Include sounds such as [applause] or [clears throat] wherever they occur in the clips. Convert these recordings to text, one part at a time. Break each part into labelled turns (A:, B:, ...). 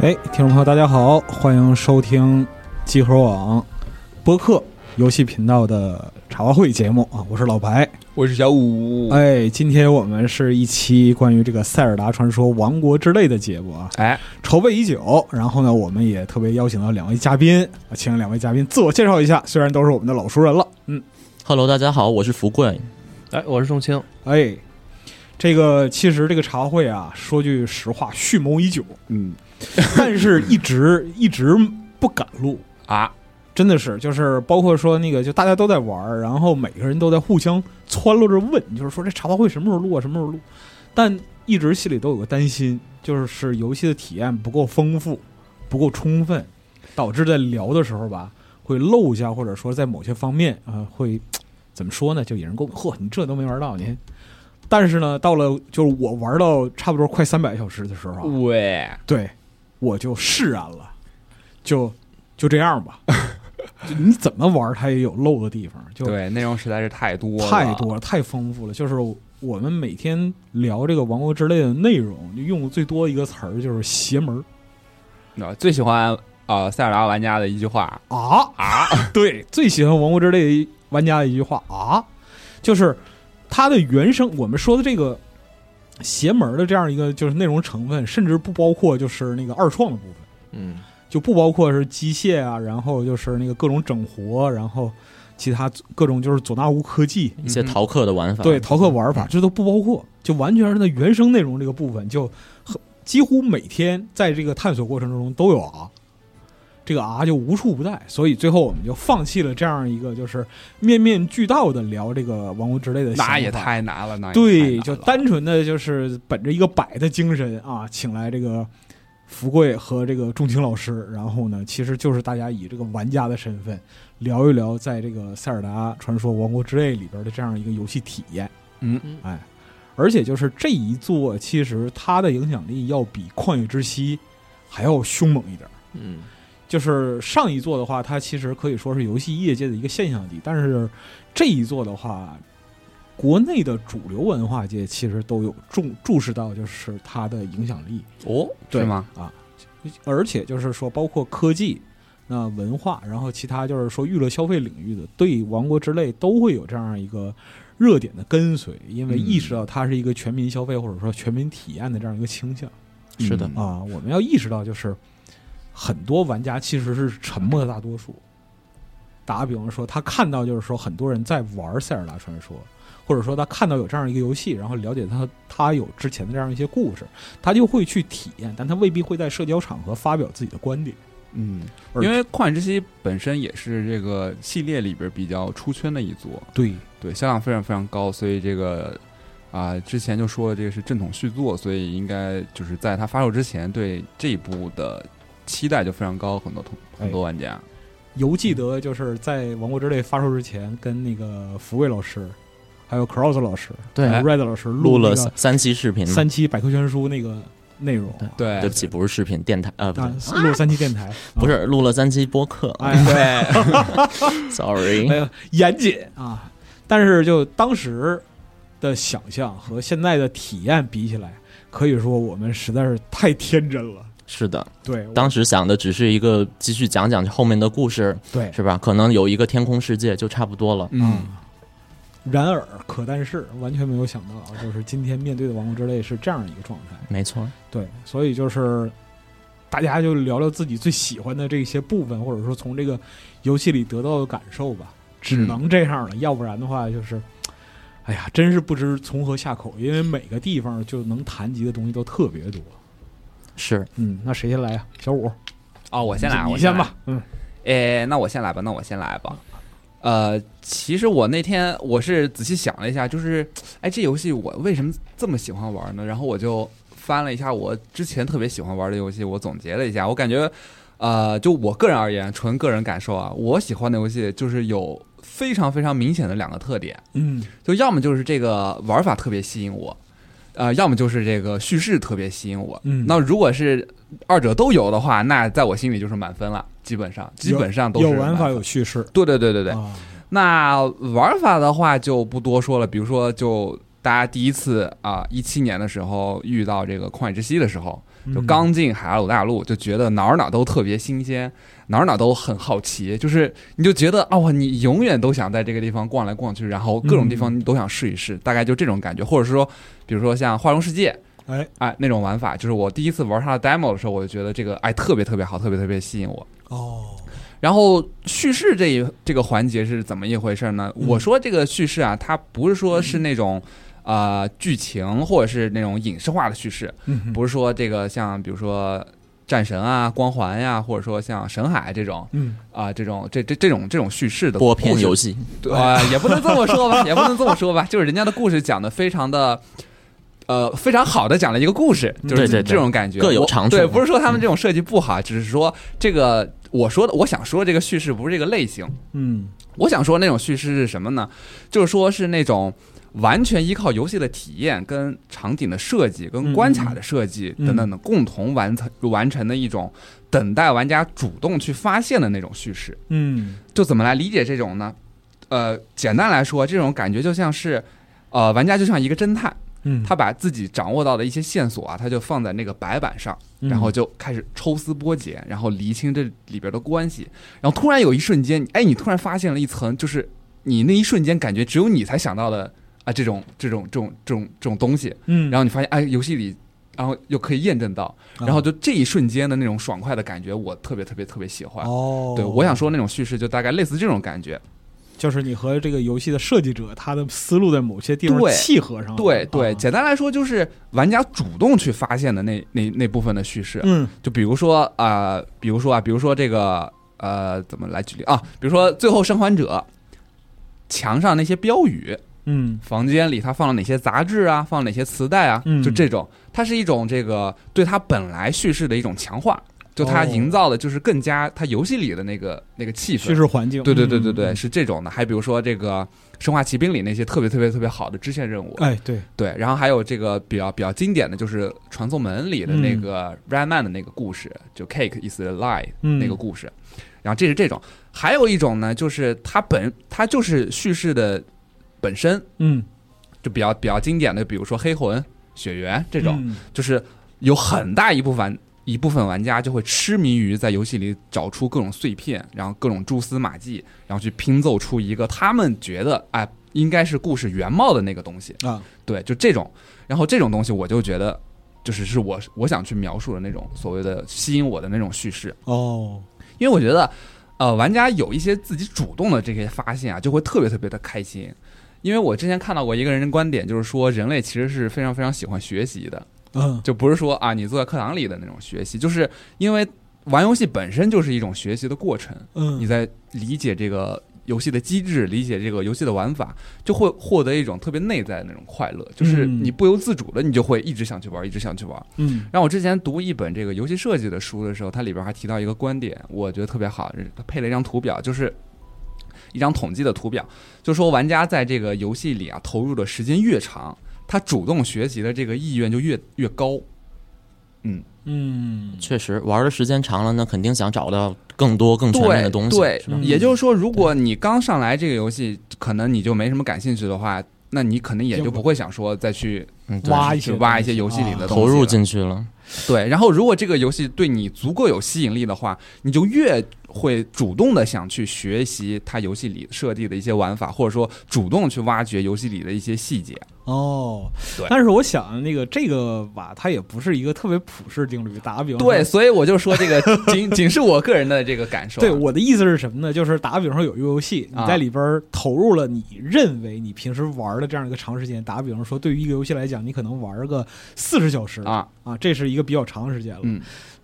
A: 哎，听众朋友，大家好，欢迎收听集合网播客游戏频道的茶话会节目啊，我是老白。
B: 我是小五。
A: 哎，今天我们是一期关于这个《塞尔达传说：王国之泪》的节目啊，
B: 哎，
A: 筹备已久。然后呢，我们也特别邀请到两位嘉宾，啊请两位嘉宾自我介绍一下，虽然都是我们的老熟人了，嗯，
C: Hello，大家好，我是福贵。
D: 哎，我是仲青，
A: 哎，这个其实这个茶话会啊，说句实话，蓄谋已久，
B: 嗯
A: 但是一直一直不敢录。
B: 啊，
A: 真的是，就是包括说那个，就大家都在玩儿，然后每个人都在互相撺掇着问，就是说这茶话会什么时候录啊，什么时候录？但一直心里都有个担心，就是游戏的体验不够丰富，不够充分，导致在聊的时候吧，会漏一下，或者说在某些方面啊、呃会怎么说呢？就引人诟病，嚯，你这都没玩到你。但是呢，到了就是我玩到差不多快三百小时的时候啊，
B: 喂，
A: 对，我就释然了，就就这样吧。就你怎么玩，它也有漏的地方，就
B: 对，内容实在是太多了，
A: 太多了，太丰富了。就是我们每天聊这个《王国之泪》的内容，就用最多一个词儿就是邪门
B: 了。最喜欢啊、呃塞尔达玩家的一句话
A: 儿啊啊！对，最喜欢《王国之泪》玩家的一句话啊，就是它的原声，我们说的这个邪门的这样一个就是内容成分，甚至不包括就是那个二创的部分。
D: 嗯，
A: 就不包括是机械啊，然后就是那个各种整活，然后其他各种就是佐纳乌科技，
C: 一些逃课的玩
B: 啊
C: 法，
A: 对逃课玩法，这都不包括，就完全是在原生内容这个部分，就很几乎每天在这个探索过程中都有啊，这个啊就无处不在，所以最后我们就放弃了这样一个就是面面俱到的聊这个王国之类的想法，
B: 那也太难了，那也太难
A: 对，
B: 了
A: 就单纯的就是本着一个摆的精神啊，请来这个福贵和这个仲青老师，然后呢，其实就是大家以这个玩家的身份聊一聊在这个《塞尔达传说：王国之泪》里边的这样一个游戏体验。
B: 嗯
D: 嗯
A: 哎，而且就是这一座，其实它的影响力要比《旷野之息》还要凶猛一点儿。
D: 嗯，
A: 就是上一座的话，它其实可以说是游戏业界的一个现象级，但是呃这一座的话，国内的主流文化界其实都有重注视到，就是它的影响力，
C: 哦，
A: 对
B: 是吗？
A: 啊，而且就是说，包括科技、那文化，然后其他就是说娱乐消费领域的，对《王国之泪》都会有这样一个热点的跟随，因为
B: 嗯
A: 意识到它是一个全民消费或者说全民体验的这样一个倾向。
C: 是的
B: 嗯
A: 啊，我们要意识到，就是很多玩家其实是沉默的大多数。打个比方说，他看到就是说很多人在玩《塞尔达传说》，或者说他看到有这样一个游戏，然后了解他他有之前的这样一些故事，他就会去体验，但他未必会在社交场合发表自己的观点。
B: 嗯，
A: 而
B: 因为《旷野之息》本身也是这个系列里边比较出圈的一作，
A: 对，
B: 对，销量非常非常高，所以这个。啊、之前就说这个是正统续作，所以应该就是在它发售之前，对这一部的期待就非常高，很多同很多玩家。
A: 犹记得就是在《王国之泪》发售之前，跟那个福贵老师，还有 Cross 老师、
C: 对
A: 还有 Red 老师
C: 录
A: 那
C: 了
A: 个
C: 三三期视频嘛，
A: 三期百科全书那个内容啊，
B: 对，
C: 对不起，不是视频，电台呃，不
A: 啊
C: 对，，
A: 录三期电台
C: [laughs] 不。
A: 啊
C: 是录了三期播客。
A: 哎，
C: ，sorry，
A: 没有严谨啊，但是就当时的想象和现在的体验比起来，可以说我们实在是太天真了。
C: 是的，
A: 对，我
C: 当时想的只是一个继续讲讲后面的故事，
A: 对，
C: 是吧？可能有一个天空世界就差不多了。
B: 嗯，
A: 然而可但是完全没有想到啊，就是今天面对的《王国之泪》是这样一个状态。
C: 没错，
A: 对，所以就是大家就聊聊自己最喜欢的这些部分，或者说从这个游戏里得到的感受吧。只
B: 嗯
A: 能这样了，要不然的话就是，哎呀，真是不知从何下口，因为每个地方就能谈及的东西都特别多。
C: 是
A: 嗯，那谁先来呀、小五，
B: 哦，我先来，
A: 你
B: 我
A: 先
B: 来
A: 吧。嗯，
B: 诶，那我先来吧，那我先来吧。呃，其实我那天我是仔细想了一下，就是，哎，这游戏我为什么这么喜欢玩呢？然后我就翻了一下我之前特别喜欢玩的游戏，我总结了一下，我感觉，呃，就我个人而言，纯个人感受啊，我喜欢的游戏就是有非常非常明显的两个特点，
A: 嗯，
B: 就要么就是这个玩法特别吸引我，呃，要么就是这个叙事特别吸引我。
A: 嗯
B: 那如果是二者都有的话，那在我心里就是满分了，基本上基本上都是
A: 有玩
B: 满
A: 法
B: 分
A: 有叙事，
B: 对对对对对。
A: 啊
B: 那玩法的话就不多说了，比如说就大家第一次啊，一七年的时候遇到这个《旷野之息》的时候，就
A: 嗯
B: 刚进海拉鲁大陆，就觉得哪儿哪儿都特别新鲜，哪儿哪儿都很好奇，就是你就觉得啊、哇你永远都想在这个地方逛来逛去，然后各种地方你都想试一试，大概就这种感觉，或者是说，比如说像《画龙世界》。
A: 哎
B: 哎，那种玩法就是我第一次玩它的 demo 的时候，我就觉得这个哎特别特别好，特别特别吸引我。
A: 哦，
B: 然后叙事这一这个环节是怎么一回事呢？
A: 嗯
B: 我说这个叙事啊，它不是说是那种。
C: 嗯
B: 啊、剧情或者是那种影视化的叙事，
A: 嗯
B: 不是说这个像比如说战神啊、光环呀、或者说像神海这种
A: 嗯，
B: 啊、这种这这这种这种叙事的
C: 播片
B: 故事
C: 游戏，
B: 对啊，也不能这么说吧，也 [laughs] 不能这么说吧，就是人家的故事讲的非常的。呃，非常好的讲了一个故事，就
C: 对
B: 是
C: 嗯对对
B: 这种感觉，
C: 各有
B: 我
C: 长处
B: 对，不是说他们这种设计不好，只是说这个我说的，我想说这个叙事不是这个类型，
A: 嗯，
B: 我想说那种叙事是什么呢？就是说是那种完全依靠游戏的体验、跟场景的设计、跟关卡的设计
A: 嗯
B: 等等的共同完成完成的一种等待玩家主动去发现的那种叙事。
A: 嗯，
B: 就怎么来理解这种呢？呃，简单来说，这种感觉就像是，呃，玩家就像一个侦探，
A: 嗯，
B: 他把自己掌握到的一些线索啊，他就放在那个白板上，
A: 嗯
B: 然后就开始抽丝剥茧，然后厘清这里边的关系。然后突然有一瞬间，哎，你突然发现了一层，就是你那一瞬间感觉只有你才想到的啊，这种这种这种这种这种东西。
A: 嗯，啊
B: 然后你发现，哎，游戏里，然后又可以验证到，然后就这一瞬间的那种爽快的感觉，我特别特别特别喜欢。
A: 哦，
B: 对，我想说那种叙事就大概类似这种感觉。
A: 就是你和这个游戏的设计者他的思路在某些地方
B: 对
A: 契合上了，
B: 对对，
A: 啊
B: 简单来说就是玩家主动去发现的那那那部分的叙事。
A: 嗯
B: 就比如说啊、呃比如说啊，比如说这个呃，怎么来举例啊？比如说《最后生还者》墙上那些标语，
A: 嗯
B: 房间里他放了哪些杂志啊，放了哪些磁带啊，
A: 嗯
B: 就这种，它是一种这个对它本来叙事的一种强化，就它
A: 哦
B: 营造的就是更加它游戏里的那个那个气
A: 叙
B: 氛。
A: 事环境，
B: 对对对对对，
A: 嗯，
B: 是这种的。还比如说这个《生化奇兵》里那些特别特别特别好的支线任务，
A: 哎对，
B: 对，然后还有这个比较比较经典的就是《传送门》里的那
A: 嗯
B: 个 Redman 的那个故事，就 Cake is a lie
A: 嗯
B: 那个故事。然后这是这种，还有一种呢，就是它本它就是叙事的本身
A: 嗯
B: 就比较比较经典的，比如说《黑魂》《血缘》这种，
A: 嗯
B: 就是有很大一部分一部分玩家就会痴迷于在游戏里找出各种碎片，然后各种蛛丝马迹，然后去拼凑出一个他们觉得哎应该是故事原貌的那个东西。
A: 啊
B: 对，就这种，然后这种东西我就觉得，就是是我我想去描述的那种所谓的吸引我的那种叙事，
A: 哦
B: 因为我觉得，呃，玩家有一些自己主动的这些发现啊，就会特别特别的开心。因为我之前看到过一个人的观点，就是说人类其实是非常非常喜欢学习的，
A: 嗯
B: 就不是说啊你坐在课堂里的那种学习，就是因为玩游戏本身就是一种学习的过程，
A: 嗯
B: 你在理解这个游戏的机制，理解这个游戏的玩法，就会获得一种特别内在的那种快乐，就是
A: 嗯
B: 你不由自主的，你就会一直想去玩，一直想去玩。
A: 嗯
B: 然后我之前读一本这个游戏设计的书的时候，它里边还提到一个观点，我觉得特别好，它配了一张图表，就是一张统计的图表，就说玩家在这个游戏里啊投入的时间越长，他主动学习的这个意愿就越越高。
A: 嗯
C: 确实玩的时间长了，那肯定想找到更多更全面的东西。
B: 对
C: 是吧
A: 嗯
B: 也就是说，如果你刚上来这个游戏，可能你就没什么感兴趣的话，那你可能也就不会想说再去
C: 嗯，对
A: 挖一
B: 去
A: 些
B: 挖一
A: 东
B: 些
A: 西
B: 游戏里
A: 啊
B: 的东西
C: 投入
B: 了
C: 进去了，
B: 对。然后，如果这个游戏对你足够有吸引力的话，你就越会主动的想去学习它游戏里设计的一些玩法，或者说主动去挖掘游戏里的一些细节。
A: 哦
B: 对，
A: 但是我想那个这个吧，它也不是一个特别普世定律。打个比方说，
B: 对，所以我就说这个仅 [laughs] 仅是我个人的这个感受啊。
A: 对，我的意思是什么呢？就是打个比方说，有一个游戏，你
B: 啊
A: 在里边儿投入了你认为你平时玩的这样一个长时间。打个比方说，对于一个游戏来讲，你可能玩个四十小时
B: 啊，
A: 啊，这是一个比较长的时间了。
B: [laughs] 嗯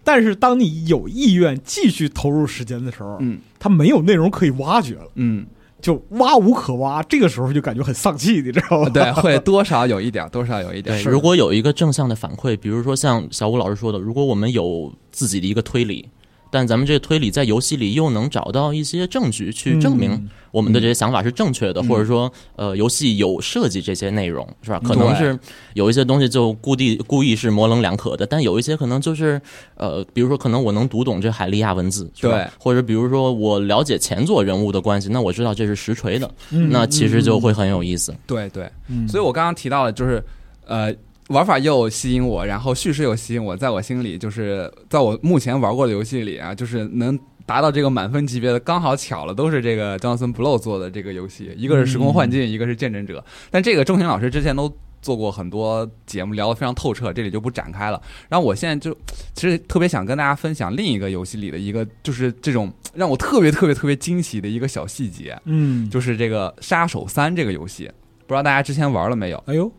A: 但是当你有意愿继续投入时间的时候，
B: 嗯
A: 它没有内容可以挖掘了，
B: 嗯，
A: 就挖无可挖。这个时候就感觉很丧气，你知道吗？
B: 嗯对，会多少有一点，多少有一点。
C: 对，如果有一个正向的反馈，比如说像小武老师说的，如果我们有自己的一个推理，但咱们这推理在游戏里又能找到一些证据去
A: 嗯
C: 证明我们的这些想法是正确的，
B: 嗯
C: 或者说，呃，游戏有设计这些内容，是吧？可能
B: 对
C: 是有一些东西就故地故意是模棱两可的，但有一些可能就是，呃，比如说可能我能读懂这海利亚文字，是吧
B: 对，
C: 或者比如说我了解前作人物的关系，那我知道这是实锤的，
A: 嗯
C: 那其实就会很有意思。
B: 对对，
A: 嗯
B: 所以我刚刚提到的就是，呃，玩法又吸引我，然后叙事又吸引我，在我心里就是在我目前玩过的游戏里啊，就是能达到这个满分级别的，刚好巧了，都是这个 Johnson Blow 做的这个游戏，一个是《时空幻境》，一个是《见证者》，但这个钟情老师之前都。做过很多节目，聊得非常透彻，这里就不展开了。然后我现在就其实特别想跟大家分享另一个游戏里的一个，就是这种让我特别特别特别惊喜的一个小细节，
A: 嗯，
B: 就是这个《杀手三》这个游戏，不知道大家之前玩了没有？
A: 哎呦，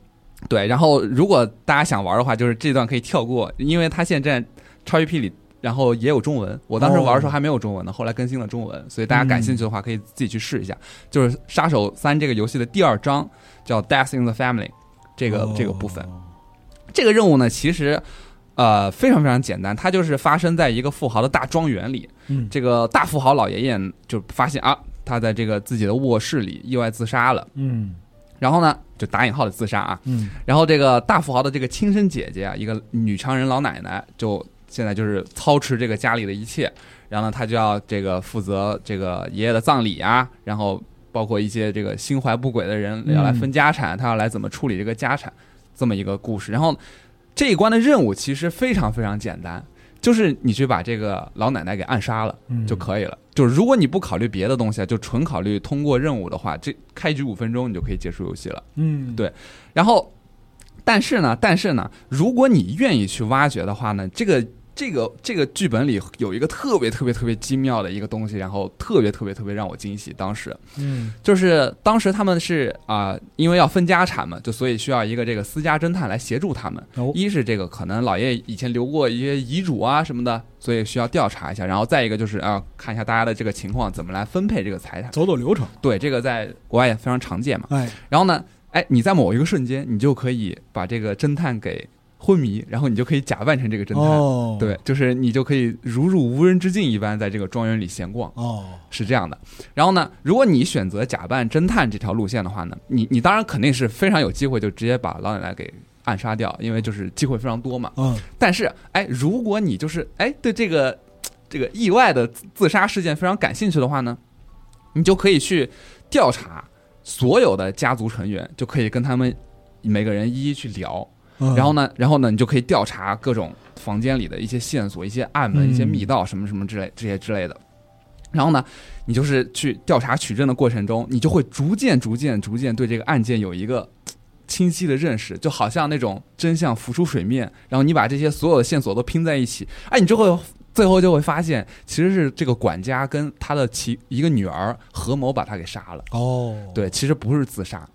B: 对，然后如果大家想玩的话，就是这段可以跳过，因为它现在超 EP 里，然后也有中文。我当时玩的时候还没有中文呢，后来更新了中文，所以大家感兴趣的话可以自己去试一下。就是《杀手三》这个游戏的第二章叫《Death in the Family》，这个、
A: 哦
B: 这个部分，这个任务呢，其实。呃，非常非常简单，它就是发生在一个富豪的大庄园里，
A: 嗯，
B: 这个大富豪老爷爷就发现啊，他在这个自己的卧室里意外自杀了。
A: 嗯
B: 然后呢，就打引号的自杀啊。
A: 嗯
B: 然后这个大富豪的这个亲生姐姐啊，一个女强人老奶奶，就现在就是操持这个家里的一切。然后呢，她就要这个负责这个爷爷的葬礼啊，然后包括一些这个心怀不轨的人
A: 嗯
B: 要来分家产，她要来怎么处理这个家产，这么一个故事。然后这一关的任务其实非常非常简单，就是你去把这个老奶奶给暗杀了。
A: 嗯，
B: 就可以了。就是如果你不考虑别的东西啊，就纯考虑通过任务的话，这开局五分钟你就可以结束游戏了。
A: 嗯，
B: 对然后，但是呢，但是呢，如果你愿意去挖掘的话呢，这个这个这个剧本里有一个特别特别特别精妙的一个东西，然后特别特别特别让我惊喜。当时
A: 嗯
B: 就是当时他们是啊、因为要分家产嘛，就所以需要一个这个私家侦探来协助他们。
A: 哦
B: 一是这个可能老爷以前留过一些遗嘱啊什么的，所以需要调查一下。然后再一个就是啊、看一下大家的这个情况怎么来分配这个财产。
A: 走走流程，
B: 对，这个在国外也非常常见嘛。
A: 哎，
B: 然后呢，哎，你在某一个瞬间，你就可以把这个侦探给昏迷，然后你就可以假扮成这个侦探。
A: 哦，，
B: 对，就是你就可以如入无人之境一般，在这个庄园里闲逛。
A: 哦，
B: 是这样的。然后呢，如果你选择假扮侦探这条路线的话呢，你你当然肯定是非常有机会就直接把老奶奶给暗杀掉，因为就是机会非常多嘛。
A: 嗯
B: 但是，哎，如果你就是哎对这个这个意外的自自杀事件非常感兴趣的话呢，你就可以去调查所有的家族成员，就可以跟他们每个人一一去聊。
A: 嗯，
B: 然后呢，然后呢，你就可以调查各种房间里的一些线索、一些暗
A: 嗯
B: 门、一些密道什么什么之类这些之类的。然后呢，你就是去调查取证的过程中，你就会逐渐、逐渐、逐渐对这个案件有一个清晰的认识，就好像那种真相浮出水面，然后你把这些所有的线索都拼在一起，哎，你就会最后就会发现，其实是这个管家跟他的其一个女儿合谋把他给杀了。
A: 哦，，
B: 对，其实不是自杀。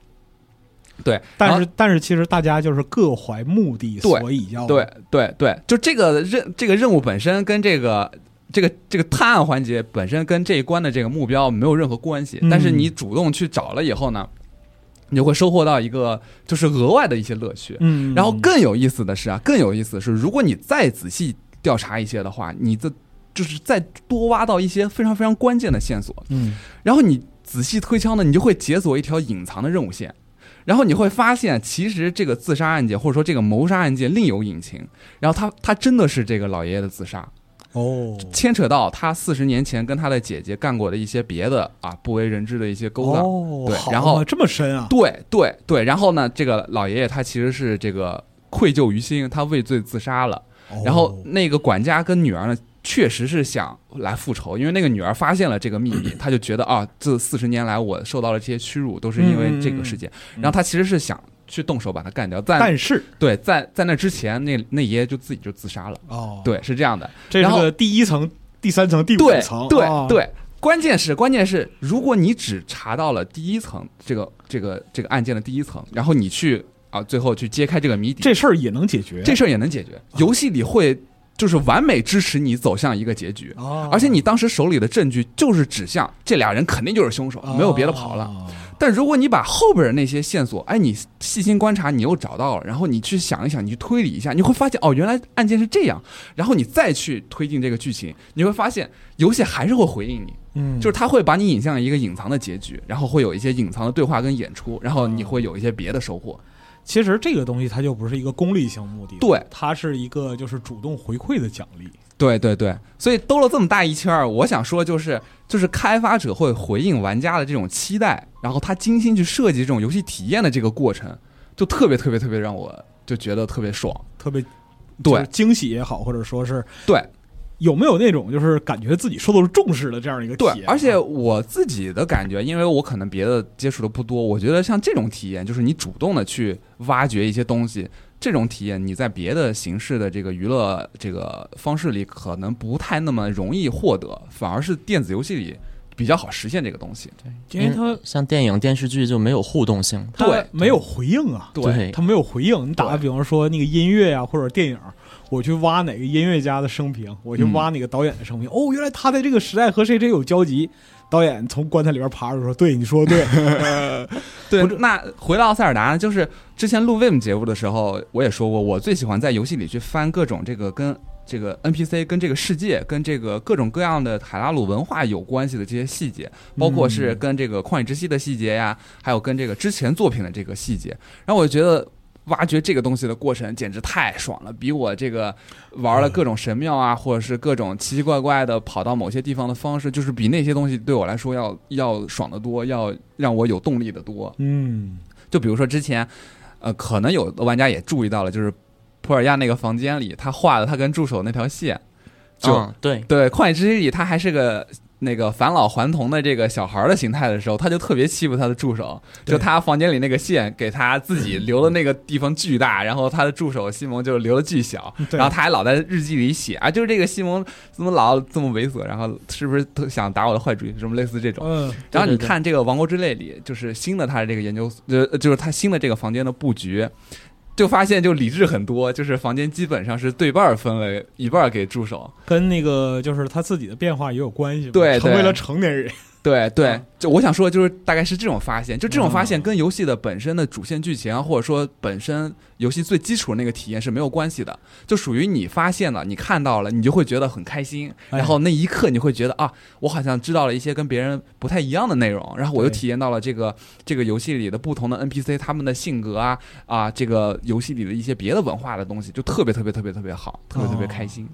B: 对，然
A: 但
B: 后
A: 是但是其实大家就是各怀目的，
B: 对
A: 所以要
B: 对对对，就这个任这个任务本身跟这个这个这个探案环节本身跟这一关的这个目标没有任何关系，但是
A: 嗯
B: 你主动去找了以后呢，你就会收获到一个就是额外的一些乐趣。
A: 嗯，
B: 然后更有意思的是啊，更有意思的是，如果你再仔细调查一些的话，你这就是再多挖到一些非常非常关键的线索，
A: 嗯
B: 然后你仔细推敲呢，你就会解锁一条隐藏的任务线，然后你会发现，其实这个自杀案件或者说这个谋杀案件另有隐情，然后他他真的是这个老爷爷的自杀，
A: 哦，
B: 牵扯到他四十年前跟他的姐姐干过的一些别的啊不为人知的一些勾当。
A: 哦，
B: 对
A: 好
B: 然后
A: 啊这么深啊，
B: 对对对，然后呢，这个老爷爷他其实是这个愧疚于心，他畏罪自杀了。
A: 哦
B: 然后那个管家跟女儿呢，确实是想来复仇，因为那个女儿发现了这个秘
A: [clears throat]
B: 密，她就觉得啊，这四十年来我受到了这些屈辱，都是因为这个事件。
A: 嗯
B: 然后她其实是想去动手把他干掉，在
A: 但是
B: 对，在在那之前，那那爷爷就自己就自杀了。
A: 哦，，
B: 对，是这样的。
A: 这
B: 然
A: 是
B: 后
A: 个第一层、第三层、第五
B: 对
A: 层，
B: 对
A: 啊，
B: 对，关键是关键是，如果你只查到了第一层这个这个这个案件的第一层，然后你去啊，最后去揭开这个谜底，
A: 这事儿也能解决，
B: 这事儿也能解决。游戏里会就是完美支持你走向一个结局。
A: 哦，
B: 而且你当时手里的证据就是指向这俩人肯定就是凶手，没有别的跑了。
A: 哦，
B: 但如果你把后边的那些线索，哎，你细心观察，你又找到了，然后你去想一想，你去推理一下，你会发现哦，原来案件是这样，然后你再去推进这个剧情，你会发现游戏还是会回应你，
A: 嗯
B: 就是它会把你引向一个隐藏的结局，然后会有一些隐藏的对话跟演出，然后你会有一些别的收获。
A: 其实这个东西它就不是一个功利性目的，
B: 对，
A: 它是一个就是主动回馈的奖励。
B: 对对对，所以兜了这么大一圈儿，我想说就是就是开发者会回应玩家的这种期待，然后他精心去设计这种游戏体验的这个过程，就特别特别特别让我就觉得特别爽。
A: 特别
B: 对
A: 就是惊喜也好，或者说是
B: 对
A: 有没有那种就是感觉自己受到了重视的这样一个体
B: 对
A: 验啊？，
B: 而且我自己的感觉，因为我可能别的接触的不多，我觉得像这种体验，就是你主动的去挖掘一些东西，这种体验你在别的形式的这个娱乐这个方式里可能不太那么容易获得，反而是电子游戏里比较好实现这个东西。
A: 因为它
C: 像电影、电视剧就没有互动性。
A: 它
B: 嗯对
A: 没有回应啊，
B: 对
A: 它没有回应。你打个
B: 哎对
A: 比方说那个音乐啊，或者电影。我去挖哪个音乐家的生平，我
B: 嗯
A: 去挖哪个导演的生平。哦，原来他在这个时代和谁谁有交集。导演从棺材里边爬出来说：“对，你说的对。
B: [laughs] 对，那回到塞尔达呢，就是之前录 Vim 节目的时候，我也说过，我最喜欢在游戏里去翻各种这个跟这个 NPC、跟这个世界、跟这个各种各样的海拉鲁文化有关系的这些细节，包括是跟这个旷野之息的细节呀，还有跟这个之前作品的这个细节。然后我觉得。挖掘这个东西的过程简直太爽了，比我这个玩了各种神庙啊，或者是各种奇奇怪怪的跑到某些地方的方式，就是比那些东西对我来说要要爽得多，要让我有动力得多。
A: 嗯
B: 就比如说之前，呃，可能有的玩家也注意到了，就是普尔亚那个房间里，他画的他跟助手那条线，就、
C: 嗯，对，
B: 对《旷野之息》里他还是个。那个返老还童的这个小孩儿的形态的时候，他就特别欺负他的助手，
A: 对
B: 就他房间里那个线给他自
A: [clears throat]
B: 己留的那个地方巨大，然后他的助手西蒙就留的巨小，
A: 嗯对
B: 然后他还老在日记里写啊，就是这个西蒙怎么老这么猥琐，然后是不是都想打我的坏主意，什么类似这种。
A: 嗯，
B: 然后你
C: 对对对
B: 看这个《王国之泪》里，就是新的它的这个研究，呃，就是它新的这个房间的布局，就发现就理智很多，就是房间基本上是对半儿分为一半儿给助手，
A: 跟那个就是他自己的变化也有关系嘛。
B: 对
A: 成
B: 对
A: 为了成年人。
B: 对对，就我想说，就是大概是这种发现，就这种发现
A: 嗯
B: 跟游戏的本身的主线剧情啊，或者说本身游戏最基础的那个体验是没有关系的，就属于你发现了，你看到了，你就会觉得很开心，
A: 哎
B: 然后那一刻你会觉得啊，我好像知道了一些跟别人不太一样的内容，然后我又
A: 对
B: 体验到了这个这个游戏里的不同的 NPC 他们的性格啊啊，这个游戏里的一些别的文化的东西，就特别特别特别特别好，特别特别
A: 哦
B: 开心。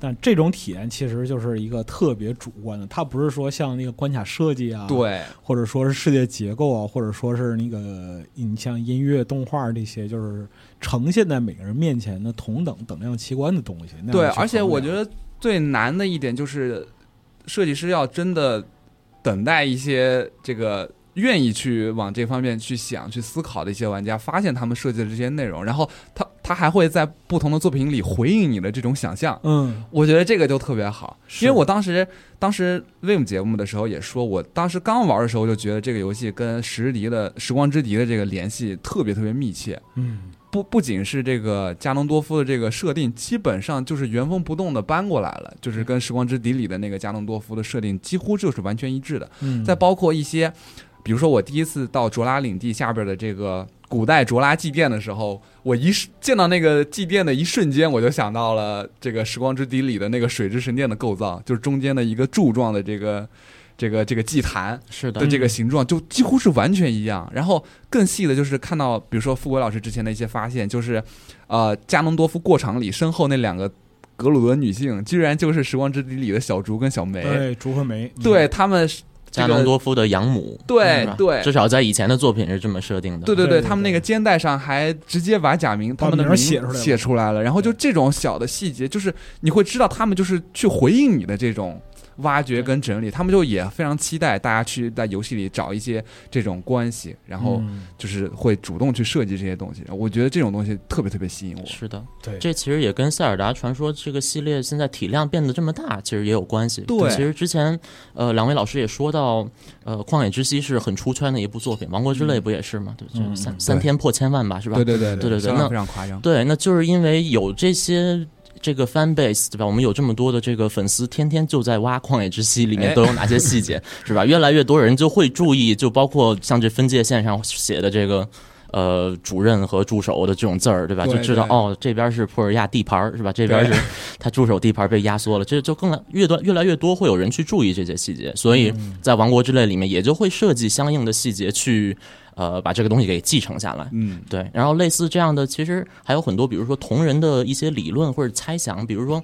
A: 但这种体验其实就是一个特别主观的，它不是说像那个关卡设计啊，，
B: 对
A: 或者说是世界结构啊，或者说是那个你像音乐、动画这些，就是呈现在每个人面前的同等等量奇观的东西。那样
B: 对，
A: 去啊
B: 而且
A: 衡
B: 我
A: 量
B: 觉得最难的一点就是，设计师要真的等待一些这个愿意去往这方面去想、去思考的一些玩家，发现他们设计的这些内容，然后他他还会在不同的作品里回应你的这种想象。
A: 嗯，
B: 我觉得这个就特别好，
A: 是
B: 因为我当时当时 Vim 节目的时候也说，我当时刚玩的时候就觉得这个游戏跟《时敌的时光之敌》的这个联系特别特别密切，
A: 嗯，
B: 不不仅是这个加农多夫的这个设定，基本上就是原封不动的搬过来了，就是跟《时光之敌》里的那个加农多夫的设定几乎就是完全一致的。
A: 嗯
B: 再包括一些，比如说我第一次到卓拉领地下边的这个古代卓拉祭奠的时候，我一瞬见到那个祭奠的一瞬间，我就想到了这个《时光之敌》里的那个水之神殿的构造，就是中间的一个柱状的这个这个这个祭坛，
C: 是的
B: 的，
A: 嗯
B: 这个形状就几乎是完全一样。然后更细的就是看到，比如说富贵老师之前的一些发现，就是呃，加农多夫过场里身后那两个格鲁德女性，居然就是《时光之敌》里的小竹跟小梅，
A: 对竹和梅，嗯
B: 对，他们是这
C: 加
B: 个
C: 农多夫的养母，
B: 对
C: 是吧
B: 对
C: 至少在以前的作品是这么设定的。
B: 对对
A: 对对
B: 对，他们那个肩带上还直接把假名他们的
A: 把名儿写出来了
B: 写出来了，然后就这种小的细节，就是你会知道他们就是去回应你的这种挖掘跟整理，他们就也非常期待大家去在游戏里找一些这种关系，然后
A: 嗯
B: 就是会主动去设计这些东西，我觉得这种东西特别特别吸引我。
C: 是的，
A: 对
C: 这其实也跟《塞尔达传说》这个系列现在体量变得这么大，其实也有关系。
B: 对
C: 其实之前呃，两位老师也说到，呃，《旷野之息》是很出圈的一部作品，《王国之泪》不也是吗？对，
A: 嗯
C: 就三
A: 嗯
C: 三
B: 对
C: 天破千万吧，是吧？
B: 对对对
C: 对对对
B: 销量
C: 那
B: 非常夸张。
C: 对，那就是因为有这些这个 fan base 对吧？我们有这么多的这个粉丝，天天就在挖《旷野之息》
B: 哎
C: 里面都有哪些细节，是吧？越来越多人就会注意，就包括像这分界线上写的这个。呃，主任和助手的这种字儿，对吧？
B: 对
C: 就知道
B: 对
C: 哦，这边是普尔亚地盘儿，是吧？这边是
B: [laughs]
C: 他助手地盘被压缩了，这就更来越多越来越多会有人去注意这些细节，所以
B: 嗯
C: 在《王国之泪》里面也就会设计相应的细节去呃把这个东西给继承下来。
B: 嗯，
C: 对，然后类似这样的，其实还有很多，比如说同人的一些理论或者猜想，比如说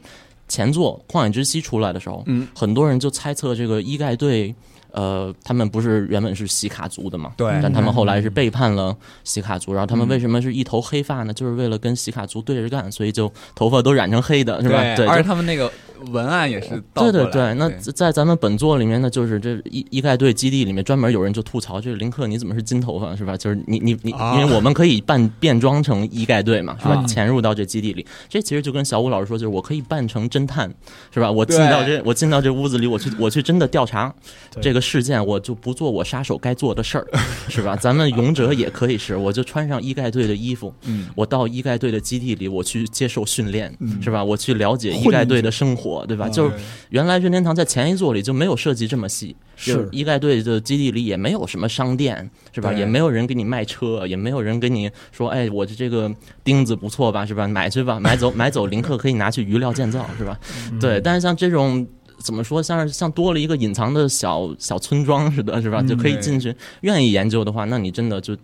C: 前作《旷野之息》出来的时候，
B: 嗯，
C: 很多人就猜测这个伊盖队，呃，他们不是原本是喜卡族的嘛，
B: 对嗯
C: 但他们后来是背叛了喜卡族，然后他们为什么是一头黑发呢？就是为了跟喜卡族对着干，所以就头发都染成黑的，是吧？对，
B: 而且
C: 就
B: 他们那个文案也是倒
C: 对
B: 过
C: 对
B: 来
C: 对，那
B: 对
C: 在在咱们本作里面呢，就是这一一概队基地里面专门有人就吐槽，这个林克你怎么是金头发是吧？就是你你你，
B: 啊
C: 因为我们可以扮变装成一概队嘛，是吧
A: 啊？
C: 潜入到这基地里，这其实就跟小武老师说，就是我可以扮成侦探，是吧？我进
B: 对
C: 到这我进到这屋子里，我去我去真的调查
A: 对
C: 这个事件，我就不做我杀手该做
B: [laughs]
C: 的事儿，是吧？咱们勇者也可以是，我就穿上一概队的衣服，
B: 嗯
C: 我到一概队的基地里，我去接受训练，
B: 嗯
C: 是吧？我去了解一
A: 混
C: 概
A: 进
C: 队
A: 去
C: 的生活，对吧？
A: 啊
C: 就是
B: 对
C: 原来任天堂在前一作里就没有涉及这么细，就是伊盖队的基地里也没有什么商店，是吧？
B: 对
C: 也没有人给你卖车，也没有人跟你说，哎，我的这个钉子不错吧，是吧？买去吧， [laughs] 买走买走林克可以拿去余料建造，是吧？对，但是像这种。怎么说？像是像多了一个隐藏的小小村庄似的，是吧？
A: 嗯
C: 就可以
B: 对
C: 进去。愿意研究的话，那你真的就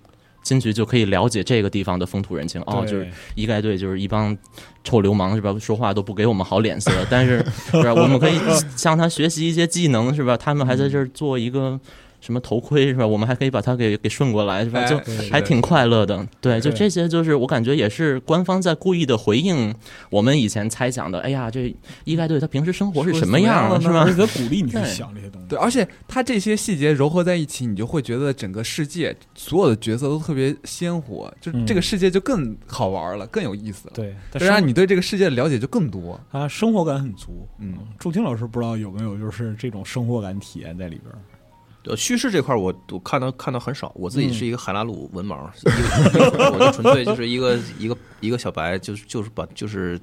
C: 进去就可以了解这个地方的风土人情。哦，
A: 对
C: 就是一概队就是一帮臭流氓是吧？说话都不给我们好脸色，但是是吧？我们
D: [laughs]
C: 可以向他学习一些技能是吧？他们还在
D: 嗯
C: 这儿做一个什么头盔是吧？我们还可以把它给给顺过来是吧？
B: 哎
C: 就
B: 对
C: 还挺快乐的。对，就
A: 对
C: 这些，就是我感觉也是官方在故意的回应我们以前猜想的。哎呀，这一概队他平时生活是什么样啊
B: 是
C: 是
B: 什么样
C: 吧
A: 而？且他鼓励你去
C: 对
A: 想这些东西。
B: 对，而且它这些细节糅合在一起，你就会觉得整个世界所有的角色都特别鲜活，就是
A: 嗯
B: 这个世界就更好玩了，更有意思了。
A: 对，但
B: 这让
A: 是
B: 你对这个世界的了解就更多。
A: 啊，生活感很足。
B: 嗯，
A: 祝听老师不知道有没有就是这种生活感体验在里边儿？
D: 呃，叙事这块儿我我看到看到很少，我自己
A: 嗯
D: 是一个海拉鲁文盲，一个我就纯粹就是一个一个一个小白，就是就是把就是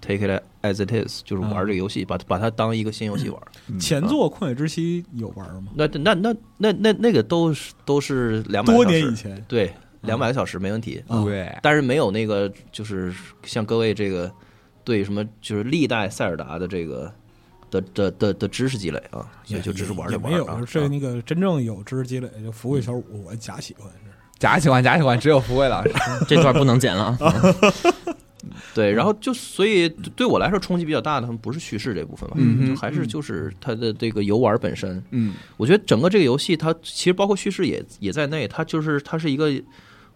D: take it as it is，就是玩这
A: 嗯
D: 个游戏，把把它当一个新游戏玩。
B: 嗯
A: 前作《旷野之息》有玩吗？
D: 那那那那那那个都是都是两百
A: 多年以，前，
D: 对，两百个小时没问题，
A: 啊
B: 对，
D: 但是没有那个就是像各位这个对什么就是历代塞尔达的这个的的的的知识积累啊，所以就只是玩
A: 也
D: 着
A: 也
D: 玩
A: 没有
D: 啊。
A: 这
D: 啊
A: 个那个真正有知识积累，就福贵小五，我假喜欢
B: 嗯
A: 是
B: 假喜欢假喜欢，只有福卫老师。
C: 这段不能剪
D: [laughs]
C: 了啊！
D: 对，
B: 嗯
D: 然后就所以对我来说冲击比较大的，不是叙事这部分吧，
B: 嗯哼
D: 就还是就是它的这个游玩本身。
B: [laughs] 嗯，
D: 我觉得整个这个游戏它其实包括叙事也也在内，它就是它是一个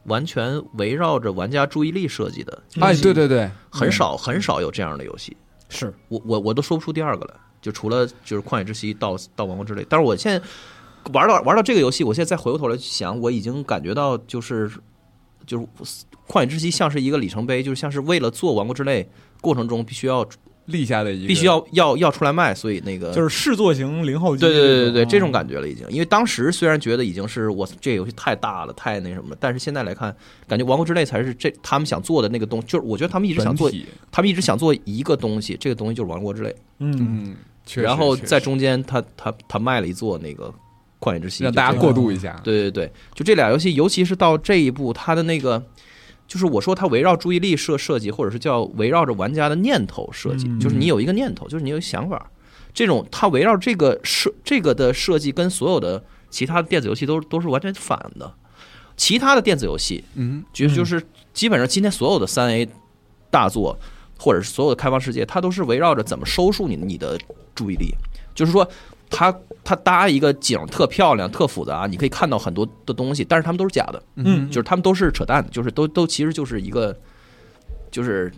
D: 完全围绕着玩家注意力设计的，
B: 哎，对对对，
D: 很少
B: 嗯
D: 很少有这样的游戏。
A: 是
D: 我我我都说不出第二个来，就除了就是《旷野之息》到到《王国之泪》，但是我现在玩到玩到这个游戏，我现在再回过头来想，我已经感觉到就是就是《旷野之息》像是一个里程碑，就是像是为了做《王国之泪》过程中必须要
B: 立下的一个
D: 必须要要要出来卖，所以那个
A: 就是视作型零后机，
D: 呃对对对对对，
B: 嗯
D: 这种
A: 感
D: 感觉了已经。因为当时虽然觉得已经是我这个游戏太大了，太那什么了，但是现在来看，感觉《王国之泪》才是这他们想做的那个东，就是我觉得他们一直想做
B: 本，体
D: 他们一直想做一个东西，这个东西就是《王国之泪》。
A: 嗯，
B: 嗯，确实
D: 然后
B: 确实
D: 在中间他他他卖了一座那个旷野之息，
B: 让大家
D: 就这
B: 过渡一下。
D: 对对对，就这俩游戏，尤其是到这一步，它的那个就是我说它围绕注意力设设计，或者是叫围绕着玩家的念头设计，
A: 嗯
D: 就是你有一个念头，就是你有一个想法，这种它围绕这个设这个的设计跟所有的其他的电子游戏都都是完全反的。其他的电子游戏
B: 嗯，
D: 就
A: 嗯
D: 就是基本上今天所有的三 A 大作，或者是所有的开放世界，它都是围绕着怎么收束你的你的注意力，就是说。它它搭一个景儿特漂亮、特复杂，你可以看到很多的东西，但是他们都是假的，
A: 嗯
D: 就是他们都是扯淡的，就是都都其实就是一个，就是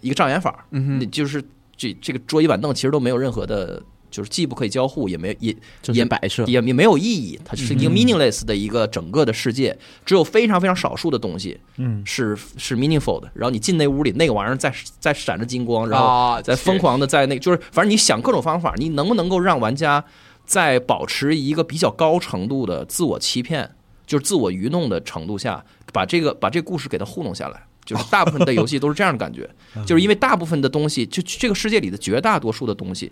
D: 一个障眼法儿，
B: 嗯
D: 你
B: 哼，
D: 就是这这个桌椅板凳其实都没有任何的，就是既不可以交互，也没也
C: 就是
D: 也
C: 摆设，
D: 也也没有意义，它是一个
A: 嗯
D: meaningless 的一个整个的世界，只有非常非常少数的东西
A: 嗯，
D: 是是 meaningful 的。然后你进那屋里，那个玩意儿在在闪着金光，然后
B: 啊，
D: 在疯
B: 确
D: 狂的在那，就是反正你想各种方法，你能不能够让玩家在保持一个比较高程度的自我欺骗，就是自我愚弄的程度下，把这个把这个故事给它糊弄下来。就是大部分的游戏都是这样的感觉
A: 嗯，
D: 就是因为大部分的东西，就这个世界里的绝大多数的东西，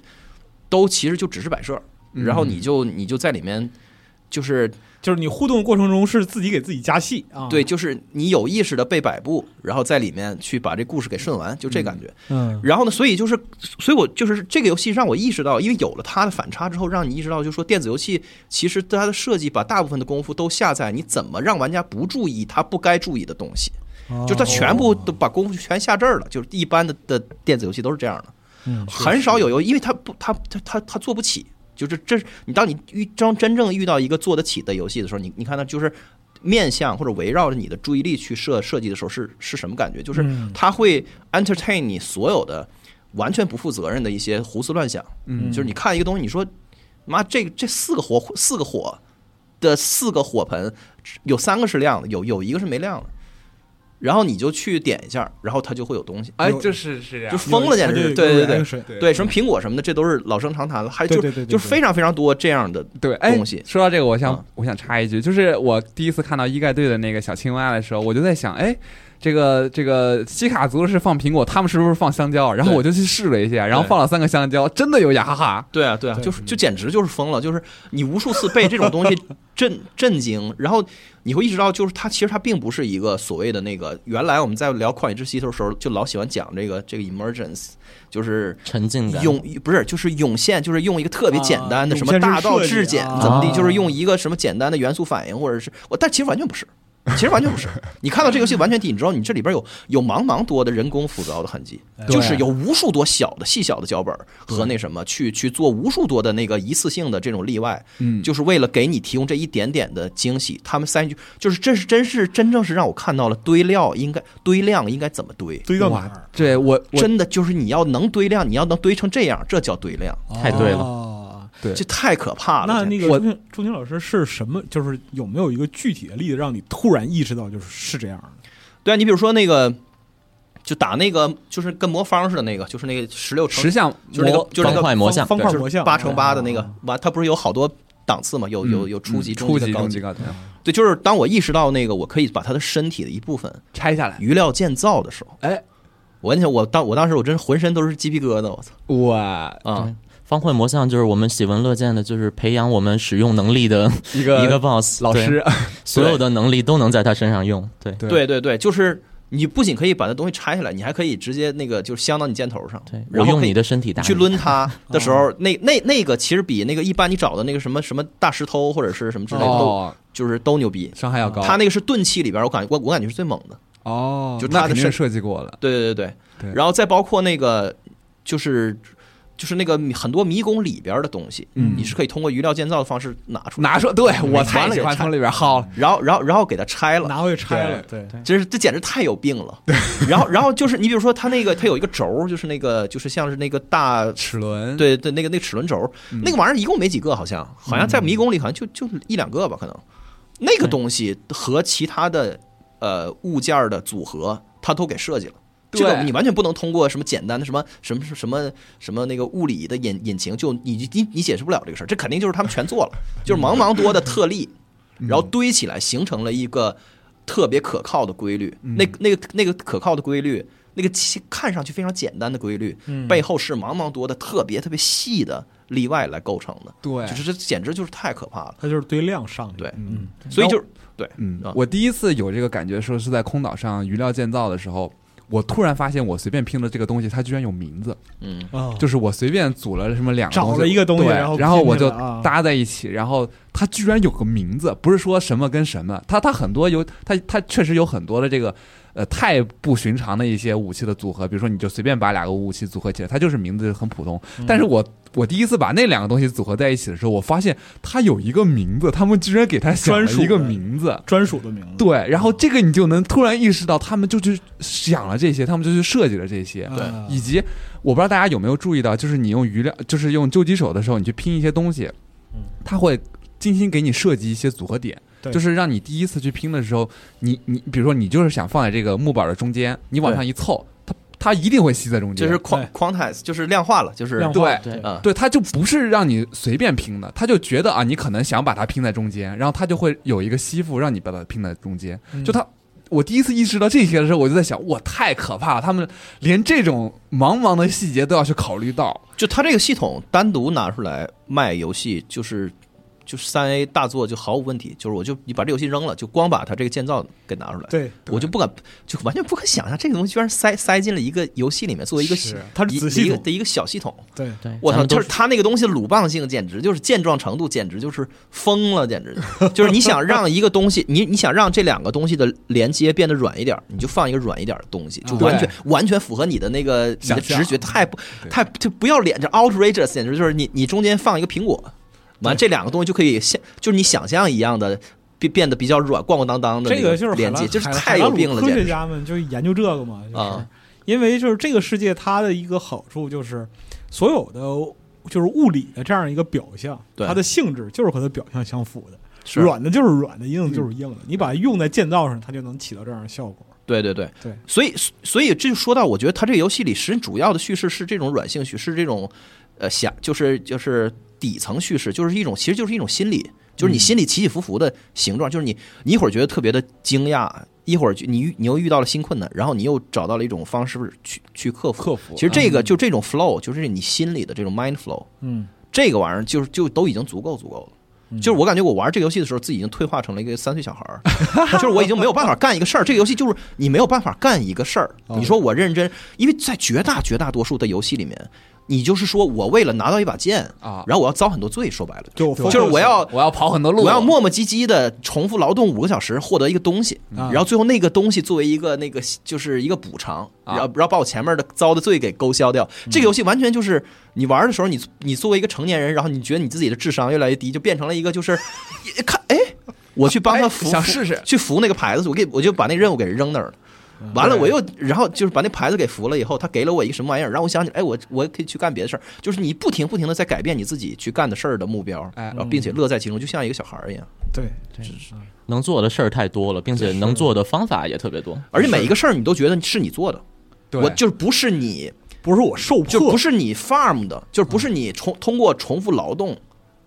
D: 都其实就只是摆设，
B: 嗯
D: 然后你就你就在里面，就是
A: 就是你互动过程中是自己给自己加戏啊。
D: 对，，就是你有意识的被摆布，然后在里面去把这故事给顺完，就这感觉。
A: 嗯
D: 然后呢，所以就是，所以我就是这个游戏让我意识到，因为有了它的反差之后，让你意识到，就是说电子游戏其实它的设计把大部分的功夫都下在你怎么让玩家不注意他不该注意的东西，
A: 哦
D: 就他全部都把功夫全下这儿了。就是一般的的电子游戏都是这样的，
A: 嗯
D: 很少有游，因为他不他他他他做不起。就是这，你当你遇当真正遇到一个做得起的游戏的时候，你你看它就是面向或者围绕着你的注意力去设设计的时候是是什么感觉？就是
A: 嗯
D: 它会 entertain 你所有的完全不负责任的一些胡思乱想。
B: 嗯
D: 就是你看一个东西，你说妈这这四个火四个火的四个火盆，有三个是亮的，有有一个是没亮的，然后你就去点一下，然后它就会有东西。
B: 哎，
A: 有
B: 就是是这样，
D: 就疯了，简直是！对对对
A: 对
B: 对
D: 对，什么苹果什么的，这都是老生常谈了。还
A: 对
D: 就
A: 对对对
D: 就是非常非常多这样的
B: 对，哎，
D: 东西
B: 说到这个，我想、
D: 啊
B: 我想插一句，就是我第一次看到一盖队的那个小青蛙的时候，我就在想，哎。这个这个西卡族是放苹果，他们是不是放香蕉？然后
D: 对
B: 我就去试了一下，然后
D: 对
B: 放了三个香蕉，真的有雅哈哈。
D: 对啊，对啊，
A: 对
D: 就是就简直就是疯了，就是你无数次被这种东西震震惊，然后你会意识到，就是它其实它并不是一个所谓的那个，原来我们在聊《旷野之息》的时候，就老喜欢讲这个这个 emergence，就是
C: 沉浸感。
D: 涌不是就是涌现，就是用一个特别简单的、
A: 啊
D: 什么大道至简
A: 涌现式设计啊
D: 怎么地，就是用一个什么简单的元素反应，或者是我，但其实完全不是。其实完全
A: [laughs]
D: 不是，你看到这个游戏完全体，你知道你这里边有有茫茫多的人工复杂的痕迹，
A: 哎对
D: 就是有无数多小的细小的脚本儿和那什么去去做无数多的那个一次性的这种例外，
B: 嗯
D: 就是为了给你提供这一点点的惊喜。他们三句就是这是真是真正是让我看到了堆料应该堆量应该怎么堆，
A: 堆到哪
B: 哇
A: 儿？
B: 对我我
D: 真的就是你要能堆量，你要能堆成这样，这叫堆量，
C: 太对了
A: 了。
B: 对
D: 这太可怕了。
A: 哦那
D: 简直
A: 那个
B: 我
A: 朱婷朱婷老师是什么？就是有没有一个具体的例子让你突然意识到就是是这样的？
D: 对啊，你比如说那个，就打那个就是跟魔方似的那个，就是那个十六乘
B: 十项
D: 就是那个
B: 魔
D: 就是那
C: 方
D: 个
C: 块魔像，
A: 方块魔像
D: 八乘八的那个
A: 啊，
D: 完它不是有好多档次嘛？有有
B: 嗯
D: 有初级、
B: 嗯
D: 中
B: 初
D: 级
B: 级、
D: 跟高
B: 中
D: 级
B: 级、。高级，
D: 对，就是当我意识到那个我可以把他的身体的一部分
B: 拆下来。
D: 余料建造的时候，
B: 哎，
D: 我跟你讲，我当我当时我真浑身都是鸡皮疙瘩，我操
B: 哇，
D: 啊！
C: 方块魔像就是我们喜闻乐见的，就是培养我们使用能力的
B: 一个
C: 一个 boss
B: 老
C: 对，
B: 师， [laughs]
C: 所有的能力都能在他身上用。对
B: 对
D: 对对对，就是你不仅可以把那东西拆下来，你还可以直接那个就是镶到你箭头上，
C: 对，我
D: 然后
C: 用
D: 可以
C: 你的身体打
D: 去
B: [laughs]
C: 你
D: 抡它的时
B: 哦
D: 候，那那那个其实比那个一般你找的那个什么什么大石头或者是什么之类的都、
B: 哦，
D: 就是都牛逼。
B: 伤害要高。
D: 他那个是钝器里边，我感觉我我感觉是最猛的。
B: 哦，
D: 就
B: 那
D: 他的
B: 肯定
D: 身
B: 设计过了。
D: 对对对
B: 对
D: 然后再包括那个就是就是那个很多迷宫里边的东西，
B: 嗯
D: 你是可以通过余料建造的方式拿出来，
B: 拿哦出 [laughs] 对我
D: 完
B: 太
D: 了
B: 喜
D: 给
B: 欢
D: 拆
B: 从里边薅了。
D: 然后然后然后给它拆了。
A: 拿回去拆了，对，
D: 真是这简直太有
B: [laughs]
D: 病了。然后，然后就是你比如说，它那个它有一个轴儿，就是那个就是像是那个大
B: 齿轮，
D: 对对那个那个齿轮轴儿，
B: 嗯
D: 那个玩意儿一共没几个，好像好像在迷宫里好像就就一两个吧，可能那个
C: 对
D: 东西和其他的呃物件儿的组合，它都给设计了。
B: 对
D: 这个你完全不能通过什么简单的什么什么什么什么那个物理的引引擎，就你你你解释不了这个事儿，这肯定就是他们
B: [laughs]
D: 全做了，就是茫茫多的特例，
B: 嗯
D: 然后堆起来形成了一个特别可靠的规律。
B: 嗯
D: 那那个那个可靠的规律，那个其看上去非常简单的规律，
A: 嗯
D: 背后是茫茫多的特别特别细的例外来构成的，
B: 对，
D: 就是这简直就是太可怕了。
A: 它就是堆量上去。
D: 对
A: 嗯，
D: 所以就是
B: 嗯
D: 啊，
B: 我第一次有这个感觉，说是在空岛上余料建造的时候，我突然发现我随便拼的这个东西，它居然有名字，
D: 嗯，
A: 哦
B: 就是我随便组了什么两个东西
A: 找了一个东西
B: 对
A: 然
B: 然
A: 后
B: 后我
A: 拼起
B: 就
A: 来啊
B: 搭在一起，然后它居然有个名字，不是说什么跟什么，它它很多有它它确实有很多的这个。呃，太不寻常的一些武器的组合，比如说你就随便把两个武器组合起来，它就是名字很普通。
A: 嗯
B: 但是我我第一次把那两个东西组合在一起的时候，我发现它有一个名字，他们居然给它想
A: 专
B: 了
A: 属
B: 一个
A: 的嗯
B: 名字，
A: 专属的名字。
B: 对，然后这个你就能突然意识到，他们就去想了这些，他们就去设计了这些，
A: 啊
D: 对
B: 以及我不知道大家有没有注意到，就是你用余料，就是用救急手的时候，你去拼一些东西，它会精心给你设计一些组合点，
A: 对
B: 就是让你第一次去拼的时候，你你比如说你就是想放在这个木板的中间，你往上一凑，它它一定会吸在中
D: 这
B: 间，
D: 是 quant quantize，就是量化了，就是
A: 嗯量化
B: 对
C: 对
D: 啊，
B: 对，他就不是让你随便拼的，他就觉得啊，你可能想把它拼在中间，然后他就会有一个吸附，让你把它拼在中间。
A: 嗯
B: 就他我第一次意识到这些的时候，我就在想，哇，太可怕了！他们连这种茫茫的细节都要去考虑到，
D: 就它这个系统单独拿出来卖游戏，就是就是三 A 大作就毫无问题。就是我就你把这游戏扔了，就光把它这个建造给拿出来，
A: 对，
D: 我就不敢，就完全不敢想象这个东西居然塞塞进了一个游戏里面，作为一个
A: 是
D: 系
A: 它是
D: 一
A: 子系
D: 一个
A: 统
D: 的一个小系统。
A: 对，
C: 对，
D: 我
C: 咱
D: 操！
C: 们
D: 就
C: 都
D: 是它那个东西鲁棒性，简直就是健壮程度，简直就是疯了，简直就是你想让一个东西，你你想让这两个东西的连接变得软一点儿，你就放一个软一点儿的东西，
A: 嗯
D: 就完全完全符合你的那个你
B: 想
D: 的
B: 象
D: 直觉，太不
B: 对
D: 太就不要脸，这 outrageous 简直就是你你中间放一个苹果，完这两个东西就可以像就是你想象一样的变变得比较软，咣咣当当的
A: 这
D: 那个
A: 就是海
D: 连
A: 拉
D: 接，就是
A: 海拉
D: 太有病
A: 海拉鲁
D: 了，
A: 科
D: 简
A: 学
D: 直
A: 家们就研究这个嘛，就是、
D: 啊
A: 因为就是这个世界它的一个好处就是，所有的就是物理的这样一个表象，
D: 对
A: 它的性质就是和它表象相符的，
D: 是嗯
A: 软的就是软的，硬的就是硬的，你把它用在建造上，它就能起到这样的效果。
D: 对对对
A: 对
D: 所以所以这就说到，我觉得它这个游戏里实际主要的叙事是这种软性叙事，这种呃想就是就是底层叙事，就是一种其实就是一种心理，就是你心里起起伏伏的形状，就是你你一会儿觉得特别的惊讶，一会儿就你遇你又遇到了新困难，然后你又找到了一种方式去去克服。嗯
B: 克服
D: 其实这个就这种 flow，就是你心里的这种 mind flow，
A: 嗯，
D: 这个玩意儿就是就都已经足够足够了。就是我感觉我玩这个游戏的时候，自己已经退化成了一个三岁小孩儿，就是我已经没有办法干一个事儿。这个游戏就是你没有办法干一个事儿。
A: 哦
D: 你说我认真，因为在绝大绝大多数的游戏里面，你就是说我为了拿到一把剑，
B: 啊，
D: 然后我要遭很多罪。说白了，
A: 就
D: 就是
A: focus
D: 我要
B: 我要跑很多路，
D: 我要磨磨唧唧的重复劳动五个小时，获得一个东西，
A: 啊
D: 然后最后那个东西作为一个那个就是一个补偿，
B: 啊嗯
D: 然后然后把我前面的遭的罪给勾销掉。这个游戏完全就是你玩的时候，你你作为一个成年人，然后你觉得你自己的智商越来越低，就变成了一个就是 [laughs] 一看哎，我去帮他
B: 哎
D: 扶，
B: 想
D: 扶
B: 试嗯试
D: 去扶那个牌子，我给我就把那个任务给扔那儿了。完了，我又然后就是把那牌子给扶了以后，他给了我一个什么玩意儿，让我想起，哎，我我可以去干别的事儿，就是你不停不停的在改变你自己去干的事儿的目标，
B: 哎
D: 然后并且乐在其中，就像一个小孩儿一样。
A: 对，
C: 能做的事儿太多了，并且能做的方法也特别多。
D: 而且每一个事儿你都觉得是你做的，
B: 对
D: 我就是不是你，
A: 不是我受迫，
D: 就不是你 farm 的，就是不是
B: 嗯
D: 你重通过重复劳动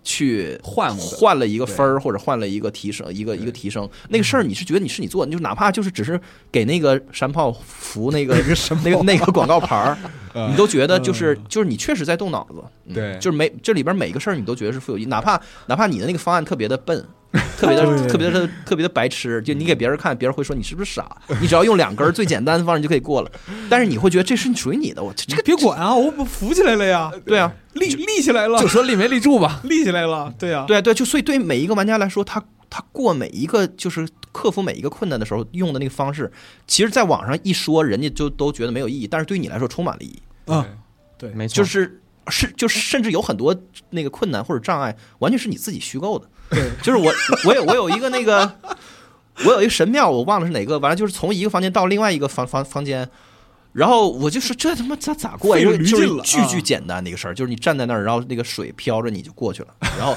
D: 去
B: 换我的
D: 换了一个分儿或者换了一个提升，一个一个提升。那个事
B: 嗯
D: 儿你是觉得你是你做的，你就哪怕就是只是给那个山炮扶
B: [laughs]
D: 那个那个那个广告牌儿，
B: 嗯
D: 你都觉得就是就是你确实在动脑子，嗯
B: 对
D: 就是每这里边每个事儿你都觉得是富有意义，哪怕哪怕你的那个方案特别的笨。特别的、
A: 对
D: 特别的、特别的白痴，就你给别人看，别人会说你是不是傻？你只要用两根儿最简单的方式就可以过了，但是你会觉得这是属于你的，我这
A: 这
D: 个
A: 个别管啊，我扶起来了呀，
D: 对啊，
A: 立立起来了
B: 就，说立没立住吧，
A: 立起来了，对啊，
D: 对啊对啊，就所以对每一个玩家来说，他他过每一个就是克服每一个困难的时候用的那个方式，其实在网上一说，人家就都觉得没有意义，但是对于你来说充满了意义，
B: 嗯
A: 啊，
C: 没错，
D: 就是。是，就是甚至有很多那个困难或者障碍，完全是你自己虚构的。
A: 对，
D: 就是我，我有我有一个那个，我有一个神庙，我忘了是哪个。完了就是从一个房间到另外一个房房房间，然后我就是这他妈咋咋过呀？
A: 费
D: 就
A: 了
D: 是
A: 驴
D: 就是
A: 劲了
D: 巨
A: 啊
D: 巨简单的一个事儿，就是你站在那儿，然后那个水飘着你就过去了，然后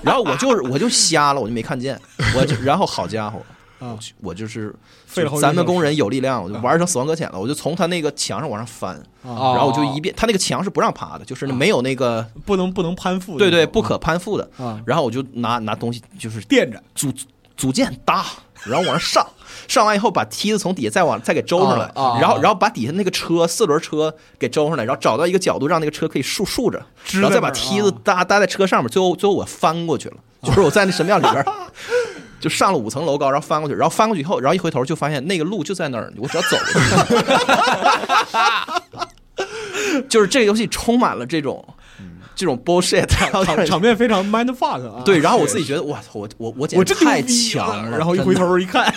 D: 然后我就是我就瞎了，我就没看见，我就然后好家伙，
A: 啊
D: 我去我就是
A: 费了好几
D: 咱
A: 个
D: 们工人有力量，我就玩成死亡搁浅了，我就从他那个墙上往上翻，
A: 啊，
D: 然后我就一遍，他那个墙是不让爬的，就是没有那个嗯
A: 不能不能攀附，
D: 对对不可攀附的，
A: 啊，
D: 然后我就拿拿东西就是
A: 垫着，
D: 组组件搭，然后往上上，上完以后把梯子从底下再往再给周上来，
B: 啊啊
D: 然后然后把底下那个车四轮车给周上来，然后找到一个角度让那个车可以竖竖着，
A: 支
D: 然后
A: 在那
D: 再把
A: 儿啊
D: 梯子搭搭在车上面，最后最后我翻过去了，就是我在那神庙里边。就上了五层楼高，然后翻过去，然后翻过去以后，然后一回头就发现那个路就在那儿，我只要走过去。 [laughs] 就是这个游戏充满了这种这种 bullshit， [laughs]
A: 场场面非常 mind fuck 啊，
D: 对，然后我自己觉得，哇，我我我
A: [laughs]
D: 简
A: 我
D: 直
A: 真
D: 太
A: 牛逼啊
D: 强了。
A: 然后一
D: 真
A: 回
D: 的，
A: 头一
D: [laughs]
A: 看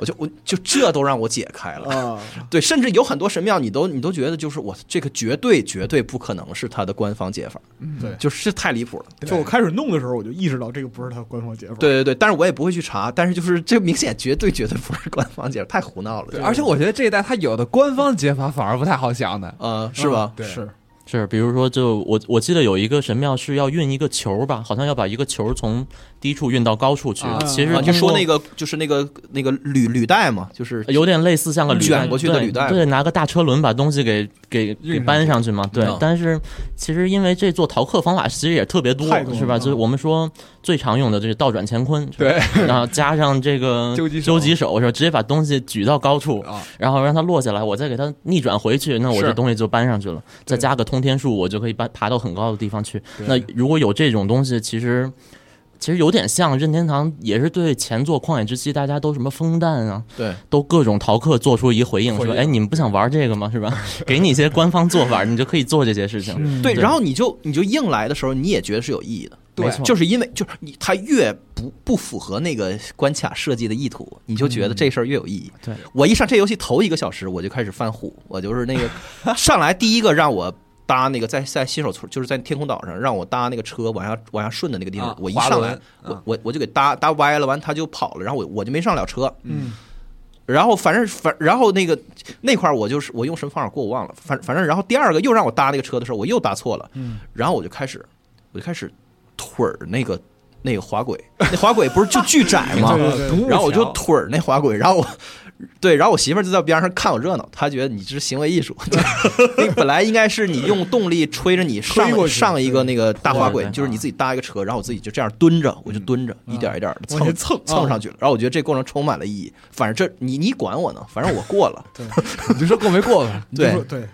D: 我就我就这都让我解开了。
A: 啊，
D: 对，甚至有很多神庙，你都你都觉得就是我这个绝对绝对不可能是它的官方解法，
A: 对
D: 就是太离谱了。
A: 就我开始弄的时候，我就意识到这个不是他官方解法，
D: 对对对，但是我也不会去查，但是就是这明显绝对绝对不是官方解法，太胡闹了。
B: 而且我觉得这一代它有的官方解法反而不太好想的，
D: 呃，是吧？
B: 对
A: 是
C: 是，比如说就我我记得有一个神庙是要运一个球吧，好像要把一个球从低处运到高处去。
A: 啊
C: 其实
D: 啊，就说那
C: 个
D: 个就是那个那个履履带嘛，
A: 呃
D: 就是
C: 有点类似像个
D: 卷过去的履带
C: 对，对拿个大车轮把东西给给
B: 运
C: 给
B: 上去
C: 搬上去嘛。对
D: 嗯，
C: 但是其实因为这做逃课方法其实也特别多
A: 太多，了
C: 是吧？
A: 嗯
C: 就是我们说最常用的就是倒转乾坤，是吧
B: 对，
C: 然后加上这
D: [laughs]
C: 个
B: 究极手
C: 究极手，是吧？直接把东西举到高处，
B: 啊，
C: 然后让它落下来，我再给它逆转回去，那我这
B: 是
C: 东西就搬上去了。再
A: 对
C: 加个通天术，我就可以搬爬到很高的地方去。那如果有这种东西，其实其实有点像任天堂，也是对前作《旷野之息》，大家都什么风弹啊，
D: 对，
C: 都各种逃课做出一回应，
B: 回
C: 说：“
B: 应
C: 哎，你们不想玩这个吗？是吧？给你一些官方做法，你就可以做这些事情。
A: 嗯
D: 对，
C: 对
D: 然后你就你就硬来的时候，你也觉得是有意义的，
B: 对
C: 没错
D: 就是因为就是你它越不不符合那个关卡设计的意图，你就觉得这事儿越有意义。
C: 对
D: 我一上这游戏头一个小时，我就开始犯虎，我就是那个上来第一个让我。搭那个在在新手村，就是在天空岛上，让我搭那个车往下往下顺的那个地方，
B: 啊
D: 我一
B: 滑
D: 上
B: 轮
D: 来，我
B: 啊
D: 我我就给搭搭歪了，完他就跑了，然后我我就没上了车，
A: 嗯
D: 然后反正反然后那个那块儿我就是我用什么方法过我忘了，反反正然后第二个又让我搭那个车的时候我又搭错了，
A: 嗯，
D: 然后我就开始我就开始腿儿那个那个滑轨，那滑轨不是就巨窄
A: [laughs]
D: 吗？
A: 对对对
D: 然后我就腿儿那滑轨，然后我对，然后我媳妇儿就在边上看我热闹，她觉得你这是行为艺术，那个本来应该是你用动力吹着你
A: 推过去
D: 上上一个那个大滑轨
C: 对，对
D: 就是你自己搭一个车，然后我自己就这样蹲着，我就蹲着，
A: 嗯
D: 一点一点的
A: 往前
D: 蹭
A: 蹭
D: 蹭
A: 啊
D: 上去了。然后我觉得这过程充满了意义，反正这你你管我呢，反正我过了，
B: 你就说过没过 [laughs] 吧？
D: 对
A: 对对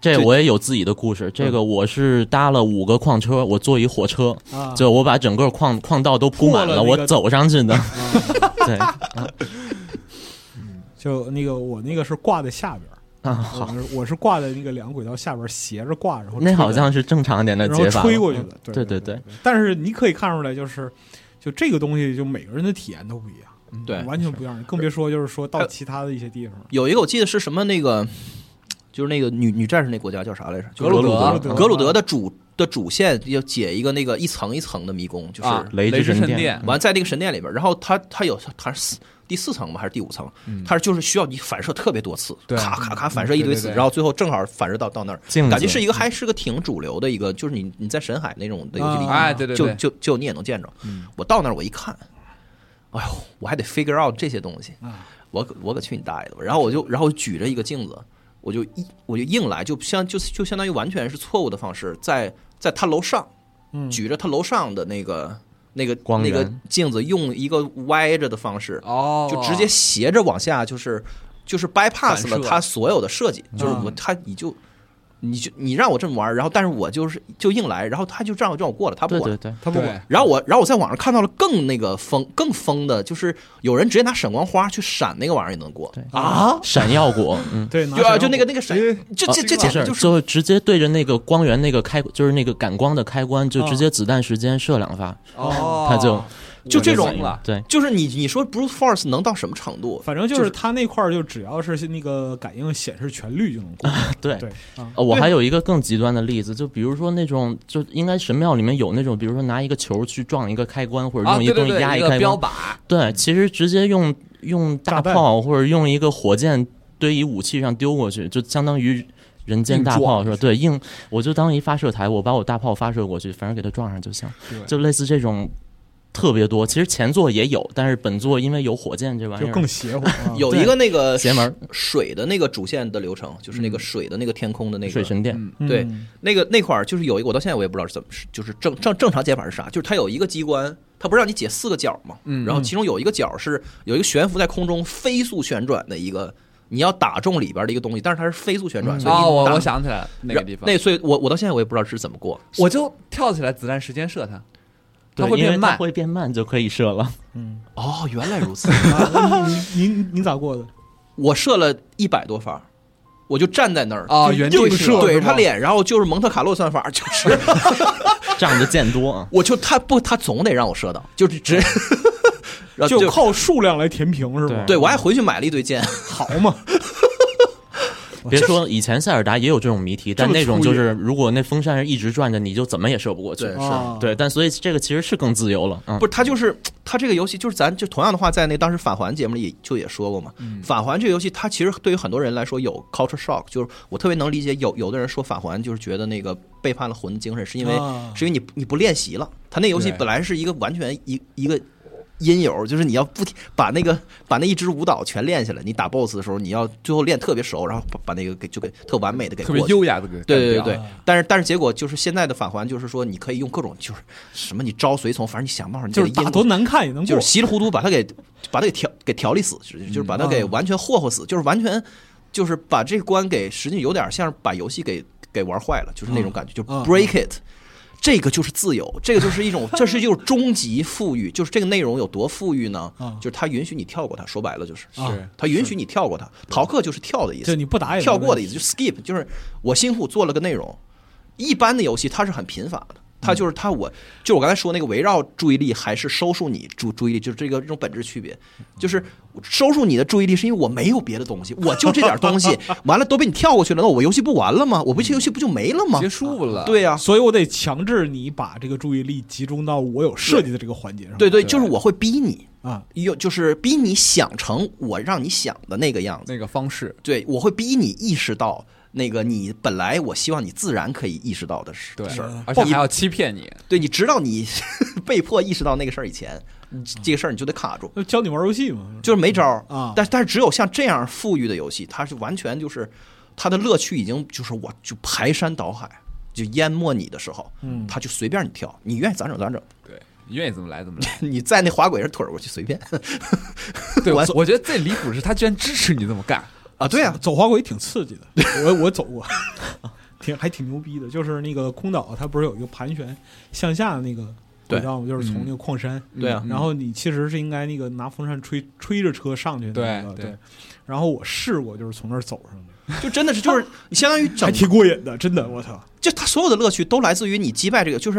C: 这
D: 这
C: 我也有自己的故事。这个我是搭了五个矿车，我坐一火车，
A: 啊，
C: 就我把整个矿矿道都铺满
A: 破了
C: 了，
A: 那个
C: 我走上去的。 [laughs] 对
A: 就那个我那个是挂在下边儿，
C: 啊，
A: 我
C: 好，
A: 是我是挂在那个两个轨道下边儿斜着挂，然后
C: 那
A: 吹
C: 好像是正常点的
A: 然后
C: 解法。
A: 吹过去
D: 嗯
A: 的，对
C: 对
A: 对
C: 对
A: 对。但是你可以看出来，就是就这个东西，就每个人的体验都不一样，
D: 对
A: 完全不一样。更别说就是说到其他的一些地方，
D: 有一个我记得是什么那个，就是那个女女战士那国家叫啥来着？就
B: 格鲁德
A: 格鲁德
D: 格鲁德的主的主线要解一个那个一层一层的迷宫，就是
B: 啊，
C: 雷
B: 之
C: 之神
B: 神
C: 殿
B: 殿，
D: 完在那个神殿里边，然后它它有它是四第四层吗？还是第五层？它是就是需要你反射特别多次，
B: 嗯对
D: 咔咔咔反射一堆
B: 对
D: 次，
B: 对对
D: 然后最后正好反射到到那儿，
C: 镜子
D: 感觉是一
B: 嗯
D: 个还是个挺主流的一个，就是你你在神海那种的游戏里
A: 啊
B: 哎，对对
D: 就
B: 对，
D: 就就你也能见着
B: 嗯。
D: 我到那儿我一看，哎呦，我还得 figure out 这些东西
A: 啊，
D: 我可我可去你大爷的吧！然后我就然后举着一个镜子，我就一我就硬来，就相就就相当于完全是错误的方式，在在他楼上
A: 嗯，
D: 举着他楼上的那个那个
C: 光
D: 那
C: 源
D: 个镜子，用一个歪着的方式，
B: 哦，
D: 就直接斜着往下，就是就是 bypass
B: 反
D: 了
B: 射
D: 他所有的设计，就是
A: 嗯
D: 我他你就。你就你让我这么玩，然后但是我就是就硬来，然后他就让我让我过了，他不
C: 对
D: 管
C: 对，对，
A: 他不管，
D: 然后我，然后我在网上看到了更那个疯、更疯的，就是有人直接拿闪光花去闪那个玩意儿也能过
C: 对
D: 啊！
C: 闪耀果，嗯，
A: 嗯对，
D: 就啊，就那个那个闪，这
C: 啊
D: 这这简直就是
C: 就直接对着那个光源那个开，就是那个感光的开关，就
B: 嗯
A: 啊
C: 直接子弹时间射两发，
B: 哦，
C: 他就
D: 就这种
B: 我明白了， [laughs]
C: 对
D: 就是你你说 Bruce Force 能到什么程度？
A: 反正就
D: 就是是
A: 他那块儿，就只要是那个感应显示全绿就能过。
D: 哎
C: 对
A: 对啊，
C: 呃，我还有一个更极端的例子，就比如说那种，就应该神庙里面有那种，比如说拿一个球去撞一个开关，或者
B: 啊，
C: 用一
B: 对
C: 个
B: 对
C: 东西
B: 对，
C: 压
B: 一
C: 开
B: 个
C: 关。
B: 标靶，
C: 对，其实直接用用大
A: 炸弹
C: 炮或者用一个火箭堆一武器上丢过去，就相当于人间大炮
B: 硬撞
C: 是吧？对，硬我就当一发射台，我把我大炮发射过去，反正给它撞上就行
B: 对。
C: 就类似这种特别多，其实前作也有，但是本作因为有火箭这玩意
A: 就
C: 儿
A: 更邪乎。
B: 嗯
A: 啊
D: 有一个那个
C: 邪门儿
D: 水的那个主线的流程，就是那个水的那个天空的那个
C: 水神殿，
B: 嗯，
D: 对
A: 嗯
D: 那个那块儿就是有一个，我到现在我也不知道是怎么，是就是正正正常解法是啥？就是它有一个机关，它不是让你解四个角嘛？
B: 嗯
D: 然后其中有一个角是有一个悬浮在空中飞速旋转的一个，你要打中里边的一个东西，但是它是飞速旋转，所以你
B: 啊，我
D: 打
B: 我想起来了那个地方
D: 那，所以我我到现在我也不知道是怎么过。
B: 我就跳起来子弹时间射他，
C: 对
B: 它会
C: 因为
B: 变慢
C: 会变慢就可以射 [laughs] 了。
A: 嗯，
D: 哦，原来如此。
A: 啊你你你咋过的？
D: [laughs] 我射了一百多发，我就站在那儿
B: 啊，
A: 就
B: 原
A: 硬
B: 地
A: 射
B: 射，
D: 对着
B: 是吗
D: 他，脸，然后就是蒙特卡洛算法，就是，
C: 仗着剑多啊
D: 我就他不他总得让我射到，就是直， [laughs] 然后
A: 就嗯靠数量来填平是吧？
C: 对
D: 对我还回去买了一堆剑。
A: 好嘛。
C: [laughs] 别说以前塞尔达也有这种谜题，但那种就是如果那风扇是一直转着，你就怎么也射不过去
D: 对。 [laughs] 是
A: 啊
C: 对，但所以这个其实是更自由了。嗯，
D: 不是，它就是它这个游戏，就是咱就同样的话，在那当时返还节目里也就也说过嘛。返还这个游戏，它其实对于很多人来说有 culture shock，就是我特别能理解有有的人说返还就是觉得那个背叛了魂的精神，是因为、
A: 啊
D: 是因为你你不练习了。他那游戏
B: 对
D: 本来是一个完全一一个阴友，就是你要不停把那个把那一支舞蹈全练下来，你打 boss 的时候你要最后练特别熟，然后把把那个给就给特完美的给
B: 特别
D: 过去。
B: 优雅的给
D: 对对对
B: 干
A: 啊
B: 掉
D: 对，但是但是结果就是现在的返还就是说，你可以用各种就是什么你招随从，反正你想办法，你
A: 就是
D: 给
A: 打
D: 阴
A: 多难看也能过，
D: 就是稀里糊涂把他给把他给调给调理死，就是就是把他给
A: 嗯
D: 完全霍霍死，就是完全就是把这关给实际有点像把游戏给给玩坏了，就是那种感觉，就
A: 嗯
D: break it。这个就是自由，这个就是一种，这是一种终极富裕，就是这个内容有多富裕呢？
A: 嗯
D: 就是它允许你跳过它，说白了就是，
A: 啊
B: 是
D: 它允许你跳过它。逃课就是跳的意思
A: 就，你不打也没
D: 跳过的意
A: 问
D: 思，就 skip，就是我辛苦做了个内容。一般的游戏它是很贫乏的，它就是它我就我刚才说那个围绕注意力还是收束你注注意力，就是这个这种本质区别，就是收束你的注意力是因为我没有别的东西，我就这点东西，完了都被你跳过去了，那我游戏不完了吗？我不这游戏不就没了吗
B: 结？束了，
D: 对呀、
A: 题，所以我得强制你把这个注意力集中到我有设计的这个环节上。
D: 对对，
B: 对
D: 就是我会逼你，
A: 啊，
D: 有就是逼你想成我让你想的那个样子。
B: 那个方式，
D: 对，我会逼你意识到那个你本来我希望你自然可以意识到的事
B: 对
D: 事
A: 嗯
D: 儿，，
B: 而且还要欺骗你，
D: 对你直到你 [laughs] 被迫意识到那个事儿以前，你这个事儿你就得卡住，
A: 就教你玩游戏嘛，
D: 就是没招儿
A: 啊
D: 但但是只有像这样富裕的游戏，它是完全就是它的乐趣已经就是我就排山倒海就淹没你的时候，
A: 嗯
D: 它就随便你跳，你愿意咋整咋整， [laughs]
B: 对，你愿意怎么来怎么来。
D: 你在那滑轨上腿儿过去随便
B: 对，
D: 我
B: 我我觉得最离谱的是他居然支持你这么
D: [laughs]
B: 干，
D: 啊，对啊，
A: 走滑轨挺刺激的，我我走过， [laughs] 挺还挺牛逼的。就是那个空岛，它不是有一个盘旋向下的那个轨道吗？就是从那个矿山，
D: 嗯对啊
B: 嗯
A: 然后你其实是应该那个拿风扇吹吹着车上去的那个，
B: 对
A: 对。
B: 对
A: 然后我试过，就是从那儿走上去，
D: 就真的是就是你相当于整
A: 还挺过瘾的，真的，我操！
D: 就它所有的乐趣都来自于你击败这个，就是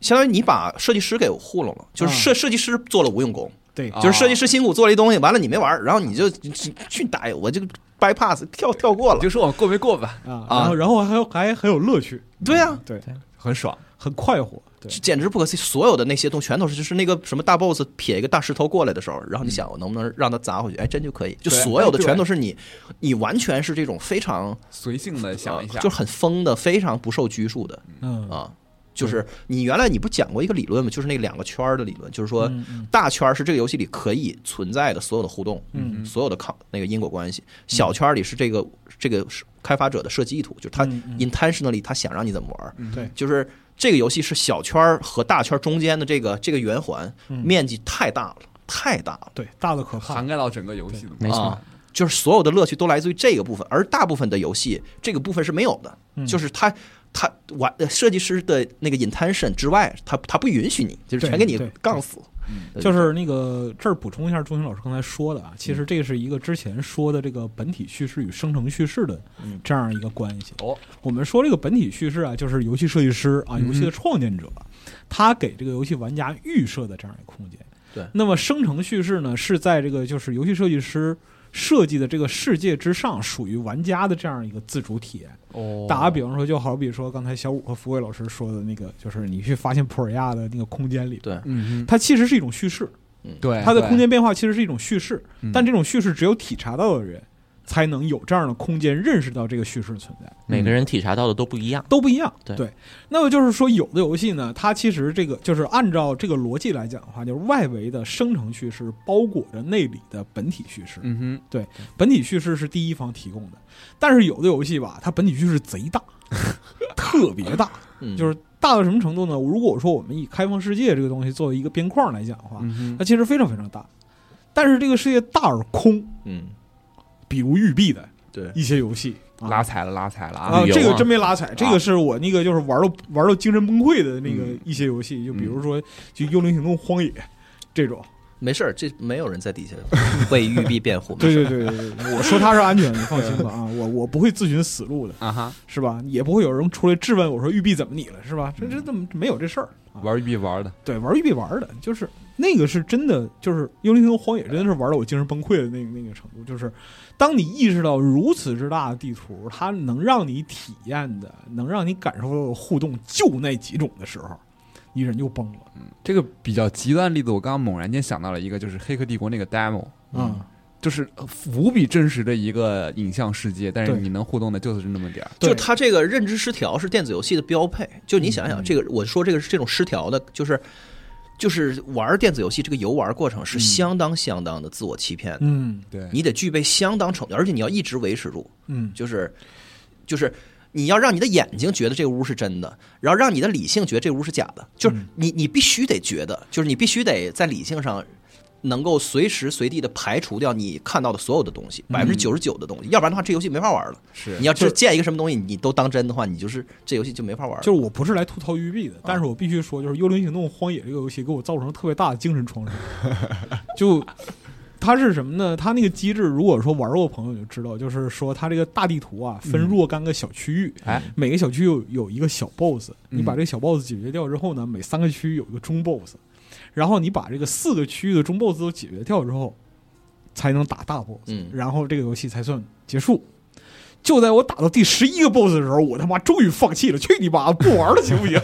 D: 相当于你把设计师给糊弄了，就是
A: 啊
D: 设设计师做了无用功，
A: 对，
B: 啊
D: 就是设计师辛苦做了一东西，完了你没玩儿，然后你就你去去打我这个 bypass 跳跳过
B: 你
D: 了，
B: 就说我过没过
D: [laughs]
B: 吧，
A: 啊，
D: 啊
A: 然后然后还有还很有乐趣，
D: 对啊，
A: 对，
B: 很爽，
A: 很快活，对，
D: 这简直不可思议，所有的那些东西全都是就是那个什么大 boss 撇一个大石头过来的时候，然后你想我能不能让它砸回去，哎，真就可以，就
B: 嗯对
D: 所有的
B: 哎对
D: 全都是你，你完全是这种非常
B: 随性的想一下，
D: 呃就是很疯的，非常不受拘束的
A: 嗯
D: 啊。就是你原来你不讲过一个理论吗？就是那两个圈儿的理论，就是说，
A: 嗯嗯
D: 大圈儿是这个游戏里可以存在的所有的互动，
A: 嗯
D: 所有的抗那个因果关系。小圈儿里是这个这个是开发者的设计意图，就是他
A: 嗯嗯
D: intentionally 他想让你怎么玩儿，
B: 嗯
A: 对，
D: 就是这个游戏是小圈儿和大圈儿中间的这个这个圆环
A: 嗯
D: 面积太大了，太大了，
A: 对，大的可怕
B: 涵，盖到整个游戏的嘛，
C: 没错
D: 啊就是所有的乐趣都来自于这个部分，而大部分的游戏这个部分是没有的，
A: 嗯
D: 就是它。他玩呃设计师的那个 intention 之外，他他不允许你，就是
A: 对
D: 全给你
A: 对
D: 杠死。对
A: 就是那个这儿补充一下，钟情老师刚才说的啊，其实这是一个之前说的这个本体叙事与生成叙事的
D: 嗯
A: 这样一个关系。
B: 哦，
A: 我们说这个本体叙事啊，就是游戏设计师啊，游戏的创建者，他给这个游戏玩家预设的这样一个空间。
D: 对
A: 那么生成叙事呢，是在这个就是游戏设计师设计的这个世界之上，属于玩家的这样一个自主体验。
D: 嗯
B: 哦
A: 打个比方说，就好比说刚才小五和福贵老师说的那个，就是你去发现普尔亚的那个空间里，
D: 对
B: 嗯哼，
A: 它其实是一种叙事，
B: 对，
A: 它的
B: 哎对
A: 空，间变化其实是一种叙事，
B: 嗯
A: 但这种叙事只有体察到的人才能有这样的空间认识到这个叙事的存在，
C: 每个人体察到的都不一样。
A: 都不一样。
C: 对
A: 那么就是说，有的游戏呢，它其实这个就是按照这个逻辑来讲的话，就是外围的生成叙事包裹着内里的本体叙事，
B: 嗯哼，
A: 本体叙事是第一方提供的。但是有的游戏吧，它本体叙事贼大，特别大，
D: 嗯
A: 就是大到什么程度呢？如果我说我们以开放世界这个东西作为一个边框来讲的话，
B: 嗯
A: 它
B: 哼，
A: 其实非常非常大，但是这个世界大而空。
D: 嗯，
A: 比如育碧的
D: 对，
A: 一些游戏啊
B: 拉踩了，拉踩了啊
A: 啊，
C: 旅游
A: 这个
C: 啊
A: 真没拉踩，这个是我那个就是玩到玩到精神崩溃的那个
D: 嗯
A: 一些游戏，就比如说就《幽灵行动：荒野》这种，
D: 没事儿，这没有人在底下为育碧
A: [laughs]
D: 辩护。
A: 对对对对对，我说它是安全，你放心吧啊，我我不会自寻死路的，
B: 啊哈，
A: 是吧？也不会有人出来质问我说玉碧怎么你了，是吧？这这怎么没有这事儿？啊
B: 玩儿币玩儿的，
A: 对，玩玉碧玩的，就是那个是真的，就是《幽灵行动：荒野》真的是玩到我精神崩溃的那个那个程度。就是当你意识到如此之大的地图，它能让你体验的，能让你感受到的互动就那几种的时候，你人就崩了
B: 这个比较极端的例子，我刚刚猛然间想到了一个，就是《黑客帝国》那个 demo，
A: 啊、
B: 就是无比真实的一个影像世界，但是
A: 对
B: 你能互动的就是那么点儿。
A: 对
D: 就他这个认知失调是电子游戏的标配。就你
A: 嗯
D: 想想，这个我说这个是这种失调的，就是就是玩电子游戏这个游玩过程是相当相当的自我欺骗的，
A: 嗯
B: 对
D: 你得具备相当程度，而且你要一直维持住，
A: 嗯，
D: 就是就是。你要让你的眼睛觉得这屋是真的，然后让你的理性觉得这屋是假的，就是
A: 嗯
D: 你你必须得觉得，就是你必须得在理性上能够随时随地的排除掉你看到的所有的东西，百分之九十九的东西，要不然的话这游戏没法玩了。
B: 是
D: 你要
A: 嗯就是
D: 见一个什么东西，你都当真的话，你就是这游戏就没法玩了。
A: 就是我不是来吐槽育碧的，但是我必须说，就是《幽灵行动：荒野》这个游戏给我造成了特别大的精神创伤。 [laughs] 就它是什么呢？它那个机制，如果说玩过的朋友就知道，就是说它这个大地图啊，分若干个小区域，
B: 哎
A: 每个小区有有一个小 BOSS，
B: 嗯
A: 你把这个小 BOSS 解决掉之后呢，每三个区域有一个中 BOSS，然后你把这个四个区域的中 BOSS 都解决掉之后，才能打大 BOSS，
D: 嗯
A: 然后这个游戏才算结束。就在我打到第十一个 BOSS 的时候，我他妈终于放弃了，去你妈，不玩了，行不
D: [laughs]
A: 行？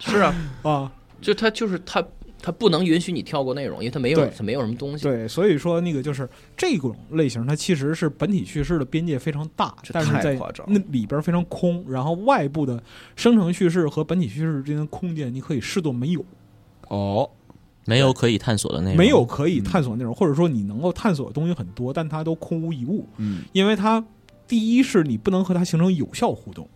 D: 是啊，
A: 啊，
D: 就它就是它它不能允许你跳过内容，因为它没
A: 对
D: 有它没有什么东西。
A: 对，所以说那个就是这种类型，它其实是本体叙事的边界非常大，
D: 这
A: 但是
D: 太
A: 在
D: 夸张了
A: 那里边非常空，然后外部的生成叙事和本体叙事之间的空间，你可以视作没有，
B: 哦，
C: 没有可以探索的
D: 哎
C: 内容，
A: 没有可以探索内容，或者说你能够探索的东西很多，但它都空无一物，
B: 嗯，
A: 因为它第一是你不能和它形成有效互动。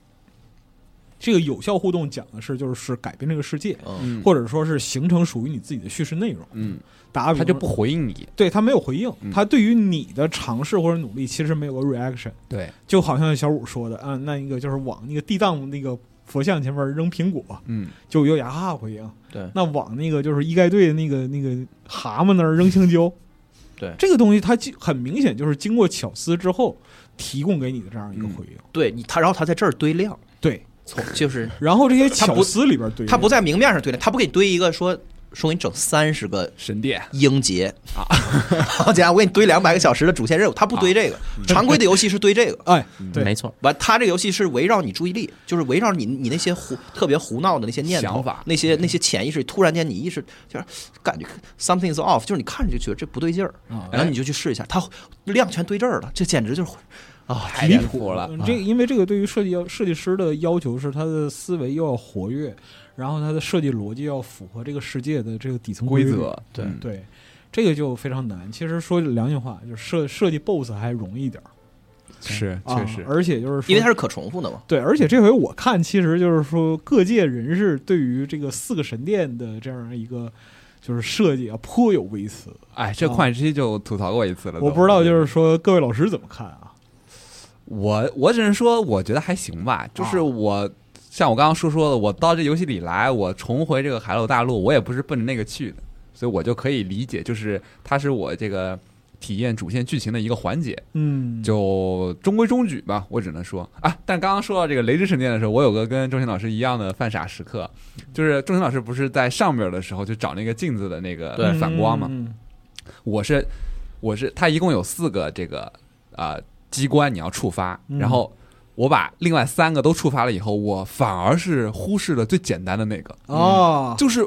A: 这个有效互动讲的是，就是是改变这个世界，
D: 嗯，
A: 或者说是形成属于你自己的叙事内容。
B: 嗯，
A: 打个比
B: 他就
A: 方
B: 不回应你，
A: 对他没有回应
B: 嗯，
A: 他对于你的尝试或者努力其实没有个 reaction。
B: 对，
A: 就好像小五说的啊，那一个就是往那个地藏那个佛像前面扔苹果，
B: 嗯，
A: 就有雅哈回应。
D: 对
A: 那往那个就是一盖队那个那个蛤蟆那儿扔香 [laughs] 蕉。
D: 对
A: 这个东西它就很明显就是经过巧思之后提供给你的这样一个回应。
D: 对你它，然后它在这儿堆量，
A: 嗯对，
D: 从就是
A: 然后这些
D: 它
A: 巧
D: 不
A: 思里边对应
D: 它不在明面上堆量，它不给你堆一个说说我给你整三十个
B: 神殿
D: 英杰啊， [laughs] 好家伙，我给你堆两百个小时的主线任务，它不堆这个，
B: 啊
D: 常规的游戏是堆这个。
A: 哎，对，
C: 没错，
D: 完，它这个游戏是围绕你注意力，就是围绕你你那些胡特别胡闹的那些念头、
B: 想法
D: 那些那些潜意识，突然间你意识就是感觉 something is off，就是你看着就觉得这不对劲儿，
B: 哎
D: 然后你就去试一下，它量全堆这儿了，这简直就是啊，
B: 太
A: 离
B: 离
A: 谱
B: 谱了，
A: 嗯这个因为这个对于设计要设计师的要求是，他的思维又要活跃，然后他的设计逻辑要符合这个世界的这个底层
B: 规
A: 律
B: 则，
D: 对
B: 嗯
A: 对，这个就非常难。其实说句良心话，就是设设计 BOSS 还容易一点儿，
B: 是
A: 啊
B: 确实，
A: 而且就是说
D: 因为它是可重复的嘛。
A: 对，而且这回我看，其实就是说各界人士对于这个四个神殿的这样一个就是设计啊，颇有微词。
B: 哎，这
A: 啊
B: 旷野之息就吐槽过一次了，
A: 我
B: 都嗯
A: 不知道，就是说各位老师怎么看啊？
B: 我我只能说，我觉得还行吧。
A: 啊
B: 就是我、像我刚刚说说的，我到这游戏里来，我重回这个海陆大陆，我也不是奔着那个去的，所以我就可以理解，就是它是我这个体验主线剧情的一个环节，
A: 嗯，
B: 就中规中矩吧。我只能说啊，但刚刚说到这个雷之神殿的时候，我有个跟钟情老师一样的犯傻时刻，就是钟情老师不是在上边的时候就找那个镜子的那个
D: 对
B: 反光嘛，
A: 嗯
B: 我是我是，它一共有四个这个呃机关你要触发，
A: 嗯
B: 然后我把另外三个都触发了以后，我反而是忽视了最简单的那个，
A: 哦，
B: 就是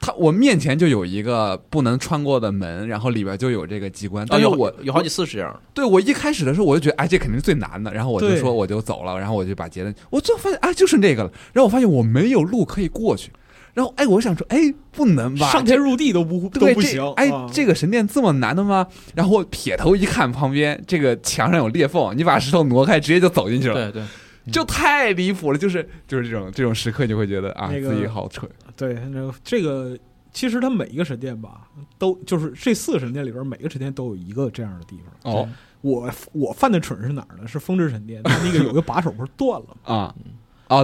B: 它我面前就有一个不能穿过的门，然后里边就有这个机关，但是
D: 哦有
B: 哎我、
D: 有好几次是这样，
B: 对我一开始的时候我就觉得哎这肯定是最难的，然后我就
A: 对
B: 说我就走了，然后我就把结论，我最后发现啊就剩这个了，然后我发现我没有路可以过去。然后，哎，我想说，哎，不能吧？
A: 上天入地都不都
B: 对，
A: 不
B: 这
A: 行。
B: 哎
A: 啊，
B: 这个神殿这么难的吗？然后我撇头一看，旁边这个墙上有裂缝，你把石头挪开，直接就走进去了，
D: 对，
B: 就太离谱了。就是就是这种这种时刻，你就会觉得啊，
A: 那个
B: 自己好蠢。
A: 对，那这个其实它每一个神殿吧，都就是这四个神殿里边，每个神殿都有一个这样的地方。
B: 哦
C: [laughs]
A: 我我犯的蠢是哪儿呢？是风之神殿，它那个有个把手不是断了吗？
B: 啊，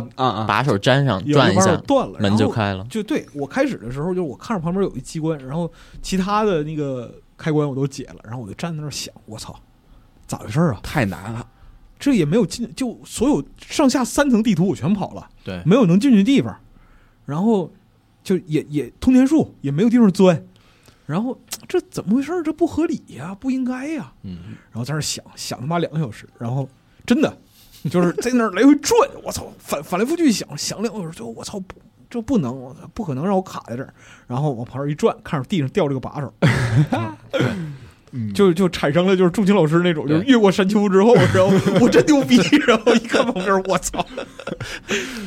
B: 哦啊啊，
C: 把手粘上，
A: 有
C: 转一
A: 弯儿
C: 下，
A: 断了，
C: 门就
A: 然后
C: 开了。
A: 就对我开始的时候，就是我看着旁边有一机关，然后其他的那个开关我都解了，然后我就站在那儿想，我操，咋回事儿啊？
B: 太难了。
A: 这也没有进，就所有上下三层地图我全跑了，
D: 对，
A: 没有能进去的地方，然后就也也通天术也没有地方钻，然后这怎么回事儿？这不合理呀、不应该呀、
D: 嗯，
A: 然后在那儿想想他妈两个小时，然后真的就是在那儿来回转， [laughs] 我操，反反来覆去想想两个小时，最后我操不。这不能，我操不可能让我卡在这儿。然后往旁边一转，看着地上掉了个把手，
B: 嗯
A: 就就产生了就是仲卿老师那种，就是
D: 对
A: 越过山丘之后，然后我真牛逼， [laughs] 然后一看旁边，我操，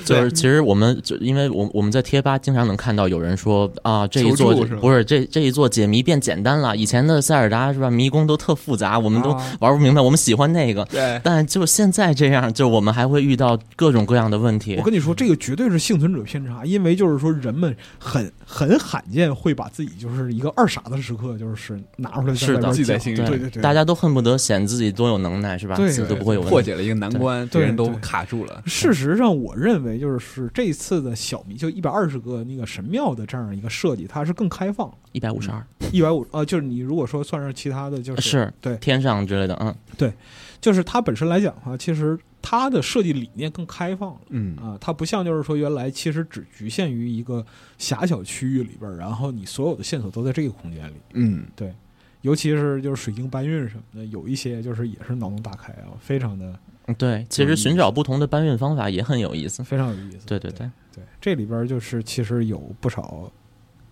C: 就是其实我们就因为我我们在贴吧经常能看到有人说啊这一座
B: 求助是吗
C: 不是这这一座解谜变简单了，以前的塞尔达是吧迷宫都特复杂，我们都
B: 啊
C: 玩不明白，我们喜欢那个。
B: 对，
C: [laughs] 但就现在这样，就我们还会遇到各种各样的问题
A: 我。跟你说，这个绝对是幸存者偏差，因为就是说人们很很罕见会把自己就是一个二傻的时刻，就是拿出来在
C: 是
A: 外
C: 的
A: 边
B: 记在
A: 讲
B: 心里
A: 对
B: 对
A: 对对，
C: 大家都恨不得显自己多有能耐是吧？
A: 对
C: 自己都不会有
B: 破
C: 问题。
B: 解了一个难关，
A: 对
B: 别人都
A: 对
B: 卡住了。
A: 事实上，我认为就是这次的小迷就一百二十个那个神庙的这样一个设计，它是更开放。
C: 一百五十二
A: 一百五啊，就是你如果说算上其他的，就是嗯对
C: 天上之类的，嗯，
A: 就是它本身来讲的话，其实它的设计理念更开放了
B: 嗯
A: 啊，它不像就是说原来其实只局限于一个狭小区域里边儿，然后你所有的线索都在这个空间里，
B: 嗯，
A: 尤其是就是水晶搬运什么的，有一些就是也是脑洞大开啊，非常的
C: 嗯对，其
B: 有意
C: 实
B: 思
C: 寻找不同的搬运方法也很有意思。
A: 非常有意思。
C: 对对对，
A: 对，这里边就是其实有不少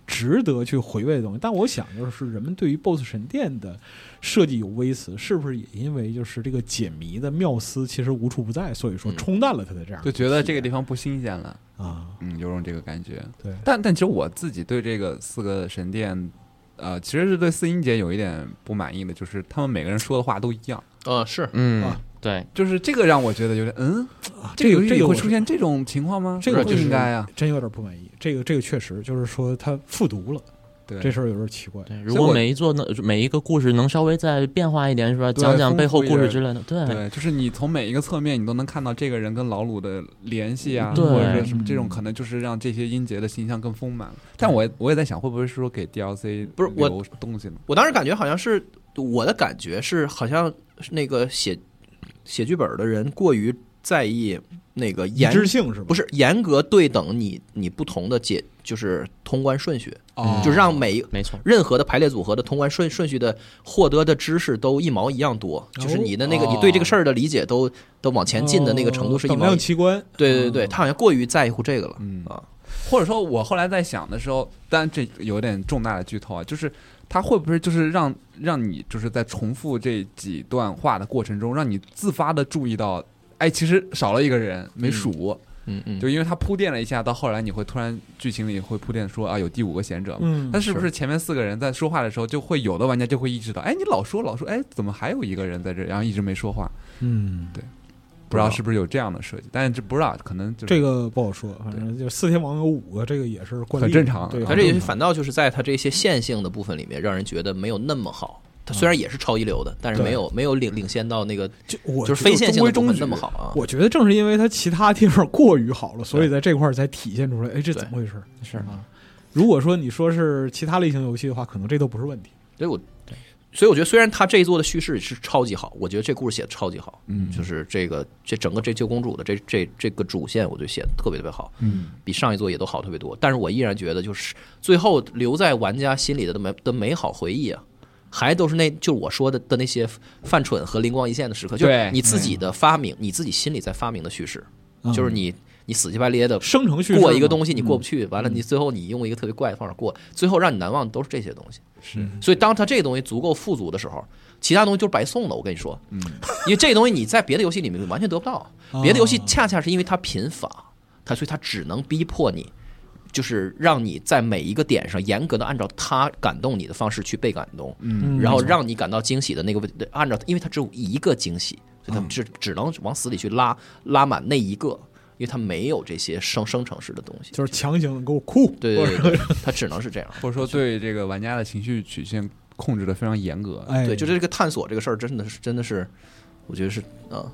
A: 值得去回味的东西。但我想，就是人们对于 BOSS 神殿的设计有微词，是不是也因为就是这个解谜的妙思其实无处不在，所以说
C: 嗯
A: 冲淡了它的这样
B: 就觉得这个地方不新鲜了，
A: 啊？
B: 嗯，有种这个感觉。
A: 对，
B: 但但其实我自己对这个四个神殿，呃，其实是对四音节有一点不满意的，就是他们每个人说的话都一样，
D: 呃，是
C: 嗯
A: 啊，
C: 对，
B: 就是这个让我觉得有点，嗯，
A: 啊
B: 这个游戏
A: 这
B: 里
A: 个
B: 会
A: 我
B: 出现这种情况吗？
A: 这个
B: 不
A: 就是
B: 应该啊，
A: 真有点不满意。这个这个确实就是说它复读了，
B: 对，
A: 这事儿有点奇怪。
C: 对，
B: 所
C: 如
B: 以
C: 果
B: 我
C: 每一座能每一个故事能稍微再变化一点，是吧？
B: 对
C: 讲讲
B: 丰
C: 背后
B: 富一
C: 故事
B: 点
C: 之类的，对，
B: 对，就是你从每一个侧面，你都能看到这个人跟老鲁的联系啊，
C: 对
B: 或者是什么
A: 嗯
B: 这种，可能就是让这些音节的形象更丰满。但我也我也在想，会不会是说给 DLC
D: 不是我
B: 留东西呢？
D: 我当时感觉好像是我的感觉是，好像是那个写写剧本的人过于在意那个
A: 一
D: 严
A: 致性是吧？
D: 不是严格对等你你不同的解就是通关顺序，
B: 哦
D: 就让每
C: 没错。
D: 任何的排列组合的通关顺顺序的获得的知识都一毛一样多，就是你的那个
B: 哦
D: 你对这个事儿的理解都都往前进的那个程度是一
A: 哦等
D: 毛
A: 量
D: 一。
A: 奇观，嗯
D: 对对对，他好像过于在乎这个了
B: 嗯
D: 啊。
B: 或者说，我后来在想的时候，但这有点重大的剧透啊，就是他会不会就是让让你就是在重复这几段话的过程中，让你自发的注意到，哎，其实少了一个人没数，
D: 嗯嗯，
B: 就因为他铺垫了一下，到后来你会突然剧情里会铺垫说啊，有第五个贤者嘛，
A: 嗯，
B: 那是不是前面四个人在说话的时候，就会有的玩家就会意识到，哎，你老说老说，哎，怎么还有一个人在这，然后一直没说话？
A: 嗯，
B: 不知道是不是有这样的设计，但是这不知道，可能就是
A: 这个不好说，反正就四天王有五个，这个也是惯例，
B: 很正常
A: 对，
B: 很
D: 啊他
A: 很
D: 这
A: 正
D: 也
A: 常
D: 反倒就是在他这些线性的部分里面，让人觉得没有那么好。他虽
A: 嗯
D: 然也是超一流的，但是没有没有领领先到那个
A: 就我
D: 就是
A: 觉
D: 非
A: 得
D: 线性
A: 中规
D: 的部
A: 中
D: 分
A: 矩
D: 那么好啊。
A: 我觉得正是因为它其他地方过于好了，所以在这块儿才体现出来。哎，这怎么回事？
C: 是
A: 啊。如果说你说是其他类型游戏的话，可能这都不是问题。
D: 所以我所以我觉得，虽然他这一座的叙事是超级好，我觉得这故事写的超级好，
B: 嗯
D: 就是这个这整个这救公主的这这这个主线，我觉得写的特别特别好，
B: 嗯
D: 比上一座也都好特别多。但是我依然觉得，就是最后留在玩家心里的美的美好回忆啊。还都是那，就是我说的的那些犯蠢和灵光一现的时刻，就是
B: 对
D: 你自己的发明，你自己心里在发明的叙事，
A: 嗯
D: 就是你你死乞白咧的
A: 生成叙事嗯
D: 过一个
A: 西，
D: 东西，你过不去，完了你最后你用一个特别怪的方法过，最后让你难忘的都是这些东西。
B: 是，
D: 所以当它这个东西足够富足的时候，其他东西就是白送的。我跟你说，
B: 嗯，
D: 因为这东西你在别的游戏里面完全得不到，
A: 哦
D: 别的游戏恰恰是因为它贫乏，它所以它只能逼迫你，就是让你在每一个点上严格的按照它感动你的方式去被感动，
A: 嗯
D: 然后让你感到惊喜的那个问，按照因为它只有一个惊喜，所以它只只能往死里去拉拉满那一个，因为它没有这些生生成式的东西。
A: 就是强行给我哭，
D: 对对对，对它只能是这样。
B: 或者说对这个玩家的情绪曲线控制的非常严格。
A: 哎，
D: 对，就是这个探索这个事儿，真的是真的是，我觉得是啊，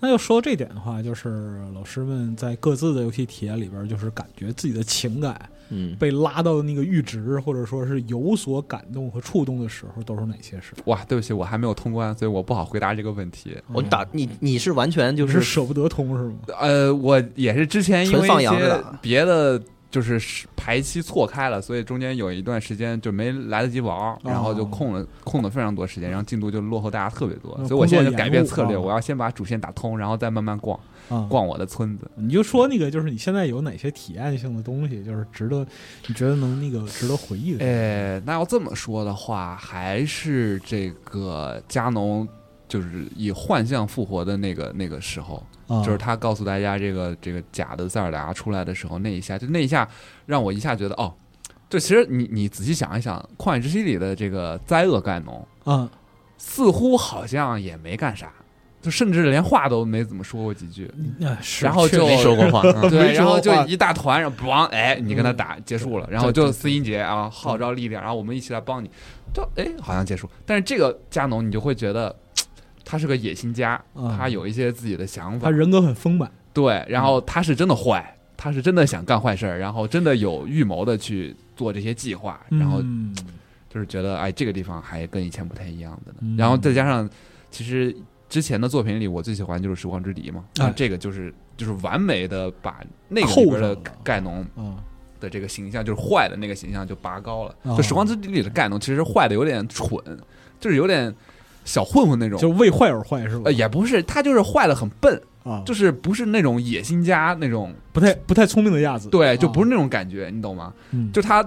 A: 那就说到这点的话，就是老师们在各自的游戏体验里边，就是感觉自己的情感
D: 嗯，
A: 被拉到那个阈值，或者说是有所感动和触动的时候，都是哪些事？
B: 哇，对不起，我还没有通关，所以我不好回答这个问题。
D: 我打你你是完全就
A: 就是
D: 是
A: 舍不得通是吗？
B: 呃，我也是之前因为
D: 纯放
B: 一
D: 羊是
B: 些
D: 吧
B: 别的就是排期错开了，所以中间有一段时间就没来得及玩儿，然
D: 哦
B: 后就空了空了非常多时间，然后进度就落后大家特别多
A: 嗯，
D: 呃
B: 所以我现在就改变
A: 工作
B: 策
A: 延误
B: 略，
A: 啊
B: 我要先把主线打通，然后再慢慢逛
A: 啊，
B: 逛我的村子。
A: 你就说那个，就是你现在有哪些体验性的东西，就是值得你觉得能那个值得回忆的？
B: 呃，那要这么说的话，还是这个加农。就是以幻象复活的那个那个时候，
A: 啊，
B: 就是他告诉大家这个这个假的塞尔达出来的时候，那一下就那一下让我一下觉得哦，就其实你你仔细想一想，《旷野之息》里的这个灾厄盖农
A: 啊，
B: 似乎好像也没干啥，就甚至连话都没怎么说过几句，
A: 啊是
B: 然后
A: 确
B: 就
C: 没说过话，
B: [laughs]
C: 嗯
B: 对，
A: 没说
B: 然
A: 话嗯
B: 后就一大团，然后咣，哎，你跟他打结束了，然后就四音节啊，号召力量，然后我们一起来帮你，就哎好像结束。但是这个加农，你就会觉得他是个野心家，
A: 嗯
B: 他有一些自己的想法
A: 他，嗯人格很丰满，
B: 对，然后他是真的坏，他是真的想干坏事儿，然后真的有预谋的去做这些计划，然后
A: 嗯
B: 就是觉得哎，这个地方还跟以前不太一样的呢。
A: 嗯
B: 然后再加上，其实之前的作品里，我最喜欢就是《时光之笛》嘛，那
A: 哎
B: 这个就是就是完美的把那个里边的
A: 扣上了
B: 盖农
A: 啊
B: 的这个形象，就是坏的那个形象就拔高了。
A: 哦
B: 就《时光之笛》里的盖农其实坏的有点蠢，就是有点小混混那种
A: 就。为坏而坏是吧
B: 呃，？也不是，他就是坏的很笨，
A: 啊，
B: 就是是不是那种野心家那种
A: 不太不太聪明的样子，
B: 对，就
A: 啊
B: 不是那种感觉，你懂吗？
A: 嗯
B: 就他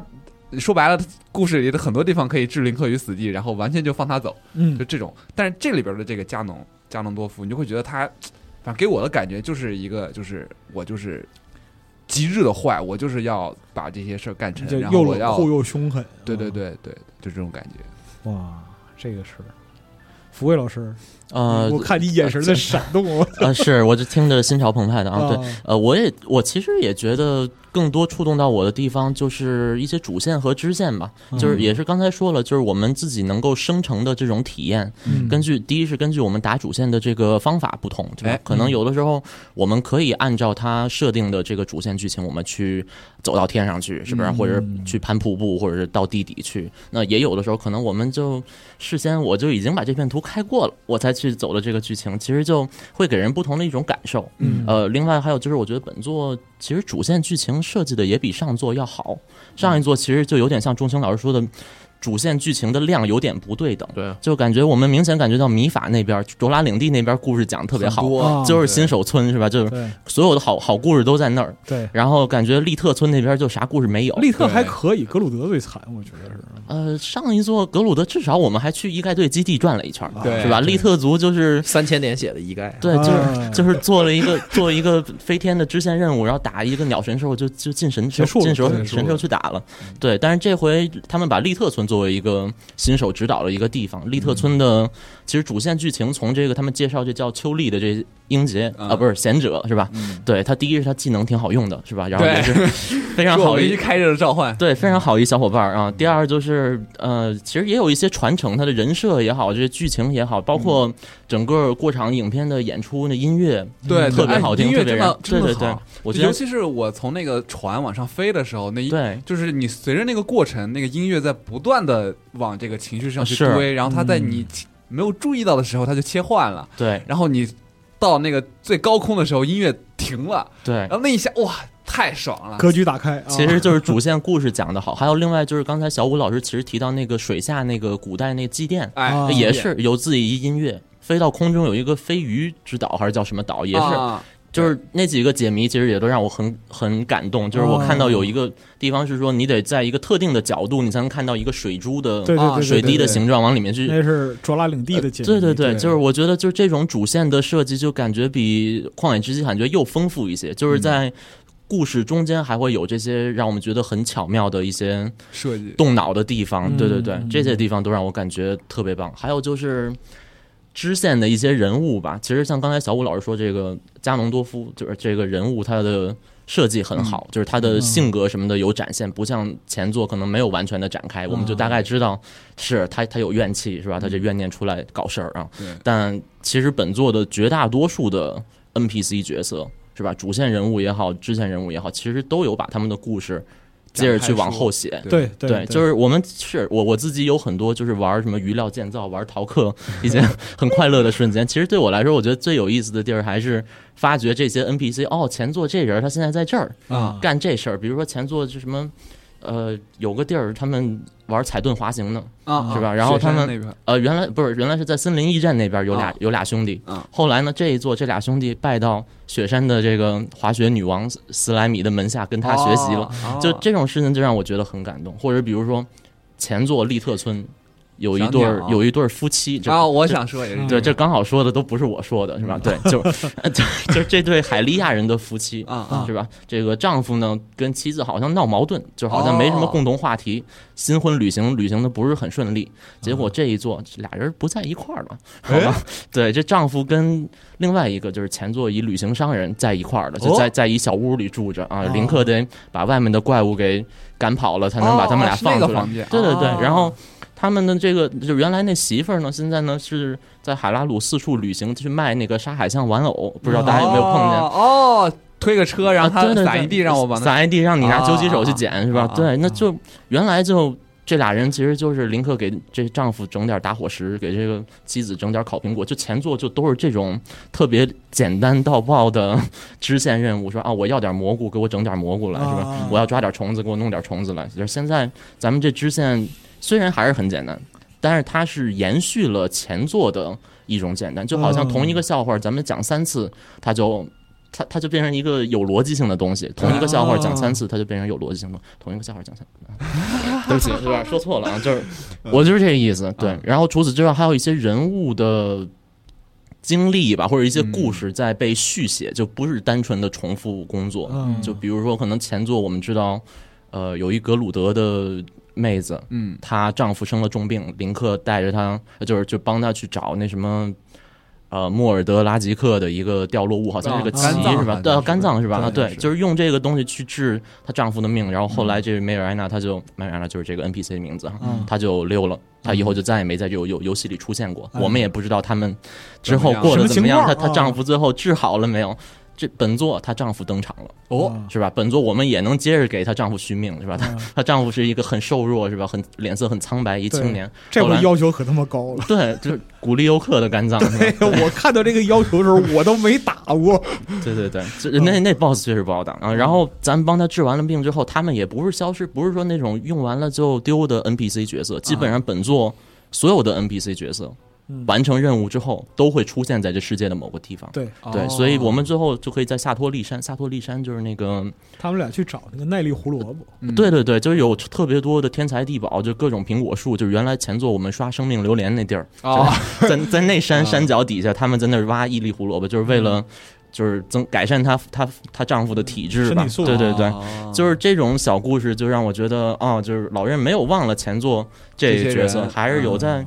B: 说白了，故事里的很多地方可以置林克于死地，然后完全就放他走，
A: 嗯
B: 就这种。但是这里边的这个加农加农多夫，你就会觉得他，反正给我的感觉就是一个，就是我就是极致的坏，我就是要把这些事儿干成
A: 就，
B: 然后
A: 又
B: 我要
A: 冷酷又凶狠，
B: 对对
A: 啊，
B: 对对，就这种感觉。
A: 哇，这个是福贵老师，
C: 呃
A: 我看你眼神在闪动，我
C: 呃，是我这听着心潮澎湃的啊，对，
A: 啊
C: 呃，我也我其实也觉得更多触动到我的地方就是一些主线和支线吧，
A: 嗯
C: 就是也是刚才说了，就是我们自己能够生成的这种体验，
A: 嗯
C: 根据第一是根据我们打主线的这个方法不同，对吧
B: 哎？
A: 嗯
C: 可能有的时候我们可以按照它设定的这个主线剧情，我们去走到天上去，是不是？
A: 嗯
C: 或者去攀瀑布，或者是到地底去。那也有的时候可能我们就事先我就已经把这片图开过了，我才去走的这个剧情，其实就会给人不同的一种感受。
A: 嗯
C: 呃，另外还有就是，我觉得本作其实主线剧情设计的也比上作要好。上一作其实就有点像钟情老师说的，主线剧情的量有点不对等，
D: 对啊，
C: 就感觉我们明显感觉到米法那边、卓拉领地那边故事讲得特别好
B: 很，多
A: 啊
C: 就是新手村是吧？就是
A: 嗯对
C: 所有的好好故事都在那儿，
A: 对。
C: 然后感觉利特村那边就啥故事没有。
A: [laughs] 利特
B: 对
A: 还可以，格鲁德最惨，我觉得是。
C: 呃，上一座格鲁德至少我们还去一盖队基地转了一圈儿，
B: 对
C: 啊是吧？利特族就是
D: 三千点血的一概，
C: 对，就是、
A: 啊
C: 就是做了一个做一个飞天的支线任务，然后打一个鸟神兽，就就进神
A: 结束
C: 兽
A: 了
C: 进
A: 结束
C: 神
A: 了
C: 神兽去打了。对，但是这回他们把利特村作为一个新手指导的一个地方，利特村
A: 嗯
C: 的其实主线剧情从这个他们介绍这叫秋丽的这英杰
B: 啊
C: 啊，不是贤者是吧？
B: 嗯，
C: 对他第一是他技能挺好用的是吧？然后
B: 对
C: 也是非常
B: 说我
C: 好
B: 们一
C: 一嗯
B: 开着召唤，
C: 对，非常好一小伙伴儿啊。第二就是呃，其实也有一些传承，他的人设也好，这些剧情也好，包
B: 嗯
C: 括整个过场影片的演出、那音乐，
B: 对，
C: 特别
B: 哎
C: 好听，
B: 音
C: 特
B: 乐
C: 别
B: 真
C: 让
B: 的
C: 对
B: 真的
C: 对
B: 好
C: 对，我觉
B: 尤
C: 得
B: 其是我从那个船往上飞的时候，那一
C: 对。
B: 就是你随着那个过程，那个音乐在不断的往这个情绪上去
C: 啊是
B: 堆，然后它在
A: 嗯
B: 你没有注意到的时候，它就切换了，
C: 对
B: 然后你到那个最高空的时候，音乐停了，
C: 对
B: 然，后那一下哇，太爽了！
A: 格局打开，啊
C: 其实就是主线故事讲的好，还有另外就是刚才小武老师其实提到那个水下那个古代那个祭奠，
B: 哎
A: 啊，
C: 也是有自己一音乐，飞到空中有一个飞鱼之岛还是叫什么岛，也是
B: 啊
C: 就是那几个解谜，其实也都让我很很感动。就是
A: 哦
C: 我看到有一个地方是说，你得在一个特定的角度，你才能看到一个水珠的
A: 对对
B: 啊
A: 对，
C: 水滴的
A: 形。
C: 形状往里面去。呃
A: 那是卓拉领地的解谜。
C: 对对
B: 对
C: 对，就是我觉得就是这种主线的设计，就感觉比《旷野之息》感觉又丰富一些，
A: 嗯
C: 就是在。故事中间还会有这些让我们觉得很巧妙的一些
B: 设计，
C: 动脑的地方，
A: 嗯
C: 对对对
A: 嗯，
C: 这些地方都让我感觉特别棒。还有就是支线的一些人物吧，其实像刚才小武老师说，这个加农多夫就是这个人物他的设计很
A: 嗯
C: 好，就是他的性格什么的有展现，不像前作可能没有完全的展
A: 嗯
C: 开，我们就大概知道是他他有怨气是吧？他这怨念出来搞事儿啊
B: 对。
C: 但其实本作的绝大多数的 NPC 角色是吧，主线人物也好，支线人物也好，其实都有把他们的故事接着去往后写。
A: 对对
C: 对，就是我们是我我自己有很多就是玩什么鱼料建造、玩逃课一些 [laughs] 很快乐的瞬间。其实对我来说，我觉得最有意思的地儿还是发掘这些 NPC。哦，前作这人他现在在这儿
A: 啊，
C: 干这事儿，比如说前作是什么，呃，有个地儿他们玩彩盾滑行呢，
B: 啊
C: 是吧然后他们
B: 那边
C: 呃，原来不是原来是在森林驿站那边有俩、
B: 啊
C: 有俩兄弟，
B: 啊
C: 后来呢这一座这俩兄弟拜到雪山的这个滑雪女王斯斯莱米的门下，跟她学习了。，
B: 哦
C: 就这种事情就让我觉得很感动。或者比如说，前作利特村有一
B: 小
C: 对儿
B: 鸟
C: 有一对儿夫妻，这、
B: 啊，嗯我想说也是
A: 嗯
C: 对这刚好说的都不是我说的是吧？对，就 [laughs] 就就这对海利亚人的夫妻。
B: 啊啊
C: 是吧？这个丈夫呢跟妻子好像闹矛盾，就好像没什么共同话题，新婚旅行旅行的不是很顺利。结果这一做，俩人不在一块儿了，好吧？ [laughs] 对，这丈夫跟另外一个就是前座一旅行商人在一块儿了，就在在一小屋里住着啊。
A: 哦
C: 林克得把外面的怪物给赶跑了，才能
B: 哦
C: 把他们俩放出来。对对对，然后他们的这个就原来那媳妇儿呢，现在呢是在海拉鲁四处旅行去卖那个沙海象玩偶，不知道大家有没有碰见？
B: 哦，推个车，然后
C: 啊对
B: 他
C: 对
B: 撒一
C: 对
B: 地，让我往那
C: 撒一地，让你拿九级手去捡，是吧？
B: 啊啊
C: 对，那就原来就这俩人其实就是林克给这丈夫整点打火石，给这个妻子整点烤苹果，就前作就都是这种特别简单到爆的 [laughs] 支线任务，说啊我要点蘑菇，给我整点蘑菇来，是吧？
A: 啊
C: 我要抓点虫子，给我弄点虫子来。就是现在咱们这支线虽然还是很简单，但是它是延续了前作的一种简单，就好像
A: 嗯
C: 同一个笑话，咱们讲三次，它就它它就变成一个有逻辑性的东西。同一个笑话讲三次，它就变成有逻辑性的；同一个笑话讲三次， [laughs] 啊对不起，是吧？说错了啊，就是我就是这个意思。对
B: 嗯，
C: 然后除此之外，还有一些人物的。经历吧，或者一些故事在被续写，就不是单纯的重复工作。
A: 嗯
C: 就比如说，可能前作我们知道，呃，有一格鲁德的妹子，
B: 嗯
C: 她丈夫生了重病，林克带着她，呃就是就帮她去找那什么。呃，莫尔德拉吉克的一个掉落物，好像是个
A: 啊
C: 奇
A: 肝脏
C: 是
B: 好
C: 吧
B: 像？是
C: 对，啊肝脏是吧？
B: 对
C: 啊，对，
B: 是
C: 就是用这个东西去治她丈夫的命。然后后来这梅尔安娜，她就梅尔安娜就是这个 NPC 的名字哈，
A: 嗯
C: 她就溜了，她以后就再也没在这个游游戏里出现过。
A: 嗯
C: 我们也不知道他们之后过得怎么样，
A: 什么
C: 她
A: 情况啊
C: 她丈夫最后治好了没有？这本作她丈夫登场了。
B: 哦，
C: 是吧？本作我们也能接着给她丈夫续命，是吧？
A: 嗯
C: 她她丈夫是一个很瘦弱，是吧？很脸色很苍白一青年，
A: 这
C: 后
A: 回
C: 来
A: 要求可他妈高了。
C: 对， [laughs] 就是古力优克的肝脏，是吧
A: 我看到这个要求的时候，我都没打过。
C: 对对对，
A: [laughs]
C: 这
A: 嗯
C: 那那 boss 确实不好打啊。然后咱们帮他治完了病之后，他们也不是消失，不是说那种用完了就丢的 NPC 角色，基本上本作所有的 NPC 角色
A: 啊嗯
C: 完成任务之后都会出现在这世界的某个地方。
A: 对哦
C: 对，所
B: 哦
C: 以我们最后就可以在萨托利山，萨托利山就是那个
A: 他们俩去找那个耐力胡萝卜，
B: 嗯
C: 对对对，就是有特别多的天才地宝，就各种苹果树，就是原来前作我们刷生命榴莲那地儿，
B: 哦
C: 在在那山
B: 啊
C: 山脚底下，他们在那儿挖一粒胡萝卜，就是为了就是增改善她她她丈夫的体质
A: 身
C: 吧
A: 体素。
C: 对对对，
B: 哦
C: 就是这种小故事，就让我觉得啊、就是老任没有忘了前作这
B: 这些
C: 个角色，
B: 人
C: 还是有在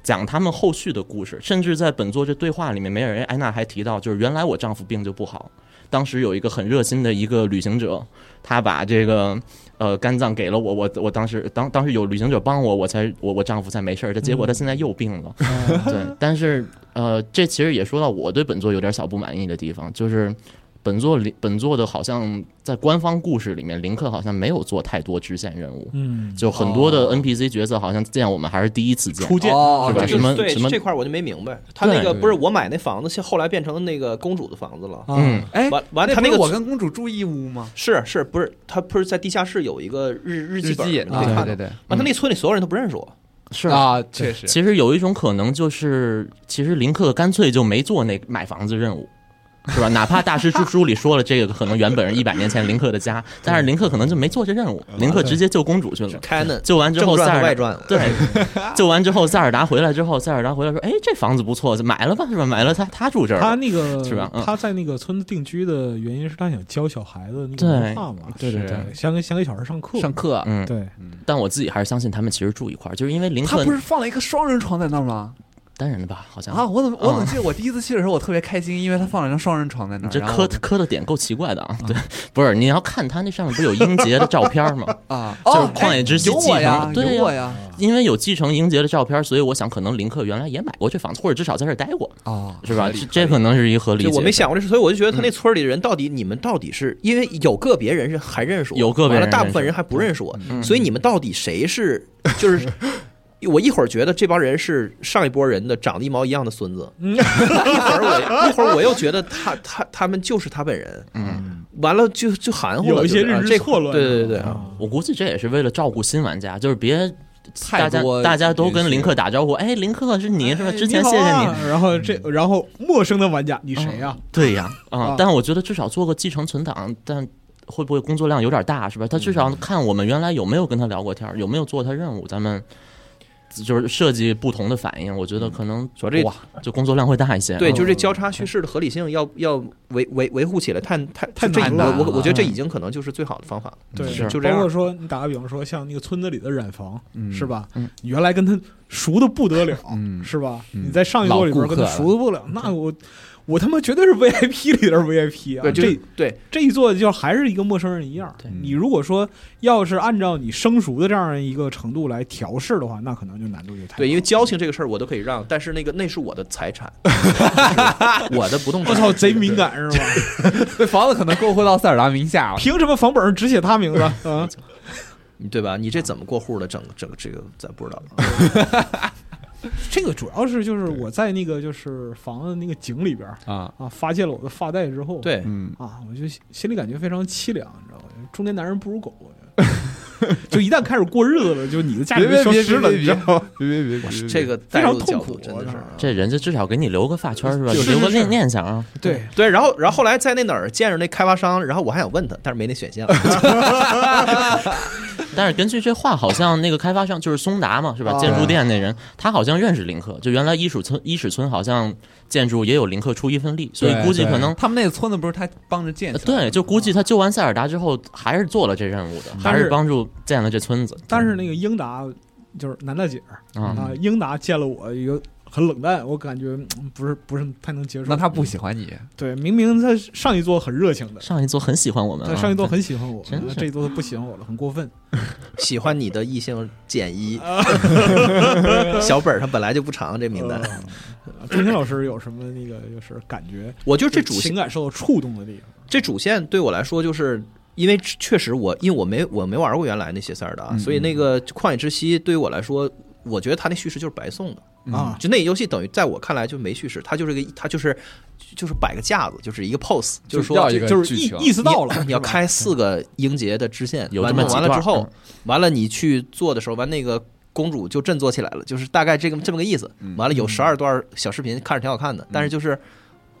C: 讲他们后续的故事。甚至在本作这对话里面，梅尔安哎娜还提到，就是原来我丈夫病就不好，当时有一个很热心的一个旅行者，他把这个。呃，肝脏给了我，我我当时当当时有旅行者帮我，我才我我丈夫才没事儿。这结果他现在又病了， [laughs] 对，但是呃，这其实也说到我对本作有点小不满意的地方，就是本作里本作的好像在官方故事里面，林克好像没有做太多支线任务，
A: 嗯，
C: 就很多
B: 哦
C: 的 NPC 角色好像见我们还是第一次见。
A: 初见
B: 哦
C: 是吧
D: 这
C: 什
D: 个
C: 么
D: 对
C: 什么
D: 这块儿我就没明白，他那
C: 对
D: 个不是我买那房子，现后来变成那个公主的房子了。
C: 嗯，
B: 哎，
D: 完完，他
B: 不
D: 那
B: 是
D: 个
B: 我跟公主住一屋吗？
D: 是是不是他不是在地下室有一个日日记
B: 日
D: 本
B: 记
D: 儿，你可以看
B: 啊
D: 到
B: 对对对，
D: 完他那村里所有人都不认识我。
C: 是
B: 啊，确实
C: 其实有一种可能就是，其实林克干脆就没做那买房子任务，是吧？哪 [laughs] 怕大师叔叔里说了这个可能原本是一百年前林克的家，但是林克可能就没做这任务，林克直接救公主去了。
D: Canon
C: 救完之后，
D: 正
C: 塞尔
D: 传和
C: 达
D: 外传，
C: 对，救完之后，塞尔达回来之后，塞尔达回来说：“哎，这房子不错，买了吧，是吧？买了他，他住这儿
A: 他
C: 了。
A: 那个
C: 是吧嗯
A: 他在那个村子定居的原因是他想教小孩子那个
C: 对
A: 文化嘛，
B: 对对
A: 是
B: 对，
A: 想给想给小孩上课，
B: 上课”，啊
C: 嗯，
A: 对，
C: 但我自己还是相信他们其实住一块儿，就是因为林
B: 他
C: 克
B: 不是放了一个双人床在那儿吗？
C: 单人的吧？好像
B: 啊！，我怎么我怎么
C: 嗯
B: 记得我第一次去的时候我特别开心，因为他放了一张双人床在那
C: 你
B: 儿。
C: 这
B: 然后
C: 磕
B: 我们
C: 磕的点够奇怪的啊！对，不是你要看他那上面不是有英杰的照片吗？
B: 啊，
C: 就是
B: 哦，
C: 旷野之息
B: 哎有我呀，
C: 继承对呀
B: 有我呀，
C: 因为有继承英杰的照片，所以我想可能林克原来也买过这房子，或者至少在这儿待过，
B: 啊，
C: 是吧？
B: 合理
C: 这这可能是一个嗯合理
D: 就
C: 解。
D: 我没想过这事，所以我就觉得他那村里的人到底，你们到底是因为有个别人是还认识我，
C: 有个别人
D: 完了大部
C: 认识
D: 分人还不认识我，
C: 嗯
D: 所以你们到底谁是就是？ [laughs] 我一会儿觉得这帮人是上一波人的长得一毛一样的孙子，
A: 嗯
D: [laughs] 一会儿我一会儿我又觉得他他他们就是他本人，
C: 嗯，
D: 完了就就含糊了，
A: 有一些
D: 就是啊
A: 认知
D: 这
A: 错乱。
D: 对对对对啊，
A: 啊
C: 我估计这也是为了照顾新玩家，就是别大
B: 太
C: 家
B: 多
C: 大家都跟林克
B: 允
C: 打招呼，哎，林克是你是吧？
A: 哎
C: 之前谢
A: 好
C: 谢你，
A: 啊然后这然后陌生的玩家，你谁
B: 嗯
A: 呀？
C: 对呀，
A: 啊
C: 啊，但我觉得至少做个继承存档，但会不会工作量有点大，是吧？他至少看我们原来有没有跟他聊过天儿，有没有做他任务，咱们就是设计不同的反应，我觉得可能
D: 主要这
C: 哇，就工作量会大一些。
D: 对，
C: 嗯
D: 就是这交叉叙事的合理性要要维维维护起来，太太
A: 太
D: 这
A: 难
D: 我
A: 了
D: 我我觉得这
C: 嗯
D: 已经可能就是最好的方法了，
A: 对，
C: 是
D: 就这样
A: 包括说，你打个比方说，像那个村子里的染房，
B: 嗯
A: 是吧？
C: 嗯
A: 你原来跟他熟的不得了，
B: 嗯
A: 是吧？
B: 嗯
A: 你在上一座里边跟他熟的不得了，那我我他妈绝对是 VIP 里边 VIP 啊！
D: 对，就
A: 这
D: 对
A: 这一座就还是一个陌生人一样
C: 对。
A: 你如果说要是按照你生熟的这样一个程度来调试的话，那可能就难度就太大
D: 对，因为交情这个事儿我都可以让，但是那个那是我的
A: [laughs]
D: 财产，我的不动
A: 我
D: 产。
A: 操，贼敏感是吧？
B: [laughs] 这房子可能过户到塞尔达名下
A: 凭什么房本上只写他名字啊？
D: 对吧？你这怎么过户的？整个整个这个咱不知道。
A: [laughs] 哦这个主要是就是我在那个就是房子那个井里边儿 [laughs]
B: 啊，
A: 啊，发现了我的发带之后，
D: 对，
B: 嗯，
A: 啊，我就心心里感觉非常凄凉，你知道吧？中年男人不如狗，我觉得。 [laughs] 就一旦开始过日子了，就你的价值
B: 别
A: 就
B: 别
A: 消
B: 别
A: 失
B: 别
A: 了，
B: 别
A: 你知
B: 别
A: 道吗？
B: 别别，
D: 这个
A: 非
D: 代
A: 常
D: 入的
A: 痛
D: 角
A: 苦
D: 度
A: 啊，
D: 真的是
A: 当时
C: 这人家至少给你留个发圈儿是吧？
A: 是是
C: 留个
A: 是
C: 念念想啊。
A: 对，
D: 对。然后然后后来在那哪儿见着那开发商，然后我还想问他，但是没那选项。 [laughs]
C: 但是根据这话，好像那个开发商就是松达嘛，是吧？
A: 啊
C: 建筑店那人，他好像认识林克，就原来伊蜀村伊始村好像建筑也有林克出一份力，所以估计可能
B: 他们那个村子不是他帮着建
C: 呃
B: 起来的吗，
C: 对，就估计他救完塞尔达之后，还是做了这任务的，
A: 但
C: 还
A: 是
C: 是帮助建了这村子。
A: 但是那个英达就是南大姐儿
C: 啊，
A: 啊，英达见了我一个很冷淡，我感觉嗯不是不是太能接受。
B: 那他不喜欢你，
A: 对，明明他上一座很热情的，
C: 上一座很喜欢我们
A: 他
C: 啊，
A: 上一座很喜欢我，
C: 真是
A: 这一座他不喜欢我了，很过分。
D: 喜欢你的异性
A: [laughs]
D: 减一，小本儿上本来就不长这名单。
A: 呃钟情老师有什么那个就是感觉？
D: 我就是这主
A: 情感受到触动的地方，
D: 这主线对我来说，就是因为确实我因为我没我没玩过原来那些塞尔达，
B: 嗯
D: 啊所以那个旷野之息对于我来说，我觉得它那叙事就是白送的
B: 嗯
A: 啊
D: 就那游戏等于在我看来就没叙事，它就是个它就是就是摆个架子，就是一个 pose，就是说
B: 要
D: 这
B: 一个
A: 就是
B: 剧
A: 意
B: 情
A: 意思到了，
D: [clears throat] 你要
A: 是吧
D: 开四个英杰的支线，
C: 有
D: 完
C: 这么
D: 了
C: 几
D: 完了
C: 段
D: 之后，完了你去做的时候，完那个公主就振作起来了，就是大概这个这么个意思。完了有十二段小视频，看着挺好看的，但是就是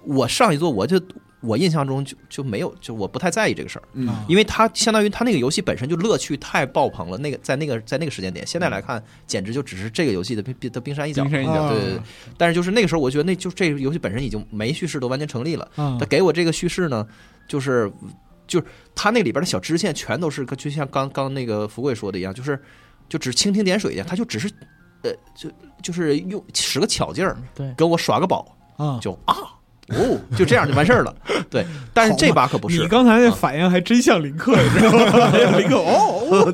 D: 我上一座我就。我印象中就就没有，就我不太在意这个事儿，
B: 嗯
A: 啊
D: 因为它相当于它那个游戏本身就乐趣太爆棚了。那个在那个在那个时间点，现在来看，简直就只是这个游戏的冰冰的冰山一角
B: 精。神一
A: 啊
B: 角，
D: 对对对，但是就是那个时候，我觉得那就这个游戏本身已经没叙事都完全成立了。
A: 啊
D: 他给我这个叙事呢，就是就是他那里边的小支线全都是跟，就像刚刚那个福贵说的一样，就是就只蜻蜓点水一样，他就只是呃，就就是用使个巧劲儿
A: [laughs]
C: 对
D: 给我耍个宝，
A: 啊！
D: 就啊哦，就这样就完事儿了。对，但是这把可不
A: 你
D: 是。
A: 刚才那反应还真像林克，你知道
D: [laughs]
A: 吗？林克哦，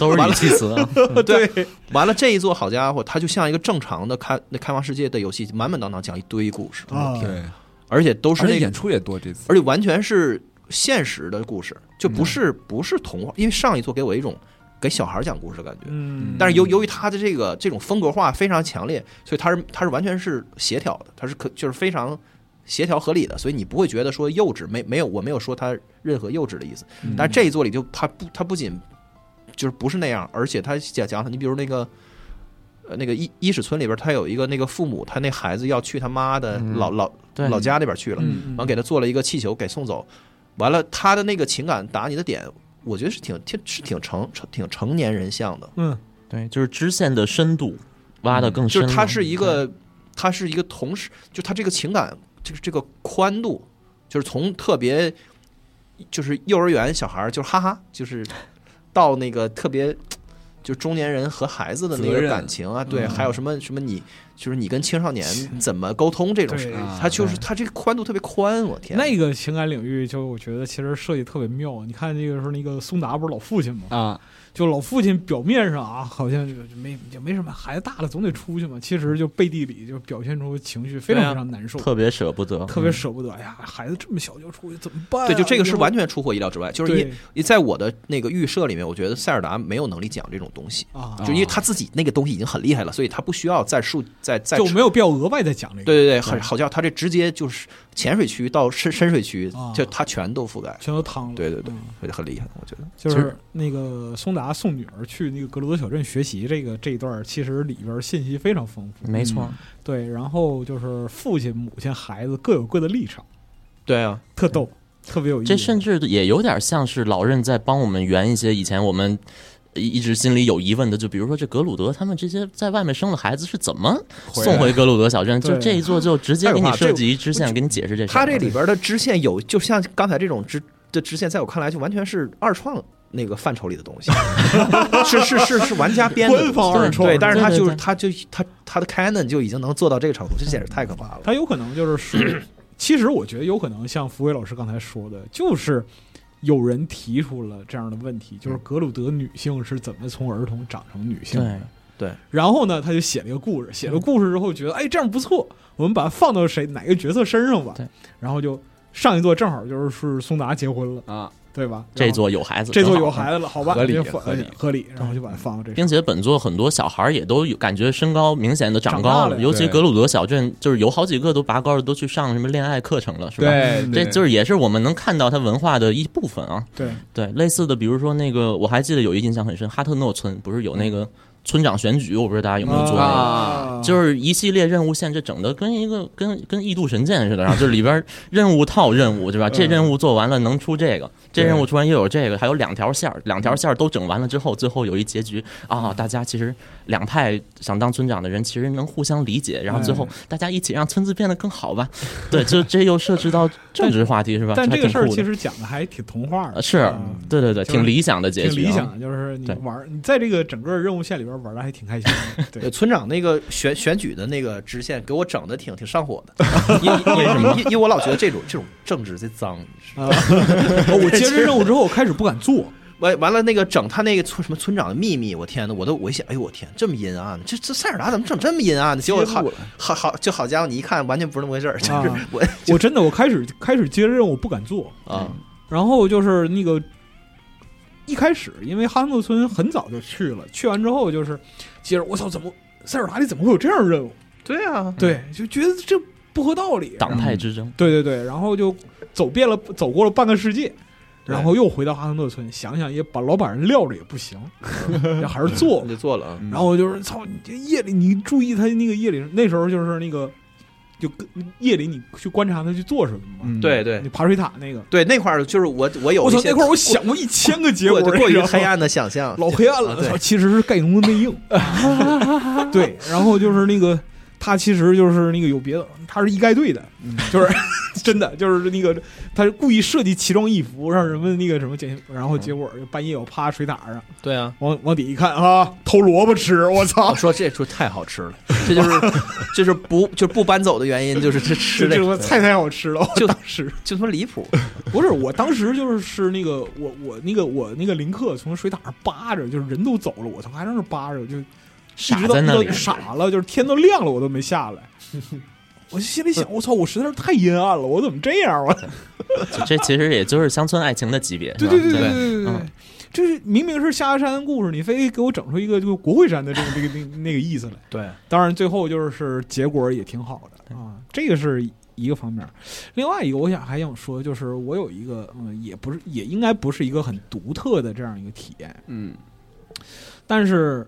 C: 都是语气词啊。
D: 对，完了这一座好家伙，它就像一个正常的开那开放世界的游戏，满满当当讲一堆故事，
A: 啊
B: 对，
D: 而且都
B: 不
D: 是那个
B: 演出也多这次，
D: 而且完全是现实的故事，就不是、不是童话，因为上一座给我一种给小孩讲故事的感觉。
A: 嗯，
D: 但是由由于他的这个这种风格化非常强烈，所以他是他是完全是协调的，他是可就是非常协调合理的，所以你不会觉得说幼稚，没没有我没有说他任何幼稚的意思。
B: 嗯
D: 但是这一座里就他不他不仅就是不是那样，而且他讲讲你比如那个。呃，那个伊伊始村里边，他有一个那个父母，他那孩子要去他妈的
C: 嗯
D: 老、老
C: 对
D: 老家那边去了，
A: 嗯
D: 完给他做了一个气球给送走，完了他的那个情感打你的点，我觉得是挺挺是挺成成挺成年人像的，
A: 嗯
C: 对，就是支线的深度挖的更
D: 就
C: 深
D: 是
C: 了。
D: 他是一个他是一个同时，就他这个情感这个这个宽度，就是从特别就是幼儿园小孩儿就是哈哈，就是到那个特别。就中年人和孩子的那
B: 责
D: 个
B: 任
D: 感情啊，对，还有什么什么你就是你跟青少年怎么沟通这种事
A: 对
B: 啊，
D: 它就是它这个宽度特别宽，我天，
A: 那个情感领域，就我觉得其实设计特别妙。你看那个时候，那个苏达不是老父亲吗？
B: 啊，
A: 就老父亲表面上啊，好像就就没也没什么，孩子大了总得出去嘛。其实就背地里就表现出情绪非常
C: 对啊
A: 非常难受，
C: 特别舍不得，嗯
A: 特别舍不得。哎呀，孩子这么小就出去怎么办啊、
D: 嗯对，就这个是
A: 以后
D: 完全出乎我意料之外，就是
A: 对
D: 因为在我的那个预设里面，我觉得塞尔达没有能力讲这种东西，
A: 啊，
D: 就因为他自己那个东西已经很厉害了，所以他不需要再述再再
A: 就没有必要额外再讲这个，
D: 对对对，很好像他这直接就是浅水区到深深水区
A: 啊，
D: 就他全都覆盖，
A: 全都趟了。
D: 对对对
A: 嗯
D: 所以很厉害，我觉得。
A: 就
B: 其
A: 是
B: 实
A: 那个松达送女儿去那个格罗德小镇学习，这个这一段儿其实里边儿信息非常丰富。嗯
C: 没错，
A: 对，然后就是父亲、母亲、孩子各有各的立场，
D: 对啊，
A: 特逗，特别有意思。
C: 这甚至也有点像是老任在帮我们圆一些以前我们一一直心里有疑问的，就比如说这格鲁德他们这些在外面生了孩子是怎么
B: 啊
C: 送回格鲁德小镇？
A: 对
C: 就这一座就直接给你设计一支线，给你解释这事儿。
D: 他这里边的支线有，就像刚才这种支的支线，在我看来就完全是二创那个范畴里的东西，是是是是玩家编的东西，
A: 官方二创
D: 对，但是他就
C: 对对
D: 是
C: 对
D: 他就他他的 canon 就已经能做到这个程度，这简直太可怕了。
A: 他有可能就是属
C: [clears throat]
A: 于，其实我觉得有可能像福伟老师刚才说的，就是有人提出了这样的问题，就是格鲁德女性是怎么从儿童长成女性的
C: 对。
A: 然后呢，他就写了一个故事，写了故事之后觉得，哎，这样不错，我们把它放到谁哪个角色身上吧
C: 对。
A: 然后就上一座正好就是是松达结婚了，
B: 啊，
A: 对吧？
C: 这
A: 然后
C: 座啊有孩子，
A: 这座有
C: 子。
A: 孩子了，好吧，
D: 合理
A: 就放
D: 合理
A: 合理，然后就把
C: 嗯
A: 它放到这上。
C: 并且本作很多小孩儿也都有感觉身高明显的长
A: 长大
C: 高
A: 了
C: 尤其
B: 对
C: 格鲁德小镇就是有好几个都拔高了，都去上什么恋爱课程了，是吧？
B: 对，
C: 这就是是也是我们能看到它文化的一部分啊。
A: 对，
C: 对，类似的，比如说那个，我还记得有一印象很深，哈特诺村不是有那
A: 嗯
C: 个村长选举，我不知道大家有没有做过。
B: 啊
C: 就是一系列任务线，这整的跟一个跟跟异度神剑似的，然后就是里边任务套任务，对
A: 嗯
C: 吧？这任务做完了能出这个，这任务出完又有这个，还有两条线儿，两条线儿都整完了之后，最后有一结局啊，大家其实两派想当村长的人其实能互相理解，然后
A: 嗯
C: 最后大家一起让村子变得更好吧。对，就这又涉及到政治话题是吧？
A: 但这个事
C: 还
A: 儿
C: 挺酷
A: 其
C: 的
A: 实讲的还挺童话
C: 呃
A: 的，
C: 是
A: 嗯
C: 对对对，
A: 就是
C: 挺理想的结
A: 挺
C: 局啊，
A: 理想的，就是你
C: 对
A: 玩儿，你在这个整个任务线里边玩的还挺开心的。
D: 呃
A: 对，
D: 村长那个选选举的那个支线给我整的挺挺上火
A: [laughs]
D: 的，因因因因为我老觉得这种这种政治贼脏，你知道吗
A: 啊，我接着任务之后，我开始不敢做，
D: 完完了那个整他那个村什么村长的秘密，我天呐，我都我一想，哎呦我天，这么阴暗，这这塞尔达怎么整这么阴暗呢？结果好好好就好家伙，你一看完全不是那么回事儿，就是
A: 啊嗯
D: 我
A: 我真的我开始开始接着任务不敢做，
D: 啊
B: 嗯
A: 然后就是那个一开始，因为哈诺村很早就去了，去完之后就是接着我操，怎么塞尔达里怎么会有这样的任务？
D: 对啊，
A: 对，就觉得这不合道理。
C: 党派之争。
A: 对对对，然后就走遍了，走过了半个世界，
D: 对
A: 然后又回到哈森特村，想想也把老板人撂着也不行，然后还是做
D: 我
A: 吧。
D: 就做了
B: 嗯
D: 啊，
A: 然后我就是操，你这夜里你注意他那个夜里，那时候就是那个，就跟夜里你去观察他去做什么嘛。
B: 嗯
D: 对对
A: 你爬水塔那个，
D: 对那块儿就是我我有
A: 我
D: 一
A: 操，
D: 些
A: 那会儿我想过一千个结
D: 过
A: 果，
D: 过过
A: 你知
D: 于
A: 道吗
D: 黑暗的想象，
A: 老黑暗了。
D: 啊对
A: 操其实是盖农的内应。[laughs]
D: [laughs]
A: 对，然后就是那个他其实就是那个有别的，他是一概队的，
D: 嗯
A: 就是 [laughs] 真的就是那个他是故意设计奇装异服，让人们那个什么检，然后结果就半夜我趴水塔上，
D: 对啊。
A: 往往底一看啊，偷萝卜吃，我操
D: 我！哦说这出太好吃了，这就是这就是不就是不搬走的原因，就是这吃
A: 这
D: 这
A: 这
D: 个
A: 个菜太好吃了，我
D: 就
A: 当时
D: 就他妈离谱，
A: [laughs] 不是，我当时就是是那个我我那个我那个林克从水塔上扒着，就是人都走了，我从还在那儿扒着，就一直
C: 傻
A: 到
C: 在那里
A: 到傻了，就是天都亮了，我都没下 [laughs] 来。我就心里想，我操，我实在是太阴暗了，我怎么这样？啊我
C: 这其实也就是乡村爱情的级别，
A: 对
C: 是
A: 对
C: 吧
A: 对
C: 对
A: 对对对
C: 嗯，
A: 就是明明是下崖山的故事，你非给我整出一个就国会山的这个这个那个那个意思来。
D: 对，
A: 当然最后就是结果也挺好的啊，这个是一个方面。另外一个，我想还想说，就是我有一个，嗯，也不是，也应该不是一个很独特的这样一个体验，
B: 嗯
A: 但是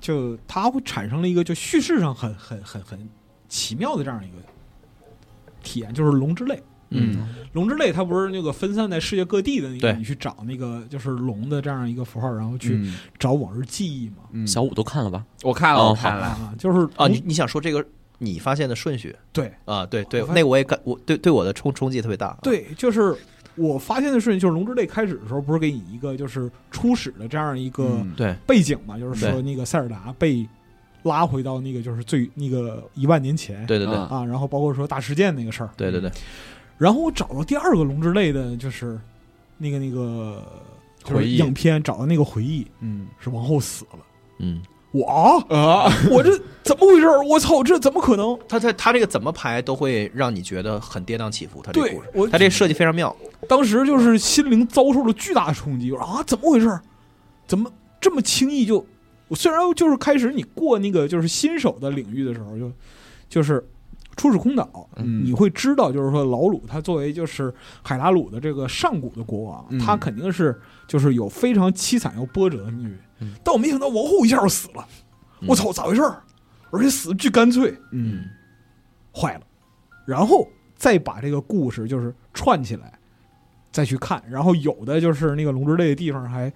A: 就它会产生了一个就叙事上很很很很奇妙的这样一个体验，就是《龙之泪》。
B: 嗯
A: 龙之泪，它不是那个分散在世界各地的那个，
D: 对
A: 你去找那个就是龙的这样一个符号，然后去
B: 嗯
A: 找往日记忆嘛。
B: 嗯，
C: 小五都看了吧？
B: 我看了，
C: 哦
B: 我看了，
A: 啊，就是
D: 啊，你你想说这个你发现的顺序
A: 对，
D: 啊？对对
A: 我，发
D: 那个我也感我对对我的冲冲击特别大，啊
A: 对，就是我发现的顺序，就是《龙之泪》开始的时候，不是给你一个就是初始的这样一个
B: 嗯
D: 对
A: 背景嘛，就是
D: 对
A: 说那个塞尔达被拉回到那个就是最那个一万年前
D: 对对对
B: 啊
A: 啊，然后包括说大事件那个事儿，
D: 对对对，
A: 然后我找到第二个龙之泪的，就是那个那个就是
B: 回忆
A: 影片找到那个回忆
B: 嗯
A: 是王后死了，
D: 嗯，
A: 我啊，
B: 啊，
A: [laughs] 我这怎么回事儿？我操，这怎么可能？
D: 他他他这个怎么排都会让你觉得很跌宕起伏，他这
A: 对
D: 故事，
A: 我
D: 他这设计非常妙，
A: 当时就是心灵遭受了巨大的冲击，我说啊，怎么回事儿？怎么这么轻易就？我虽然就是开始你过那个就是新手的领域的时候，就就是初始空岛，
B: 嗯
A: 你会知道，就是说老鲁他作为就是海拉鲁的这个上古的国王，
B: 嗯
A: 他肯定是就是有非常凄惨又波折的命运。
D: 嗯
A: 但我没想到王后一下就死了，我操，咋回事儿？而且死的巨干脆，
B: 嗯
A: 坏了，然后再把这个故事就是串起来，再去看。然后有的就是那个龙之泪的地方还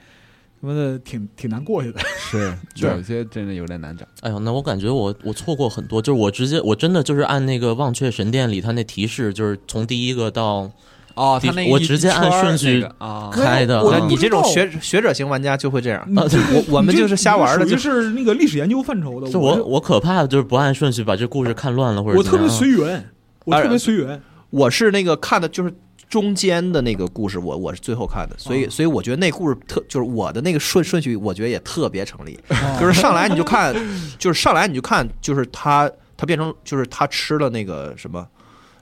A: 他妈的挺挺难过去的。
B: 是
A: 对
B: 有些真的有点难找，
C: 哎呦，那我感觉我我错过很多，就是我直接我真的就是按那个《忘却神殿》里他那提示，就是从第一个到
B: 哦，他
C: 第
B: 那一
C: 我直接
B: 一圈儿
C: 按顺序
B: 那个啊，
C: 开的
A: 我
D: 那
A: 都
C: 嗯
D: 你
A: 不知
D: 这种
A: 道
D: 学学者型玩家就会这样，啊
A: 你这个
D: 我我们
A: 你这
D: 就是瞎玩儿的
A: 你这
D: 就
A: 属于是那个历史研究范畴的。
C: 就
A: 呃我
C: 我我可怕就是不按顺序把这故事看乱了，或者
A: 我
C: 怎
A: 特别
C: 么样
A: 随
D: 哎
A: 缘，我特
D: 当然
A: 别随缘。
D: 我是那个看的就是中间的那个故事，我我是最后看的，所以所以我觉得那故事特就是我的那个顺顺序，我觉得也特别成立，就是上来你就看，就是上来你就看，就是他他变成就是他吃了那个什么，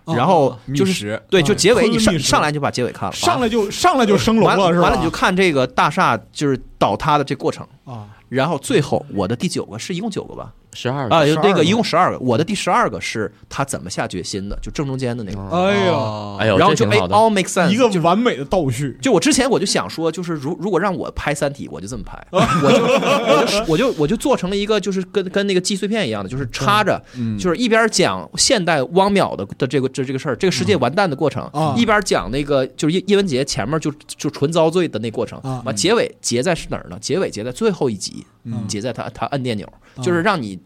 A: 哦
D: 然后就
B: 觅
D: 是
B: 食
D: 对，就结尾
A: 昆
D: 你
A: 仑
D: 上
A: 觅食
D: 上来你就把结尾看了，啊
A: 上来就上来就升龙
D: 完
A: 了，是吧？
D: 完了你就看这个大厦就是倒塌的这过程。
A: 啊，
D: 然后最后，我的第九个是一共九个吧？
C: 十二
D: 啊，有
C: 12
D: 那个
C: 个
D: 一共十二个，我的第十二个是他怎么下决心的，就正中间的那个。
A: 哎呦，
B: 哦
C: 哎呦，
D: 然后
C: 这
D: 就
C: 挺
D: 哎
C: 好的。
D: ，all make sense，
A: 一个完美的倒叙。
D: 就我之前我就想说，就是如如果让我拍《三体》，我就这么拍，
A: [laughs]
D: 我就我就我就我就做成了一个就是跟跟那个记碎片一样的，就是插着，
B: 嗯
D: 就是一边讲现代汪淼的的这个这这个事儿，这个世界完蛋的过程，
A: 嗯啊
D: 一边讲那个就是叶叶文洁前面就就纯遭罪的那过程，
A: 啊
D: 完结尾结在是哪儿呢？结尾结在最后一集，
A: 嗯
D: 结在他他按电钮，
A: 啊
D: 就是让你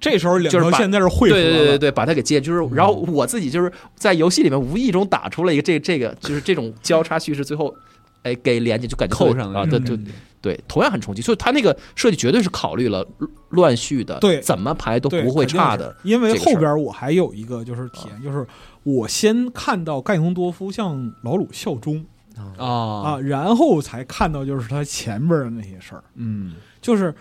A: 这时候两
D: 就是
A: 条
D: 把
A: 线在这汇
D: 对
A: 合
D: 对对对
A: 了，
D: 对，把它给接，就是然后我自己就是在游戏里面无意中打出了一个这这个就是这种交叉叙事，最后哎给连接就感觉
B: 扣上了
D: 啊，
B: 这
D: 对
A: 嗯
B: 种
D: 对
B: 感觉
D: 对，同样很冲击，所以它那个设计绝对是考虑了乱序的，
A: 对
D: 怎么排都
A: 对
D: 不会
A: 肯定
D: 差
A: 是
D: 的，
A: 因为
D: 这个
A: 后
D: 事儿啊
A: 边我还有一个就是体验，就是我先看到盖农多夫向老鲁效忠
B: 啊
A: 啊，，然后才看到就是他前边的那些事儿，
B: 嗯
A: 就是。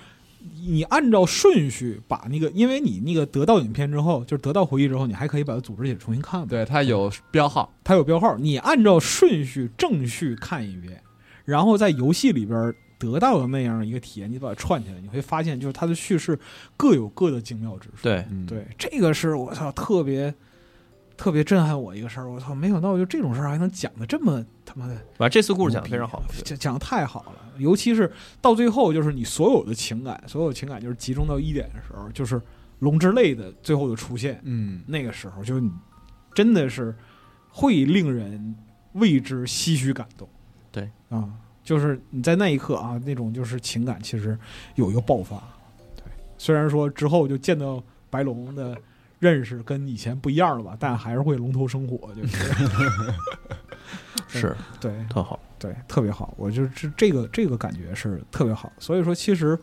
A: 你按照顺序把那个，因为你那个得到影片之后，就是得到回忆之后，你还可以把它组织起来重新看嘛。，
B: 对，它有标号，
A: 它有标号，你按照顺序正序看一遍，然后在游戏里边得到的那样一个体验，你把它串起来，你会发现就是它的叙事各有各的精妙之处。
D: 对，
B: 嗯，
A: 对，这个是我操特别特别震撼我一个事儿，我操，没想到就这种事儿还能讲的这么他妈的
D: 反正这次故事
A: 牛
D: 讲的
A: 逼啊
D: 非常好，
A: 讲讲的太好了，尤其是到最后就是你所有的情感，所有情感就是集中到一点的时候，就是龙之泪的最后的出现，
B: 嗯
A: 那个时候就你真的是会令人为之唏嘘感动。
C: 对
A: 啊，就是你在那一刻啊，那种就是情感其实有一个爆发。对，虽然说之后就见到白龙的认识跟以前不一样了吧，但还是会龙头生火，就是
D: 是
A: 对
D: 特好，
A: 对，特别好。我就是这这个这个感觉是特别好。所以说，其实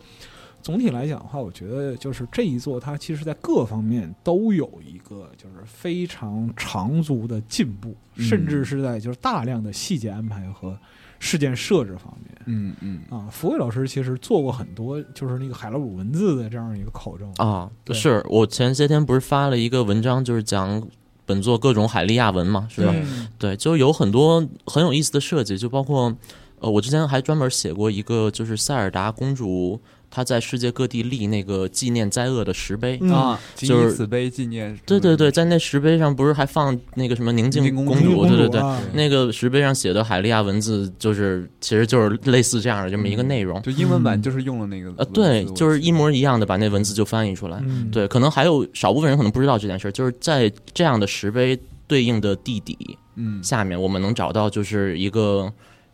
A: 总体来讲的话，我觉得就是这一座它其实在各方面都有一个就是非常长足的进步，
B: 嗯
A: 甚至是在就是大量的细节安排和事件设置方面。
B: 嗯嗯，
A: 啊，福卫老师其实做过很多，就是那个海拉鲁文字的这样一个考证
C: 啊，
A: 对
C: 是我前些天不是发了一个文章，就是讲本作各种海利亚文嘛，是吧？
A: 对
C: 对，就有很多很有意思的设计，就包括呃，我之前还专门写过一个，就是塞尔达公主她在世界各地立那个纪念灾厄的石碑。
A: 嗯
B: 啊，吉
C: 就
B: 尼
C: 是
B: 斯碑纪念，
C: 对对对，，在那石碑上不是还放那个什么宁静
B: 嗯宁静公
C: 公
A: 宁
B: 主
A: 静
C: 主？
A: 公
C: 对对
A: 主
C: 对，
A: 啊
C: 那个石碑上写的海利亚文字，就是其实就是类似这样的这么一个内容。
B: 就英文版就是用了那个
C: 呃，
B: 文字
C: 对，
B: 嗯我
C: 就是
B: 记
C: 一
B: 得
C: 模一样的把那文字就翻译出来。
A: 嗯，
C: 对，可能还有少部分人可能不知道这件事儿，就是在这样的石碑对应的地底
B: 嗯
C: 下面，我们能找到就是一个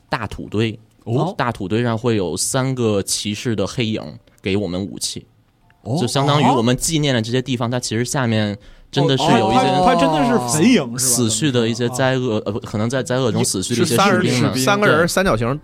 C: 大土堆，
B: 哦
C: 大土堆上会有三个骑士的黑影给我们武器，
B: 哦
C: 就相当于我们纪念了这些地方，它其实下面真的是
A: 哦
C: 有一
A: 它
C: 些
A: 它真的是坟影是吧？
C: 死去的一些
A: 啊
C: 灾厄，呃，不可能在灾厄中死去的一
D: 是
C: 些
D: 三
C: 士
D: 人
C: 兵们。
D: 三个人三角形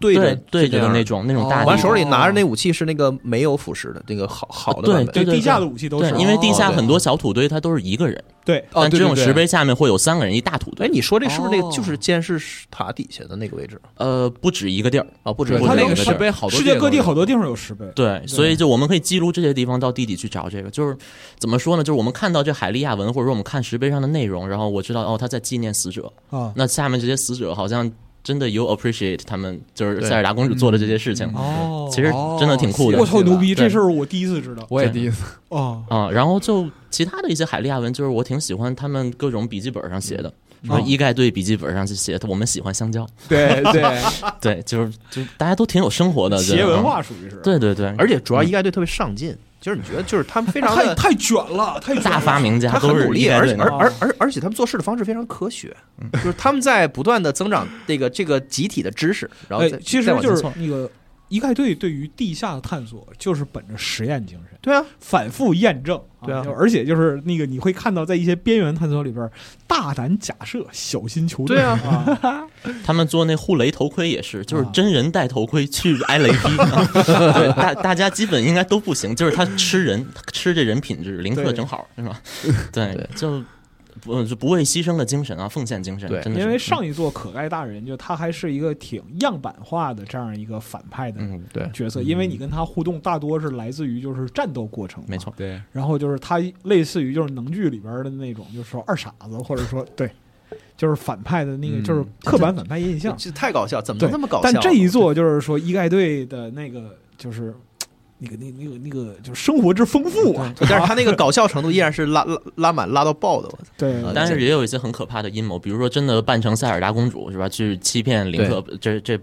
D: 对着
C: 对着
D: 这
C: 的
D: 样
C: 那种那种大
B: 哦
C: 地
D: 完手里拿着那武器是那个没有腐蚀的那个好好的版本，
A: 对
C: 对对
A: 地下的武器都
C: 对
A: 是，，
C: 因为地下
D: 哦对
C: 很多小土堆它都是一个人，
A: 对
B: 哦
C: 但
B: 对
C: 这
B: 对
C: 种
B: 对
C: 石碑下面会有三个人一大土
D: 哎，
C: 堆，
D: 你说这是不是那个
B: 哦
D: 就是监视塔底下的那个位置
C: 呃，不止一个地儿。
D: 啊？不止
B: 对
A: 我
D: 不
B: 它
D: 止
A: 那
B: 那个
D: 个地
A: 是
B: 石
D: 儿
B: 碑好多
A: 世界各地
B: 都有
A: 好多地方有石碑，
C: 对，所以就我们可以记录这些地方，到地底去找这个。就是怎么说呢？就是我们看到这海利亚文，或者说我们看石碑上的内容，然后我知道哦，他在纪念死者。
A: 啊，
C: 那下面这些死者好像真的有 appreciate 他们就是
D: 对
C: 塞尔达公主做的这些事情
A: 嗯哦
C: 其实真的挺酷的
A: 我操牛逼，
C: 对
A: 这事儿我第一次知道
B: 我也第一次，
A: 啊，
C: 啊、然后就其他的一些海利亚文，就是我挺喜欢他们各种笔记本上写的。
A: 啊
D: 嗯
C: 说
D: 哦
A: [laughs]
C: 一概对笔记本上去写，我们喜欢香蕉，
B: 对对，
D: 啊
C: 对，就是就大家都挺有生
D: [laughs]
C: 活的，
A: 企业
C: 对
A: 文，化属于是，
C: 嗯，对对对，
D: 而且主要一概队特别上进，就是你觉得就是他们非常
A: 太
D: 的
A: 太卷了，太卷了
C: 大发，明家
D: 他
C: 都
D: 很
C: 是
D: 努
C: 一
D: 力，
C: 概
D: 而
C: 对
D: 且
C: 的
D: 而而而而且他们做事的方式非常科学，就是他们在不断的增长这个这个集体的知识，然后
A: 哎
D: 再，
A: 其实
D: 再往前
A: 就是
D: 凑
A: 那个一概队对于地下的探索，就是本着实验精神。
D: 对啊，
A: 反复验证，
D: 对啊
A: 就而且就是那个你会看到，在一些边缘探索里边，大胆假设，小心求证，
D: 对啊
A: 啊，
C: 他们做那护雷头盔也是，就是
A: 啊
C: 真人戴头盔去挨雷劈，对，大大家基本应该都不行，就是他吃人，他吃这人品质，林克
A: 对
C: 正好是吧？对，就不就不畏牺牲的精神啊，奉献精神，
D: 对
C: 真的是
A: 因为上一座可盖大人就他还是一个挺样板化的这样一个反派的
C: 嗯，嗯
D: 对
A: 角色，因为你跟他互动大多是来自于就是战斗过程，
C: 没。错，
B: 对，
A: 然后就是他类似于就是能剧里边的那种，就是说二傻子，或者说对，就是反派的那个
B: 嗯
A: 就是刻板反派印象。
D: 这太搞笑，怎么
A: 对
D: 能那么搞笑？啊
A: 但这一座就是说一概队的那个就是。那个、那、那个、那个，就是生活之丰富啊！ [laughs]
D: 但是他那个搞笑程度依然是拉拉拉满拉到爆的，我操！
A: 对，
D: 啊
C: 但是也有一些很可怕的阴谋，比如说真的扮成塞尔达公主是吧？去欺骗林克，这这。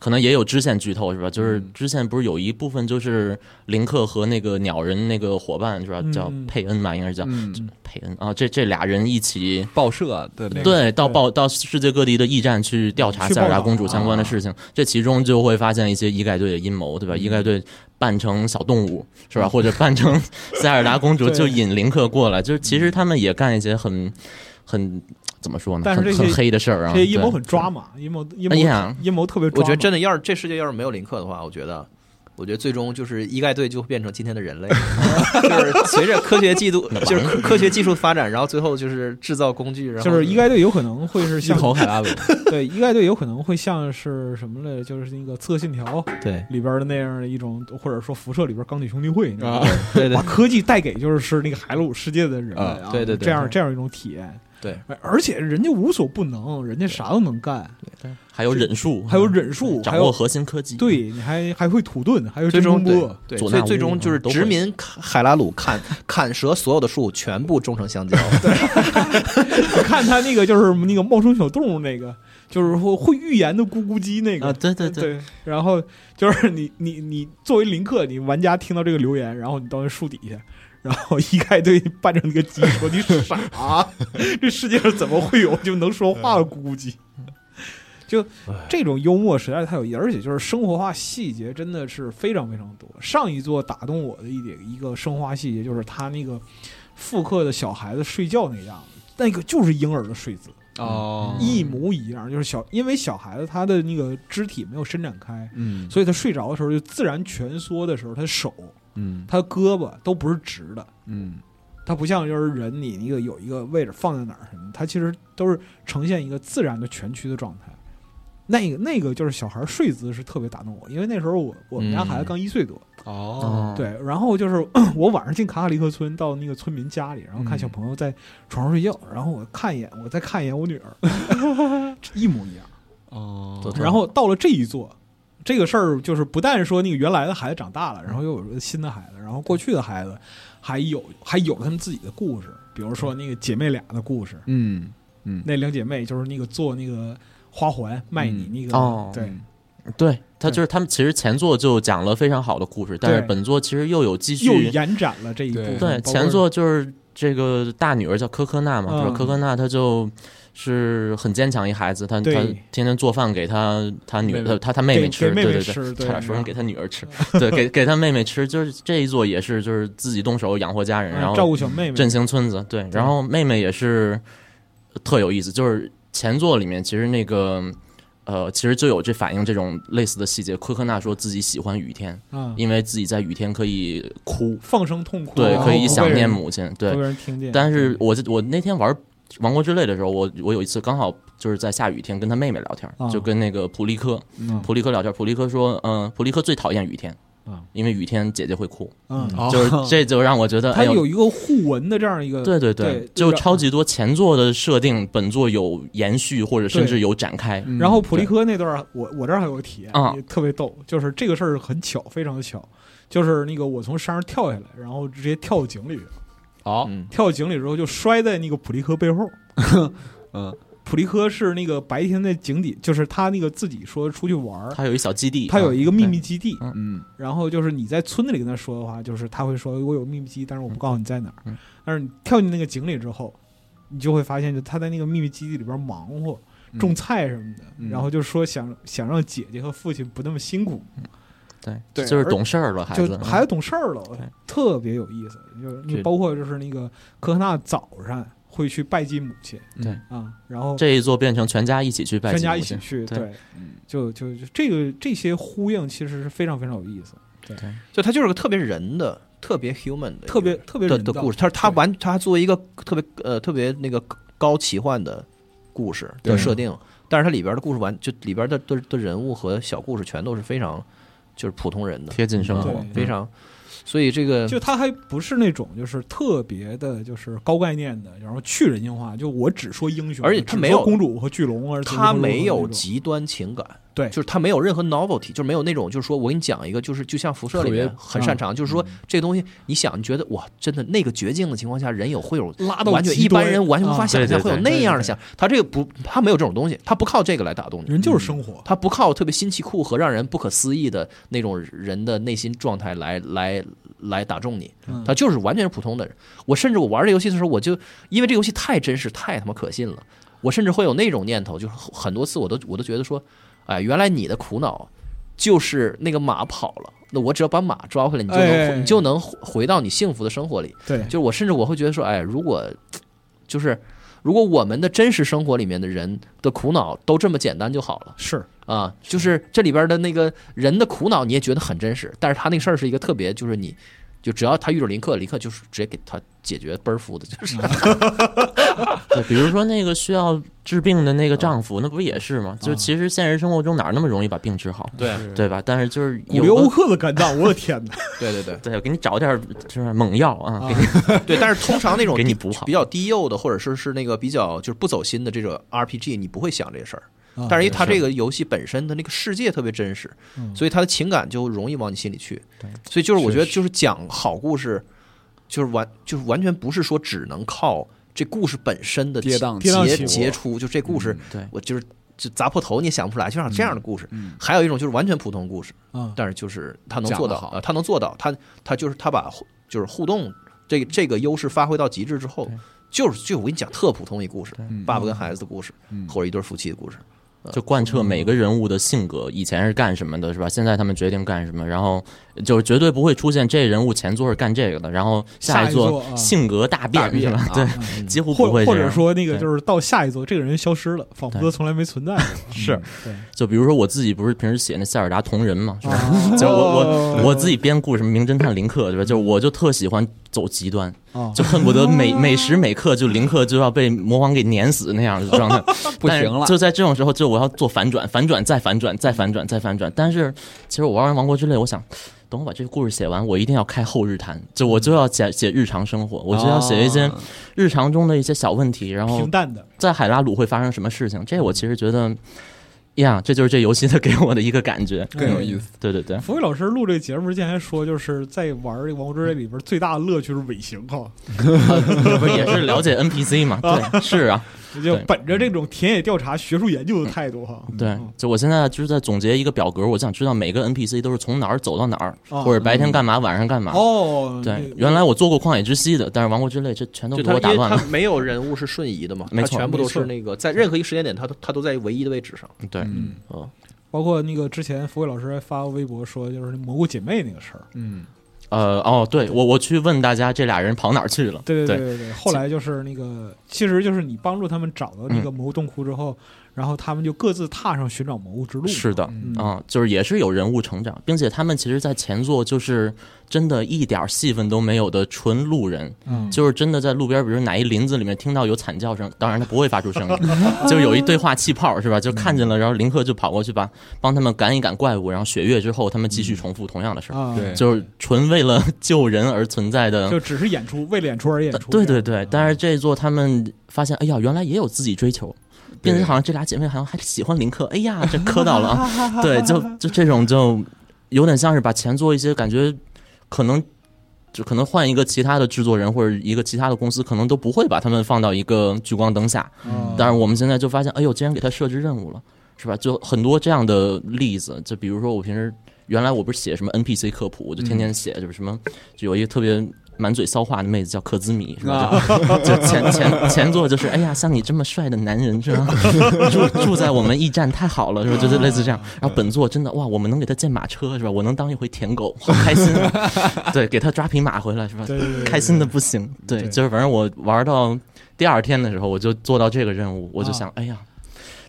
C: 可能也有支线剧透是吧？就是
B: 嗯
C: 支线不是有一部分就是林克和那个鸟人那个伙伴是吧？
A: 嗯
C: 叫
A: 嗯
C: 佩恩吧，应该是叫
B: 嗯，
C: 佩恩啊，这这俩人一起
B: 报社的那个，
C: 对到
A: 对
C: 报到世界各地的驿站去调查
A: 去
C: 塞尔达
A: 报道啊嗯
C: 公主相关的事情，这其中就会发现一些医改队的阴谋，对吧？医改队扮成小动物是吧，或者扮成
A: [laughs]
C: 塞尔达公主
A: 对嗯
C: 就引林克过来，就是其实他们也干一些很很怎么说呢，
A: 但是
C: 很
A: 这些
C: 很黑的事儿啊，
A: 这些阴谋很
C: 对
A: 抓马，阴谋阴
C: 哎
A: 谋
C: 呀
A: 阴谋特别抓
D: 我
A: 马。
D: 觉得真的，要是这世界要是没有林克的话，我觉得，我觉得最终就是一概队就会变成今天的人类，就是随着科学技术，就是科科学技术发展，然后最后就是制造工具，然
A: 就
D: 后
A: 是一概队有可能会是
B: 一
A: 像
B: 头海拉鲁，
A: 对一概队有可能会像是什么来着？就是那个《刺客信条》
D: 对
A: 里边的那样的一种，或者说辐射里边钢铁兄弟会，你知道吗
B: 啊？
D: 对 [laughs] 对
A: [laughs] 把科技带给就是那个海鲁世界的人类啊，
D: 啊对对对
A: 这样这样一种体验。
D: 对，
A: 而且人家无所不能，人家啥都能干，
C: 还有忍术，
A: 还有忍术，还
C: 掌握
A: 有
C: 核心科技，
A: 对，你还还会土遁，还有
D: 最
A: 真空
D: 终对
A: 波，
D: 对，
C: 佐
D: 所以
C: 纳
D: 最
C: 乌
D: 终就是
C: 都会
D: 殖民海拉鲁砍砍折所有的树，全部种成香蕉。
A: 我 [laughs] 看他那个就是那个冒充小动物那个，就是会会预言的咕咕鸡那个
C: 啊，对对
A: [laughs]
C: 对。
A: 对，然后就是你你你作为林克，你玩家听到这个留言，然后你到那树底下， [laughs] 然后一开队扮成那个鸡，说你傻、啊
C: [laughs]
A: 这世界上怎么会有就能说话的咕咕鸡？就这种幽默实在是太有意思，而且就是生活化细节真的是非常非常多。上一座打动我的一点一个生活化细节就是他那个复刻的小孩子睡觉那样子，那个就是婴儿的睡姿。
B: [laughs] 哦
A: 一模一样，就是小，因为小孩子他的那个肢体没有伸展开，
B: 嗯
A: 所以他睡着的时候就自然蜷缩的时候，他手、
B: 嗯
A: 他胳膊都不是直的，
B: 嗯
A: 他不像就是人你那个有一个位置放在哪儿什么，他其实都是呈现一个自然的蜷曲的状态。那个那个就是小孩睡姿是特别打动我，因为那时候我我们家孩子刚一岁多，
B: 哦，
A: 对，然后就是 [coughs] 我晚上进卡卡利克村，到那个村民家里，然后看小
B: 嗯
A: 朋友在床上睡觉，然后我看一眼，我再看一眼我女儿，一模一样。
D: 嗯
B: 哦
A: 然后到了这一座，这个事儿就是不但说那个原来的孩子长大了，然后又有了新的孩子，然后过去的孩子还有还有他们自己的故事，比如说那个姐妹俩的故事，
B: 嗯嗯，
A: 那两姐妹就是那个做那个花环卖你那个、
C: 嗯哦
A: 对
C: 对，他
A: 对
C: 就是他们。其实前作就讲了非常好的故事，但是
A: 对
C: 本作其实又有继续
A: 又延展了这一部分，
B: 对
C: 对，
A: 包括
C: 前作就是这个大女儿叫科科娜嘛，
A: 嗯
C: 是吧？科科娜她就是很坚强一孩子，她她
A: 对
C: 天天做饭给她她女呃
A: 妹妹
C: 她她她妹
A: 给
C: 吃，
A: 给妹妹
C: 对对
A: 吃
C: 对，
A: 对
C: 差点说成给她女
A: [laughs]
C: 儿吃，对，给给她妹妹吃，就是这一座也是就是自己动手养活家人，然
A: 嗯照
C: 后
A: 顾小妹妹，
C: 振兴村子，对，然后妹妹也是特有意思，就是前作里面其实那个。呃，其实就有这反映这种类似的细节。科克纳说自己喜欢雨天，
A: 啊，
C: 因为自己在雨天可以哭，
A: 放声痛哭，
C: 对，
A: 然后
C: 可以想念
A: 哦不
C: 母亲，
A: 被人
C: 对
A: 不。被人听见。
C: 但是我就我那天玩《王国之泪》的时候，我我有一次刚好就是在下雨天跟他妹妹聊天，
A: 啊
C: 就跟那个普利科
A: 嗯
C: 普利科聊天，普利科说，嗯、普利科最讨厌雨天
A: 啊，
C: 因为雨天姐姐会哭，
A: 嗯，
B: 哦
C: 就是这就让我
A: [laughs]
C: 觉得，
A: 它
C: 哎呦
A: 有一个互文的这样一个，
C: 对对
A: 对
C: 就
A: 让
C: 超级多前作的设定，本作有延续或者甚至
A: 对
C: 有展开。
B: 嗯
A: 然后普利科那段儿，我我这儿还有个体验，
C: 啊
A: 也特别逗，就是这个事儿很巧，非常的巧，就是那个我从山上跳下来，然后直接跳井里去了，
B: 哦，
D: 嗯
A: 跳井里之后就摔在那个普利科背后。
D: 嗯，
A: 普利科是那个白天的井底，就是他那个自己说出去玩儿，
C: 它有一小基地，
A: 他有
C: 啊
A: 一个秘密基地，
D: 嗯
A: 然后就是你在村子里跟他说的话，就是他会说我有秘密基地，但是我不告诉你在哪儿
C: 嗯。
A: 但是你跳进那个井里之后，你就会发现，就他在那个秘密基地里边忙活
B: 嗯
A: 种菜什么的，
B: 嗯
A: 然后就说想想让姐姐和父亲不那么辛苦，
C: 对，
A: 对
C: 就是
A: 而
C: 懂事儿了，孩
A: 就
C: 子，
A: 孩子懂事儿了，我
C: 对
A: 特别有意思。就是你
C: 这
A: 包括就是那个科克纳早上会去拜祭母亲，
C: 对
A: 啊，然后
C: 这一座变成全家一起去拜
A: 全
C: 祭
A: 家
C: 母
A: 一起
C: 亲
A: 去，
C: 对
A: 对
B: 嗯，
A: 就就就这个这些呼应其实是非常非常有意思，
D: 就他就是个特别人的、特别 human 的一个、
A: 特别特别
D: 的
A: 人
D: 的
A: 道
D: 故事。他他
A: 对
D: 完他作为一个特别呃特别那个高奇幻的故事
B: 对
D: 的设定，但是它里边的故事完就里边的的的人物和小故事全都是非常就是普通人的，
C: 贴近生活
A: 对，
C: 嗯
D: 非常。所以这个
A: 就他还不是那种就是特别的，就是高概念的，然后去人性化。就我只说英雄，
D: 而且
A: 我
D: 他
A: 只
D: 没
A: 说
D: 有
A: 公主和巨龙，啊而
D: 他没有
A: 极
D: 极端情感，
A: 对
D: 就是他没有任何 novelty，就是没有那种，就是说我给你讲一个，就是就像辐射
B: 特
D: 里
B: 别
D: 面很擅
A: 嗯
D: 长，就是说这个东西，你想你觉得哇，真的那个绝境的情况下，人有会有
A: 拉到
D: 完全
A: 极
D: 一般
A: 端
D: 人完全无
A: 啊
D: 法想
C: 对
D: 象
C: 对
D: 会有
C: 对
D: 那样的想，他这个不，他没有这种东西，他不靠这个来打动你，
A: 人就是生活，
D: 他不靠特别新奇酷和让人不可思议的那种人的内心状态来来来打中你，
A: 嗯
D: 他就是完全是普通的人。我甚至我玩这游戏的时候，我就因为这游戏太真实，太他妈可信了，我甚至会有那种念头，就是很多次我都我都觉得说，哎，原来你的苦恼就是那个马跑了，那我只要把马抓回来，你就能
A: 哎哎哎
D: 你就能回到你幸福的生活里。
A: 对
D: 就是我甚至我会觉得说，哎，如果就是如果我们的真实生活里面的人的苦恼都这么简单就好了。
A: 是
D: 啊，就是这里边的那个人的苦恼，你也觉得很真实。但是他那个事儿是一个特别，就是你，就只要他遇到林克，林克就是直接给他解决倍儿服的，就是
C: 对，比如说那个需要治病的
A: 嗯
C: 那个丈夫，那不也是吗？就
A: 啊
C: 其实现实生活中哪儿那么容易把病治好，
D: 对
C: 对吧？但是就是
A: 古留
C: 有
A: 欧
C: 个
A: 克的肝脏，我的天哪！
D: [laughs] 对对对
C: 对，给你找点儿就是猛药啊，给你
D: 对。但是通常那种
C: 给你
D: 低
C: 补好
D: 比较低幼的，或者是是那个比较就是不走心的这种 RPG，你不会想这事儿。
A: 啊
D: 但是因为它
C: 是
D: 这个游戏本身的那个世界特别真实，
A: 嗯
D: 所以他的情感就容易往你心里去
C: 对。
D: 所以就是我
C: 是
D: 觉得就是讲好故事，就是完就是完全不是说只能靠这故事本身的
B: 跌宕
A: 跌宕
D: 结
A: 起伏
D: 结出，就这故事
C: 对
D: 我就是就砸破头你也想不出来，就像这样的故事。
B: 嗯
D: 还有一种就是完全普通故事，
A: 啊，
D: 但是就是他能
B: 讲得
D: 做到，
B: 好
D: 呃他能做到，他他就是他把互就是互动这个这个优势发挥到极致之后
C: 对，
D: 就是就我跟你讲特普通一故事，
B: 嗯
D: 爸爸跟孩子的故事，
B: 嗯
D: 或者一对夫妻的故事。
A: 呃
C: 就贯
A: 嗯
C: 彻每个人物的性格，以前是干什么的，是吧？现在他们决定干什么，然后就是绝对不会出现这人物前作是干这个的，然后
A: 下
C: 一
A: 一
C: 座
A: 座啊
C: 性格大变，
B: 大变
C: 是吧？
B: 啊
C: 对，
A: 嗯
C: 几乎不
A: 或
C: 会
A: 或
C: 这
A: 者
C: 样。
A: 说那个
C: 对
A: 就是到下一座，这个人消失了，仿佛
C: 对
A: 从来没存在过。
B: 是
A: 对
C: 就比如说我自己不是平时写那塞尔达同人嘛，是吧？
A: 啊
C: 就我我我自己编故事，什么名侦探林克，对吧？就是我就特喜欢走极端，
A: 啊，
C: 就恨不得每每时每刻就林克就要被魔王给碾死那样的状态。
B: [laughs] 不
C: 但是
B: 行了，
C: 就在这种时候，就我要做反转，反转再反转，再反转，再反转。但是其实我玩完《王国之泪》，我想等我把这个故事写完，我一定要开后日谈，就我就要写写日常生活，我就要写一些
B: 啊
C: 日常中的一些小问题，然后
A: 平淡的，
C: 在海拉鲁会发生什么事情。这我其实觉得。呀，这就是这游戏它给我的一个感觉，
B: 更有意思。
C: 对对 [laughs] 对，
A: 福伟老师录这个节目之前还说，就是在玩这个《王国之泪》里边最大的乐趣是尾行哈，
C: 呃不是也是了解 NPC 嘛？
B: [laughs]
C: 对，是啊，
A: 就
C: 对嗯
A: 本着这种田野调查、学术研究的态度哈。
C: 对
A: 嗯，
C: 就我现在就是在总结一个表格，我想知道每个 NPC 都是从哪儿走到哪儿，
A: 啊
C: 或者白天干嘛，晚上干嘛。
A: 哦，
C: 对
A: 那，
C: 原来我做过《旷野之息》的，但是《王国之泪》这全都
D: 就
C: 给
D: 他
C: 我打
D: 因为
C: 乱
D: 他
C: 了。
D: 没有人物是瞬移的嘛，
C: 没
D: 他
C: 错
D: 全部都
A: 没
D: 是
A: 错
D: 那个在任何一个时间点，他都他都在唯一的位置上。
C: 对，
B: 嗯
A: 包括那个之前福伟老师还发微博说，就是那蘑菇姐妹那个事儿。
B: 嗯，
C: 呃，哦，对我我去问大家这俩人跑哪儿去了？
A: 对
C: 对嗯
A: 对对对，后来就是那个，其实就是你帮助他们找到那个蘑菇洞窟之后，然后他们就各自踏上寻找魔物之路嘛。
C: 是的
A: 嗯
C: 啊，就是也是有人物成长，并且他们其实，在前作就是真的一点儿戏份都没有的纯路人，
A: 嗯，
C: 就是真的在路边，比如哪一林子里面听到有惨叫声，当然他不会发出声音， [laughs] 就是有一对话气泡是吧？就看见了，然后林克就跑过去吧，帮他们赶一赶怪物，然后血月之后，他们继续重复同样的事儿，
A: 嗯啊，
B: 对
C: 就是纯为了 [laughs] 救人而存在的。
A: 就只是演出，为了演啊出而演出。
C: 对
A: 这
C: 对
A: 样
C: 对，但是这一座他们发现，哎呀，原来也有自己追求，并且好像这俩姐妹好像还喜欢林克，哎呀，这磕到
A: [laughs]
C: 了啊！ [laughs] 对，就就这种就有点像是把前作一些感觉可能。就可能换一个其他的制作人或者一个其他的公司，可能都不会把他们放到一个聚光灯下。
A: 嗯
C: 但是我们现在就发现，哎呦，竟然给他设置任务了，是吧？就很多这样的例子，就比如说我平时原来我不是写什么 NPC 科普，我就天天写，就是什么，就有一个特别满嘴骚话的妹子叫可兹米，是吧？就 [laughs] 就前前前作就是，哎呀，像你这么帅的男人是吧？ [laughs] 住住在我们驿站太好了，是吧？就是类似这样。然后本作真的哇，我们能给他建马车是吧？我能当一回舔狗，好开心、啊！对，给他抓匹马回来是吧？
A: 对对对
C: 开心的不行。对，
A: 对
C: 就是反正我玩到第二天的时候，我就做到这个任务，我就想，哎呀，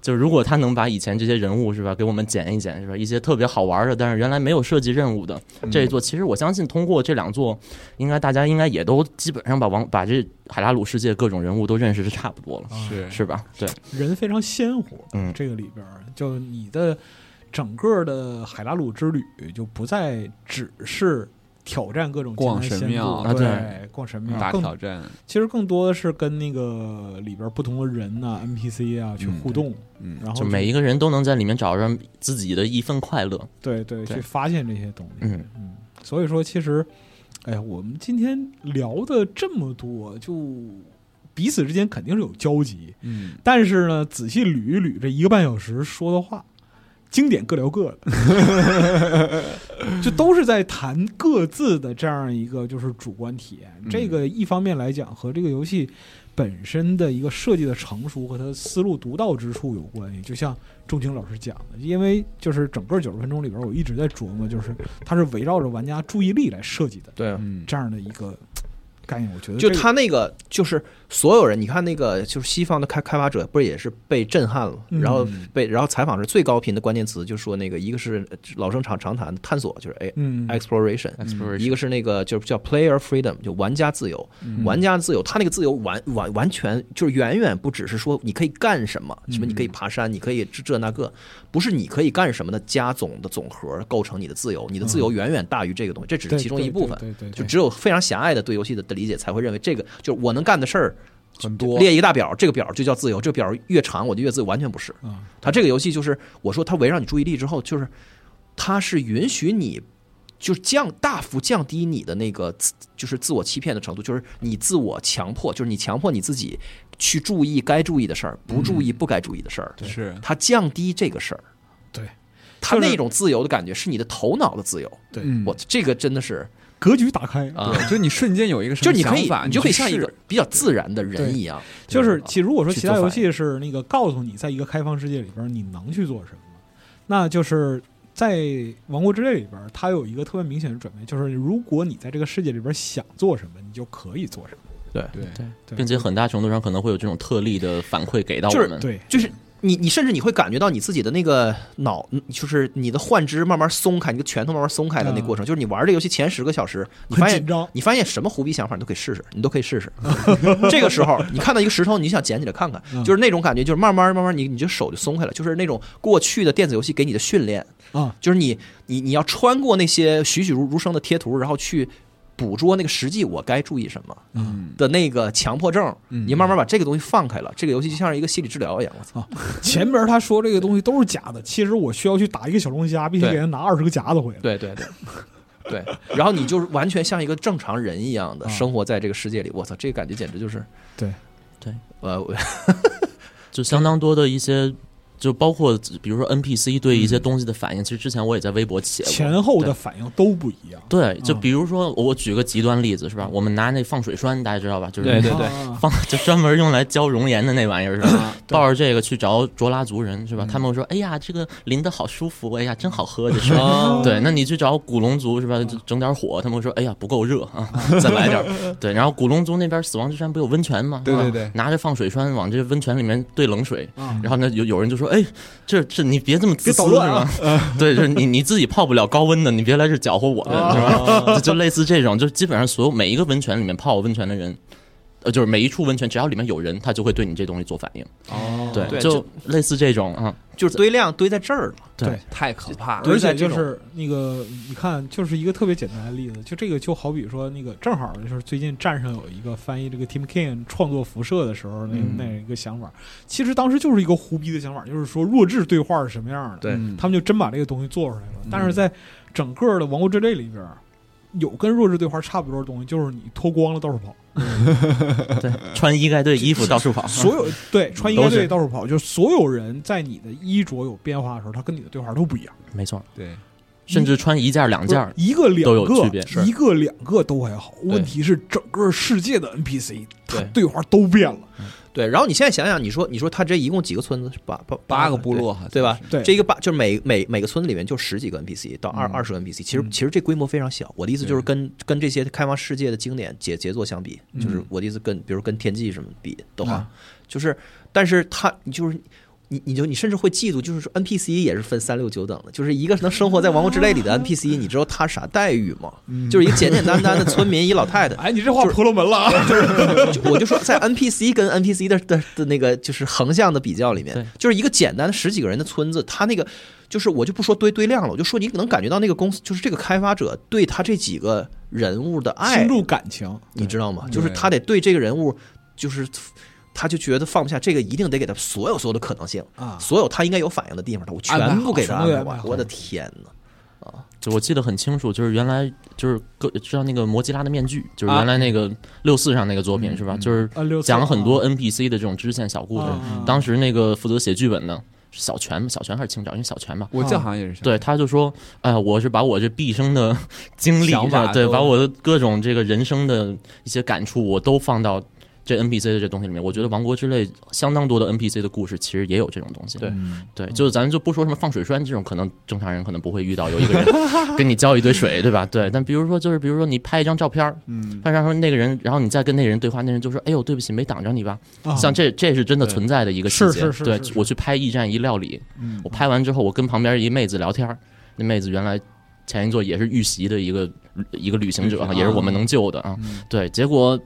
C: 就是如果他能把以前这些人物是吧，给我们剪一剪是吧，一些特别好玩的，但是原来没有设计任务的
B: 嗯
C: 这一座，其实我相信通过这两座，应该大家应该也都基本上把王把这海拉鲁世界各种人物都认识是差不多了，
B: 是
C: 是吧？对，
A: 人非常鲜活。
C: 嗯
A: 这个里边儿就你的整个的海拉鲁之旅就不再只是挑战各种
B: 逛
A: 艰难
B: 神
A: 险阻
B: 庙
C: 啊
A: 对，逛神庙
B: 大
A: 更
B: 挑战，
A: 其实更多的是跟那个里边不同的人呐、NPC 啊去
B: 嗯
A: 互动，
B: 嗯
A: 然后
C: 就每一个人都能在里面找着自己的一份快乐，
A: 对对
C: 对
A: 去发现这些东西。
C: 嗯
A: 嗯，所以说其实，哎呀，我们今天聊的这么多，就彼此之间肯定是有交集，
B: 嗯，
A: 但是呢，仔细捋一捋这一个半小时说的话。经典各聊各的， [laughs] 就都是在谈各自的这样一个就是主观体验。
B: 嗯
A: 这个一方面来讲和这个游戏本身的一个设计的成熟和它思路独到之处有关系。就像钟情老师讲的，因为就是整个九十分钟里边，我一直在琢磨，就是它是围绕着玩家注意力来设计的
D: 对啊，
B: 嗯
A: 这样的一个概念。我觉得
D: 就
A: 这个
D: 他那个，就是所有人，你看那个，就是西方的开开发者，不是也是被震撼了，
A: 嗯
D: 然后被然后采访是最高频的关键词，就说那个一个是老生常常谈的探索，就是哎
A: 嗯
D: exploration，
B: exploration
D: 一个是那个就是叫 player freedom，就玩家自由，
A: 嗯
D: 玩家自由，他那个自由完完完全就是远远不只是说你可以干什么，什么
A: 嗯
D: 你可以爬山，你可以这这那个，不是你可以干什么的加总的总和构成你的自由，你的自由远远大于这个东西，这只是
A: 嗯对
D: 其中
A: 对
D: 一部分。
A: 嗯对对对
D: 就只有非常狭隘的对游戏的的理解才会认为这个就是我能干的事儿
B: 很多
D: 列一个大表，这个表就叫自由，这个表越长我就越自由，完全不是。
A: 啊，
D: 它这个游戏就是我说它围绕你注意力之后，就是它是允许你就是降大幅降低你的那个自就是自我欺骗的程度，就是你自我强迫，就是你强迫你自己去注意该注意的事儿，不注意不该注意的事儿，
B: 是
D: 它降低这个事儿。
A: 对，
D: 它
A: 就是
D: 那种自由的感觉是你的头脑的自由，
A: 对
B: 嗯
D: 我这个真的是
A: 格局打开
D: 啊，
B: 就你瞬间有一个什
D: 就
B: 么
D: 是你可
B: 想
D: 以
B: 法，，
D: 你就可以
B: 去
D: 像一
B: 试
D: 个比较自然的人
A: 对
D: 一样，
A: 就是
D: 吧
A: 其如果说
D: 去
A: 其
D: 做
A: 他游
D: 反
A: 戏是那个告诉你，在一个开放世界里边儿你能去做什么，那就是在《王国之泪》里边儿，它有一个特别明显的转变，就是如果你在这个世界里边儿想做什么，你就可以做什么。
B: 对
A: 对
C: 并且很大程度上可能会有这种特例的反馈给到我
D: 就是
C: 们。
A: 对，
D: 就是你你甚至你会感觉到你自己的那个脑，嗯就是你的幻肢慢慢松开，你的拳头慢慢松开的那
A: 啊
D: 过程，就是你玩这游戏前十个小时，你
A: 很
D: 发
A: 紧
D: 现。
A: 张。
D: 你发现什么胡逼想法你都可以试试，你都可以试试。 [laughs] 这个时候，你看到一个石头，你想捡起来看看，
A: 嗯
D: 就是那种感觉，就是慢慢慢慢你，你就手就松开了，就是那种过去的电子游戏给你的训练
A: 啊，
D: 就是你你你要穿过那些栩栩如如生的贴图，然后去捕捉那个实际我该注意什么，
B: 嗯
D: 的那个强迫症，
B: 嗯
D: 你慢慢把这个东西放开了，这个游戏就像是一个心理治疗一样。我操，
A: 前边儿他说这个东西都是假的，其实我需要去打一个小龙虾，并且
D: 对
A: 给他拿二十个夹子回来。
D: 对对对。对，然后你就是完全像一个正常人一样的
A: 啊
D: 生活在这个世界里，我操，这个感觉简直就是，
A: 对
C: 对，
D: 呃，我
C: 就相当多的一些就包括比如说 NPC 对一些东西的反应，其实之前我也在微博写过。
A: 前后的反应都不一样。
C: 对，就
A: 啊嗯
C: 比如说我举个极端例子是吧？我们拿那放水栓，大家知道吧？就是
D: 对对对
A: 啊
C: 放就专门用来浇熔岩的那玩意儿是吧？
A: 对
C: 抱着这个去找卓拉族人是吧
A: 嗯？
C: 他们会说：“哎呀，这个淋的好舒服，哎呀，真好喝。”就是
D: 哦
C: 对。那你去找古龙族是吧？就整点火，他们会说：“哎呀，不够热啊， [laughs] 再来点儿。”对，然后古龙族那边死亡之山不有温泉吗？
B: 对对
C: 啊
B: 对
C: 拿着放水栓往这温泉里面兑冷水，
A: 嗯
C: 然后呢，有有人就说：“哎，这这你别这么自私
A: 别捣
C: 是
A: 乱啊
C: 吧？ [laughs] 对，就是你你自己泡不了高温的，你别来这搅和我们是吧？就 [laughs] 就类似这种，就基本上所有每一个温泉里面泡过温泉的人，呃，就是每一处温泉只要里面有人，他就会对你这东西做反应。
B: 哦
C: 对，
D: 对
C: 就
D: 就
C: 类似这种啊，
D: [laughs] 就是堆量堆在这儿了。
B: 太可怕了。
A: 而且就是那个，你看，就是一个特别简单的例子，就这个就好比说那个，正好就是最近站上有一个翻译这个 Tim King 创作辐射的时候，那
B: 嗯
A: 那一个想法，其实当时就是一个胡逼的想法，就是说弱智对话是什么样的，
D: 对
B: 嗯
A: 他们就真把这个东西做出来了。但是在整个的《王国之泪》里边，有跟弱智对话差不多的东西，就是你脱光了到处跑，
C: 对，穿衣盖对衣服到处跑，
A: 所有对穿衣该
C: 都
A: 队
C: 是
A: 到处跑，就是所有人在你的衣着有变化的时候，他跟你的对话都不一样。
C: 嗯没错，
B: 对，
C: 甚至穿一件两件儿，
A: 一个两
C: 都
A: 个
C: 有区别是
A: 一个两个都还好。问题是整个世界的 NPC，他
D: 对
A: 对话都变了。
D: 对，然后你现在想想，你说你说他这一共几个村子？是八八
B: 八个部，落，
D: 对吧？
A: 对，
D: 这一个八就是每每每个村子里面就十几个 NPC 到二
B: 嗯
D: 二十个 NPC，其实
A: 嗯
D: 其实这规模非常小。我的意思就是
B: 对
D: 跟跟这些开放世界的经典杰杰作相比，就是
A: 嗯
D: 我的意思跟比如跟天际什么比的话
A: 啊，
D: 就是但是他你就是。你你就你甚至会嫉妒，就是说 NPC 也是分三六九等的，就是一个能生活在王国之泪里的 NPC，你知道他啥待遇吗？
A: 嗯
D: 就是一个简简单单的村民，一老太太，
A: 哎，你这话
D: 就是
A: 婆罗门了啊！
D: 就我就说，在 NPC 跟 NPC 的的的那个就是横向的比较里
C: 对
D: 面，就是一个简单的十几个人的村子，他那个就是我就不说堆堆量了，我就说你能感觉到那个公司就是这个开发者对他这几个人物的爱
A: 倾，注感情，
D: 你知道吗？
B: 对
D: 就是他得对这个人物，就是他就觉得放不下，这个一定得给他所有所有的可能性，
A: 啊，
D: 所有他应该有反应的地方，他我
A: 安排
D: 全
A: 好
D: 部给他
A: 全部给
D: 安排
A: 安排
D: 完。
A: 好
D: 我的天呐！
C: 就我记得很清楚，就是原来就是个知道那个摩吉拉的面具，就是
B: 啊
C: 原来那个六四上那个作品
B: 嗯
C: 是吧？
B: 嗯
C: 就是
A: 啊六四
C: 讲了很多 NPC 的这种支线小故事
A: 啊。
C: 当时那个负责写剧本的是小泉，小泉还是清照？因为小泉吧。
B: 我记得好像也是这样
C: 对，他就说，哎呀，我是把我这毕生的 [laughs] 经历
B: 想
C: 是
B: 法
C: 吧对，
B: 都
C: 把我的各种这个人生的一些感触，我都放到这 NPC 的这东西里面。我觉得《王国之泪》相当多的 NPC 的故事，其实也有这种东西。
D: 对
A: 嗯
C: 对，就是咱就不说什么放水栓这种，可能正常人可能不会遇到，有一
B: [laughs]
C: 个人跟你浇一堆水，对吧？对，但比如说就是比如说你拍一张照片儿，
A: 嗯，
C: 拍一张照片那个人，然后你再跟那个人对话，那人就说：“哎呦，对不起，没挡着你吧？”
A: 啊
C: 像这这是真的
B: 对
C: 存在的一个细
A: 是
C: 节。
A: 是是
C: 对
A: 是是
C: 我去拍驿站一料理，
A: 嗯
C: 我拍完之后，我跟旁边一妹子聊天儿，那妹子原来前一座也是遇袭的一个一个旅行者，
B: 啊
C: 也是我们能救的啊。
A: 嗯
C: 对，结果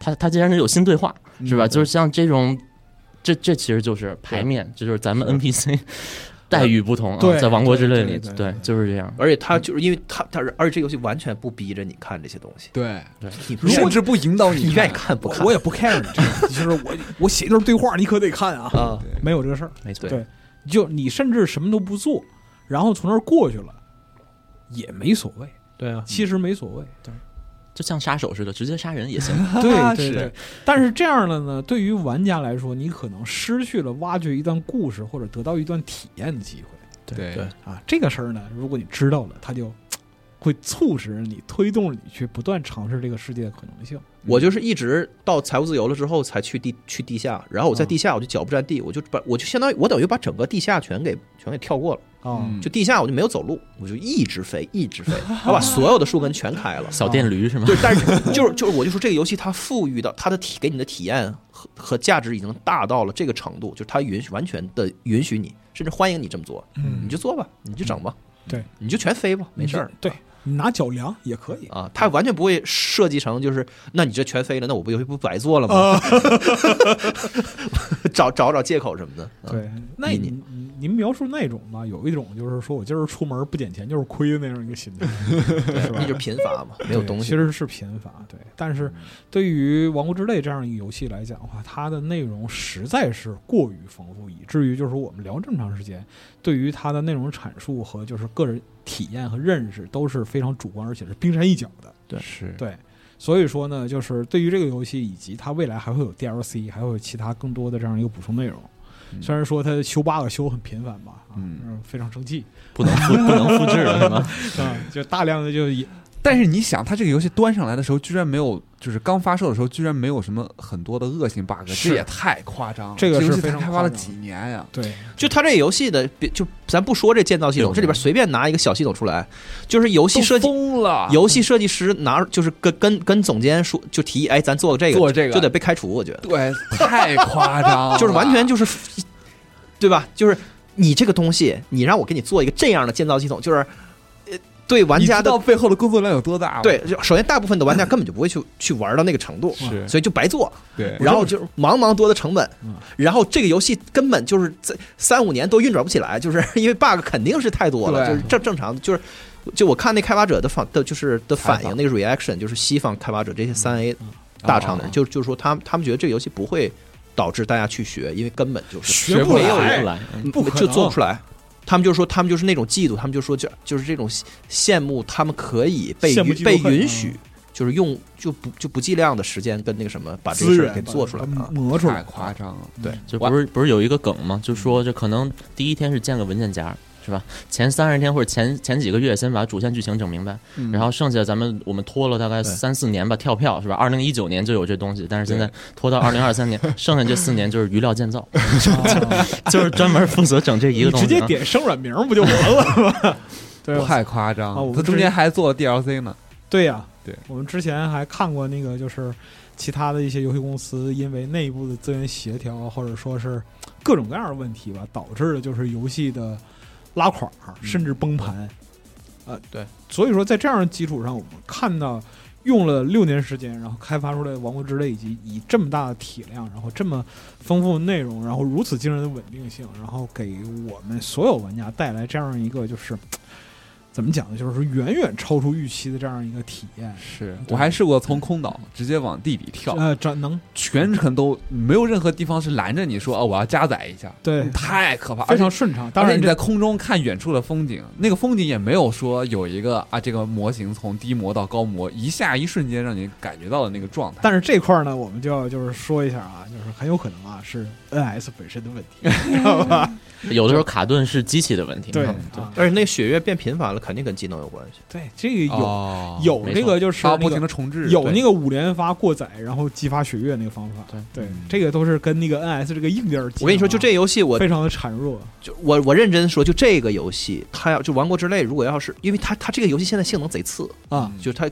C: 他他竟然有新对话，是吧？
A: 嗯
C: 就是像这种，这这其实就是牌面，这就是咱们
A: [laughs]
C: NPC 待遇不同
A: 对
C: 啊，在王国之泪里，
B: 对对对
C: 对，就是这样。
D: 而且他就是因为他他，而且这游戏完全不逼着你看这些东西，
B: 对，
D: 你
A: 如果
B: 甚至不引导
D: 你
B: 你
D: 愿意看不
A: 我
D: 看
A: 我也不 care 你这个，就是我我写一段对话，你可得看
D: [laughs]
A: 啊，
D: 啊？
A: 没有这个事儿。
C: 没错
A: 对就你甚至什么都不做，然后从那儿过去了，也没所谓，
D: 对啊，
A: 其实没所谓。
C: 就像杀手似的，直接杀人
A: [laughs]
C: 也行。
A: 对对
B: 是
A: 对，但是这样的呢，对于玩家来说，你可能失去了挖掘一段故事或者得到一段体验的机会
B: 对
D: 对
A: 啊。这个事儿呢，如果你知道了，它就嘖会促使你、推动你去不断尝试这个世界的可能性。
D: 我就是一直到财务自由了之后才去地去地下，然后我在地下我就脚不沾地，我就把我就相当于我等于把整个地下全给全给跳过了，
A: 啊，
B: 嗯
D: 就地下我就没有走路，我就一直飞一直飞，我把所有的树根全开了。啊
C: 小电驴是吗
D: 就？是，但是就是就是，我就说这个游戏它赋予的它的体给你的体验和和价值已经大到了这个程度，就是它允许完全的允许你，甚至欢迎你这么做，你
A: 嗯，
D: 就做吧，你就整吧，
A: 对，
D: 你就全飞吧，没事儿
A: 你就。对你拿脚量也可以。
D: 啊，它完全不会设计成就是，那你这全飞了，那我不游戏不白做了吗？ [laughs] 找找找借口什么的。啊，
A: 对，那
D: 你
A: 你你您描述那种吧，有一种就是说我今儿出门不捡钱就是亏的那样一个心态，是吧
D: 那？就是贫乏嘛，没有
A: 对
D: 东西。
A: 其实是贫乏，对。但是对于《王国之泪》这样一个游戏来讲的话，它的内容实在是过于丰富，以至于就是我们聊这么长时间，对于它的内容阐述和就是个人体验和认识都是非常主观，而且是冰山一角的。
D: 对
B: 是
A: 对，所以说呢，就是对于这个游戏以及它未来还会有 DLC，还会有其他更多的这样一个补充内容。
B: 嗯
A: 虽然说他修 bug 修很频繁吧，啊
B: 嗯，
A: 非常生气
C: 不能复不能复制了
A: [laughs]
C: 是吧？
A: 啊，就大量的就也
B: 但是你想，它这个游戏端上来的时候，居然没有，就是刚发售的时候，居然没有什么很多的恶性 bug，
A: 是
B: 这也太夸张了。
A: 这个是
B: 游戏才
A: 非常
B: 开发了
A: 夸张
B: 几年呀、
A: 对
D: 就它这游戏的，别就咱不说这建造系统，
C: 对
D: 这里边随便拿一个小系统出来，就是游戏
B: 都
D: 设计
B: 疯了，
D: 游戏设计师拿就是跟跟跟总监说，就提议，哎，咱做这个，
B: 做这个啊
D: 就得被开除，我觉得
B: 对，太夸张了，
D: [laughs] 就是完全就是，对吧？就是你这个东西，你让我给你做一个这样的建造系统，就是呃，对玩
B: 你
D: 家
B: 知
D: 的
B: 道背后的工作量有多大吗？
D: 对，就首先大部分的玩家根本就不会去去玩到那个程度，
B: 是
D: 所以就白做，
B: 对，
D: 然后就是茫茫多的成本
A: 嗯，
D: 然后这个游戏根本就是在三五年都运转不起来，就是 [laughs] 因为 bug 肯定是太多了，
B: 对
D: 就是正正常就是。就我看那开发者的反的，就是的
B: 采
D: 反
B: 访
D: 应，那个 reaction 就是西方开发者这些三 A 大厂的人，
B: 嗯哦
D: 就就是说他们他们觉得这个游戏不会导致大家去学，因为根本就是
A: 学
B: 不
A: 不
B: 来
A: 来
C: 来，来，
A: 不可能
D: 嗯就做不出来。他们就说他们就是那种嫉妒，他们就说就就是这种羡慕，他们可以被
A: 羡慕
D: 允
A: 嫉妒
D: 被
A: 恨嗯
D: 允许，就是用就不就不计量的时间跟那个什么把这个
A: 资
D: 事儿
A: 源嗯
D: 给做出来
A: 把它
D: 啊。
A: 磨出
B: 太
A: 来，
B: 夸张了，
D: 对，
C: 就不是不是有一个梗吗？就说这可能第一天是建个文件夹。是吧？前三十天或者前前几个月，先把主线剧情整明白，
B: 嗯
C: 然后剩下咱们我们拖了大概
D: 对
C: 三四年吧，跳票是吧？二零一九年就有这东西，但是现在拖到二零二三年，剩下这四年就是余料建造，
A: [laughs] 啊
C: 就是专门负责整这一
A: 你
C: 个东西。
A: 直接点生软名儿不就完了吗？
D: [laughs]
A: 对吧？
B: 太夸张
A: 啊我们
B: 了，他中间还做了 DLC 呢，
A: 对呀、
B: 对，
A: 我们之前还看过那个，就是其他的一些游戏公司因为内部的资源协调，或者说是各种各样的问题吧，导致的就是游戏的拉垮，甚至崩盘。呃，
D: 对，
A: 所以说在这样的基础上，我们看到用了六年时间，然后开发出来《王国之泪》，以及以这么大的体量，然后这么丰富的内容，然后如此惊人的稳定性，然后给我们所有玩家带来这样一个就是。怎么讲呢？就是说远远超出预期的这样一个体验，
B: 是
A: 对
B: 我还试过从空岛直接往地里跳，
A: 呃，这能
B: 全程都没有任何地方是拦着你说哦，我要加载一下，
A: 对
D: 嗯
B: 太可怕，
A: 非
B: 而且
A: 常顺畅。当
B: 当然
A: 然
B: 你
A: 这，
B: 在空中看远处的风景，那个风景也没有说有一个啊，这个模型从低模到高模，一下一瞬间让你感觉到的那个状态。
A: 但是这块儿呢，我们就要就是说一下啊，就是很有可能啊是 NS 本身的问题，
D: [laughs]
A: 知道吧？
C: 啊有的时候卡顿是机器的问题，
A: 对
C: 嗯
A: 啊
D: 而且那血月变频繁了，肯定跟技能有关系。
A: 对，这个有
B: 哦
A: 有
C: 没
A: 这个就是
B: 它
A: 那
B: 不停
A: 个
B: 的重置，
A: 有
B: 对
A: 那个五连发过载，然后激发血月那个方法
C: 对，
A: 对
B: 嗯，
A: 这个都是跟那个 NS 这个硬件儿技能啊，
D: 我跟你说，就这游戏我，
A: 非常的孱弱，
D: 就我我认真说，就这个游戏，它要就《王国之泪》，如果要是因为它它这个游戏现在性能贼次，
A: 啊
D: 就是它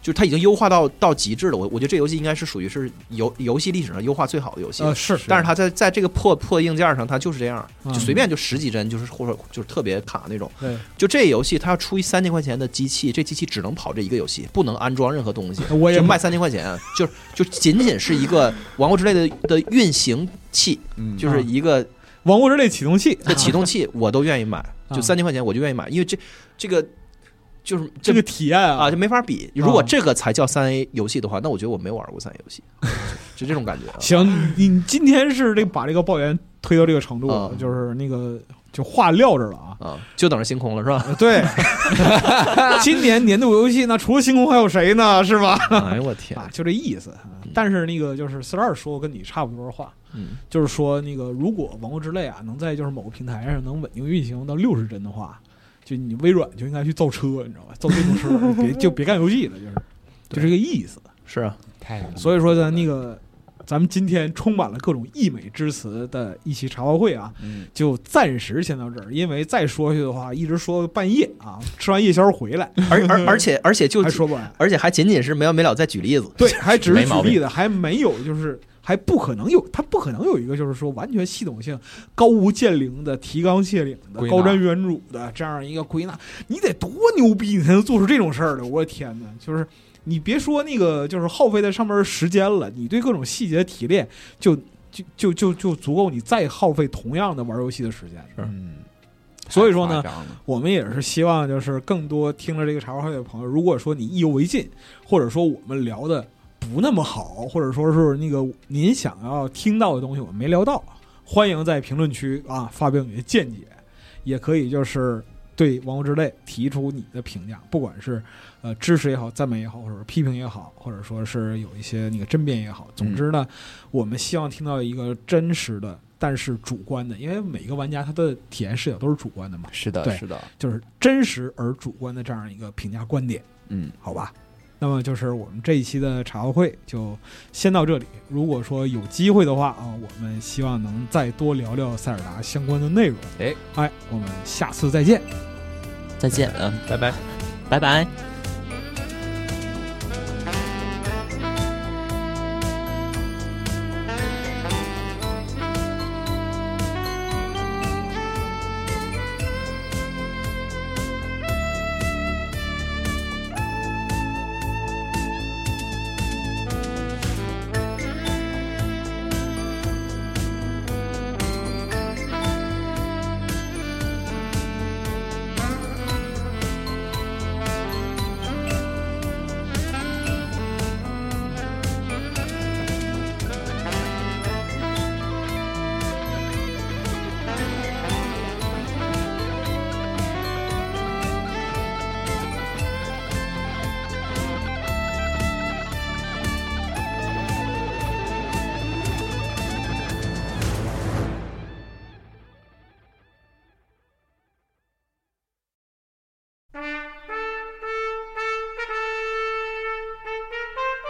D: 就是它已经优化到到极致了。我我觉得这游戏应该是属于是游游戏历史上优化最好的游戏了。
A: 呃是，
D: 但是它在在这个破破硬件上，它就是这样，
A: 嗯
D: 就随便就十几帧，就是或者就是特别卡那种。
A: 对，
D: 就这游戏，它要出一三千块钱的机器，这机器只能跑这一个游戏，不能安装任何东西。
A: [laughs] 我也
D: 就卖三千块钱，就就仅仅是一个《王国之泪》的的运行器，
B: 嗯
D: 就是一个
A: 王国之泪启动器
D: 的启
A: 啊
D: 动器，我都愿意买，就
A: 啊
D: 三千块钱我就愿意买，因为这这个就是
A: 这个体验
D: 啊，
A: 啊，
D: 就没法比。如果这个才叫三 A 游戏的话，那我觉得我没玩过三 A 游戏，就这种感觉啊。
A: [laughs] 行，你你今天是这个把这个抱怨推到这个程度了
D: 啊，
A: 就是那个就话撂这儿了啊。呃
D: 啊，就等着星空了
A: [laughs]
D: 是吧？
A: 对，今年年度游戏那除了星空还有谁呢？是吧？
D: 哎呦我天
A: 啊，就这意思。啊但是那个就是四十二说跟你差不多的话，
D: 嗯，
A: 就是说那个如果《王国之泪》啊能在就是某个平台上能稳定运行到六十帧的话，就你微软就应该去造车，你知道吧？造电动车，别就别干游戏了，就是就这个意思。[laughs]
D: 是啊，
B: 太
A: 所以说咱那个。咱们今天充满了各种溢美之词的一期茶话会啊，
B: 嗯
A: 就暂时先到这儿，因为再说下去的话，一直说到半夜啊，吃完夜宵回来，
D: 而而而且而且就
A: 还说不完。
D: 而且还仅仅是没完没了再举例子，
A: 对，还只是
C: 没
A: 举
C: 毛病
A: 例的，还没有就是还不可能有，它不可能有一个就是说完全系统性、高无见灵的、提纲挈领的、
B: 归纳
A: 高瞻远瞩的这样一个归纳。你得多牛逼，你才能做出这种事儿来？我的天哪！就是你别说那个就是耗费在上面的时间了，你对各种细节的提炼就。就就就就足够你再耗费同样的玩游戏的时间。
B: 嗯，
A: 所以说呢
B: 太夸张了，
A: 我们也是希望，就是更多听了这个茶话会的朋友，如果说你意犹未尽，或者说我们聊的不那么好，或者说是那个您想要听到的东西我们没聊到，欢迎在评论区啊发表你的见解，也可以就是对《王国之泪》提出你的评价，不管是呃支持也好、赞美也好，或者说批评也好，或者说是有一些那个争辩也好，总之呢，我们希望听到一个真实的但是主观的，因为每个玩家他的体验视角都是主观的嘛，
B: 是的，
A: 对
B: 是的，
A: 就是真实而主观的这样一个评价观点，
B: 嗯，
A: 好吧？那么就是我们这一期的茶话会就先到这里。如果说有机会的话啊，我们希望能再多聊聊塞尔达相关的内容。
B: 哎，
A: 哎，我们下次再见。
C: 再见，嗯，
D: 拜拜。
C: 拜拜。